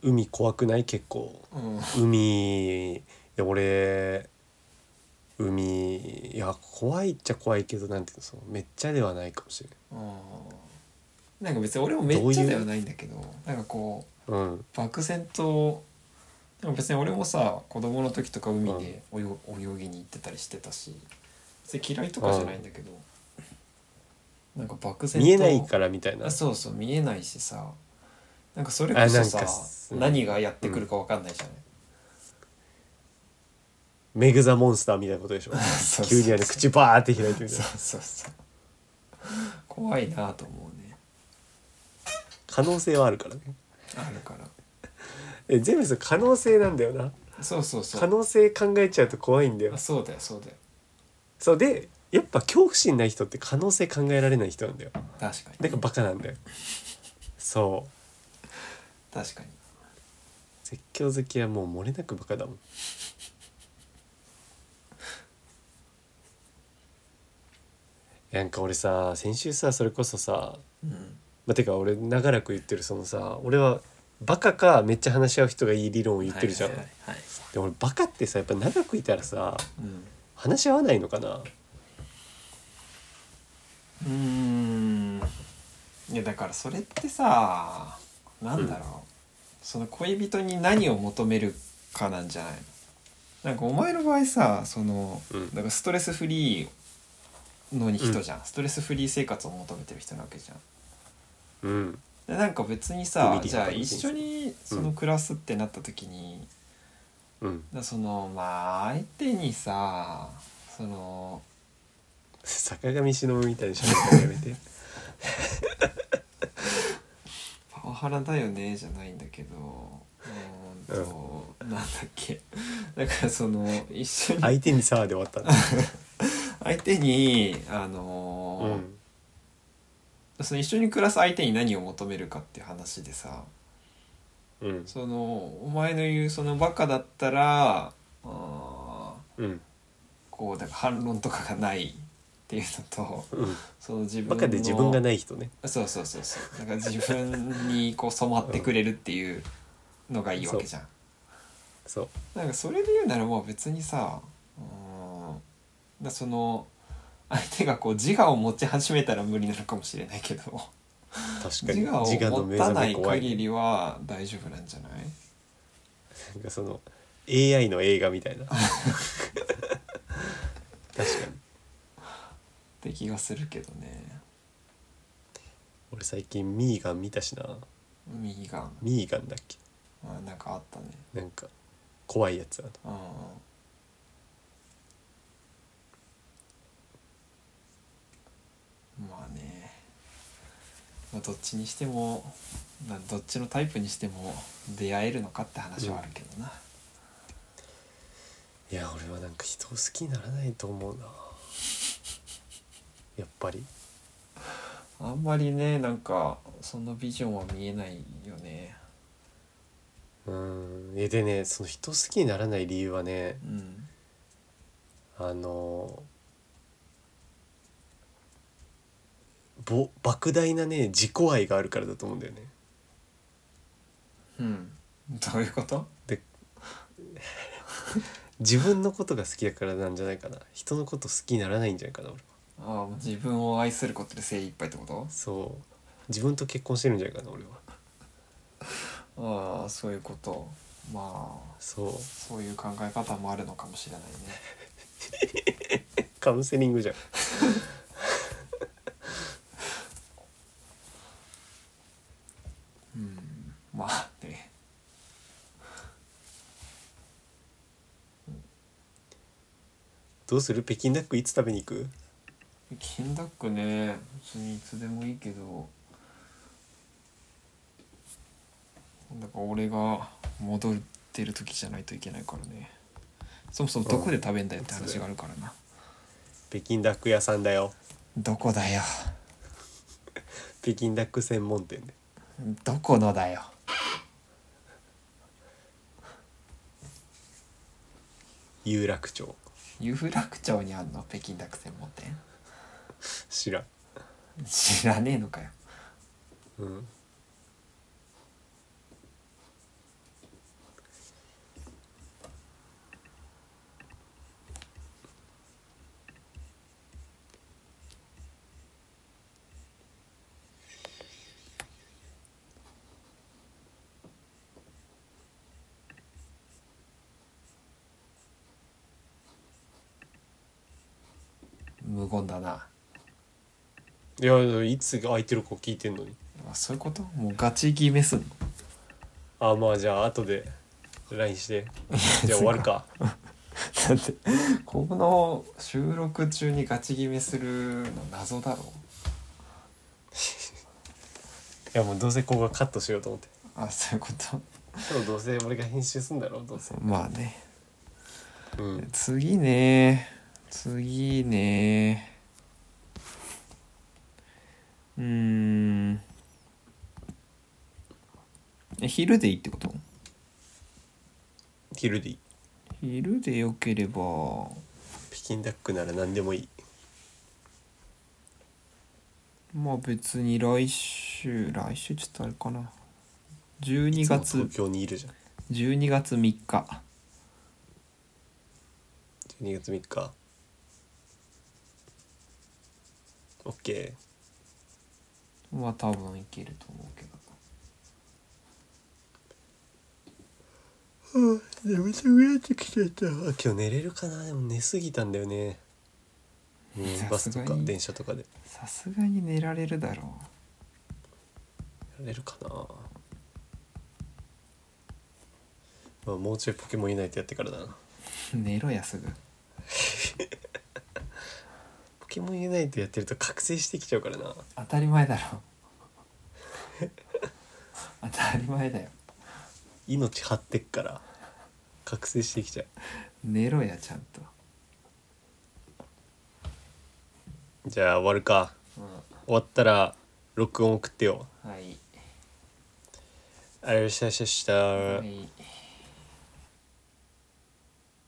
S1: 海怖くない結構
S2: うん
S1: 海いや俺海いや怖いっちゃ怖いけどなんていうのそのめっちゃではないかもしれ
S2: なんか別に俺もめっちゃではないんだけどなんかこう
S1: ない、うん、
S2: 漠然とでも別に俺もさ子供の時とか海で泳,、泳ぎに行ってたりしてたし別に嫌いとかじゃないんだけど、なんか漠然と
S1: 見えないからみたいな
S2: あそうそう見えないしさなんかそれこ
S1: あ
S2: そ
S1: なん
S2: さ
S1: かす
S2: 何がやってくるかわかんないじゃない、
S1: メグザモンスターみたいなことでしょ
S2: そうそう
S1: 急にあの口バーって開いてみたい
S2: そ
S1: な
S2: うそうそう怖いなと思うね
S1: 可能性はあるからね
S2: あるから
S1: え全部それ可能性なんだよな
S2: そうそうそ
S1: 可
S2: う
S1: 能性考えちゃうと怖いんだよ
S2: あそうだよそうだよ
S1: そうでやっぱ恐怖心ない人って可能性考えられない人なんだよ
S2: 確かに
S1: だからバカなんだよそう
S2: 確かに
S1: 説教好きはもう漏れなくバカだもんなんか俺さ先週さそれこそさ
S2: うん
S1: まあ、てか俺長らく言ってるそのさ俺はバカかめっちゃ話し合う人がいい理論を言ってるじゃん、
S2: はいはいはいはい
S1: で俺バカってさやっぱ長くいたらさ
S2: うん
S1: 話し合わないのかな
S2: うーんいやだからそれってさなんだろう、その恋人に何を求めるかなんじゃないのなんかお前の場合さその、
S1: うん
S2: なんかストレスフリーの人じゃん、ストレスフリー生活を求めてる人なわけじゃ
S1: う
S2: ん
S1: ん
S2: でなんか別にさ
S1: 海に
S2: じゃあ
S1: 働いて
S2: 一
S1: る
S2: 緒にその暮らすってなった時に、
S1: うん
S2: だそのまあ相手にさその
S1: 坂上忍みたいにしゃべるのやめ て
S2: パワハラだよねじゃないんだけどうーんと、なんだっけ だからその一緒に
S1: 相手にさあで終わったんだ、
S2: 相手にあ
S1: う
S2: のー、
S1: ん、
S2: その一緒に暮らす相手に何を求めるかっていう話でさ
S1: うん
S2: そのお前の言うそのバカだったらあー
S1: うん
S2: こうだから反論とかがないっていうのと
S1: うん
S2: その自分の
S1: バカで自分がない人ね
S2: そうそうそうそうだから自分にこう染まってくれるっていうのがいいわけじゃん。
S1: そう
S2: なんかそれで言うならもう別にさうーんだその相手がこう自我を持ち始めたら無理なのかもしれないけど
S1: 確かに
S2: 自我
S1: 自我
S2: を
S1: の
S2: 持
S1: 目
S2: た
S1: 覚
S2: な
S1: め
S2: い
S1: 怖い
S2: 限りは大丈夫なんじゃない
S1: なんかその AI の映画みたいな 確かに
S2: って気がするけどね
S1: 俺最近ミーガン見たしな
S2: 右が、
S1: ミーガンだっけ
S2: あ、なんかあったね
S1: なんか怖いやつあの
S2: うんまあね、まあ、どっちにしてもなどっちのタイプにしても出会えるのかって話はあるけどな、
S1: いや俺はなんか人を好きにならないと思うなやっぱり
S2: あんまりねなんかそのビジョンは見えないよね
S1: うーんえでねその人を好きにならない理由はね
S2: うん
S1: あのぼ莫大なね自己愛があるからだと思うんだよね
S2: うんどういうこと
S1: 自分のことが好きだからなんじゃないかな人のこと好きにならないんじゃないかな俺は
S2: ああもう自分を愛することで精一杯ってこと
S1: そう自分と結婚してるんじゃないかな俺は
S2: ああそういうことまあ
S1: そう
S2: そういう考え方もあるのかもしれないね
S1: カウンセリングじゃん
S2: うんまあね
S1: どうする北京ダックいつ食べに行く
S2: 金ダックね別にいつでもいいけどだから俺が戻ってる時じゃないといけないからねそもそもどこで食べんだよって話があるからな
S1: 北京ダック屋さんだよ
S2: どこだよ
S1: 北京ダック専門店で
S2: どこのだよ
S1: 有楽町
S2: 有楽町にあんの北京ダック専門店
S1: 知らん
S2: 知らねえのかよ
S1: うん
S2: 無言だない
S1: やいつ空いてるか聞いてんのに
S2: あそういうこともうガチ決めすんの
S1: あまあじゃあ後で LINE してじゃあ終わるか
S2: だってこの収録中にガチ決めするの謎だろ
S1: いやもうどうせここはカットしようと思って
S2: あそういうこと
S1: でもどうせ俺が編集すんだろうどうせ
S2: まあね
S1: うん
S2: 次ね次ねうーんえ昼でいいってこと
S1: 昼でいい
S2: 昼でよければ
S1: 北京ダックなら何でもいい
S2: まあ別に来週来週ちょっとあれかな12
S1: いつも
S2: 月
S1: 東京にいるじゃん
S2: 12月3日
S1: 12月3日 OK
S2: は多分いけると思うけど
S1: 眠たくなってきちゃった今日寝れるかなでも寝すぎたんだよねうん
S2: さすがに
S1: バスとか電車とかで
S2: さすがに寝られるだろ
S1: やれるかなまあもうちょいポケモンいないとやってからだな
S2: う 寝ろやすぐ
S1: ポケモンいないとやってると覚醒してきちゃうからな
S2: 当たり前だろ当たり前だよ
S1: 命張ってっから覚醒してきちゃ
S2: 寝ろやちゃんと、
S1: うじゃあ終わるか終わったら録音送ってよ
S2: はい
S1: あれしたしたした
S2: はい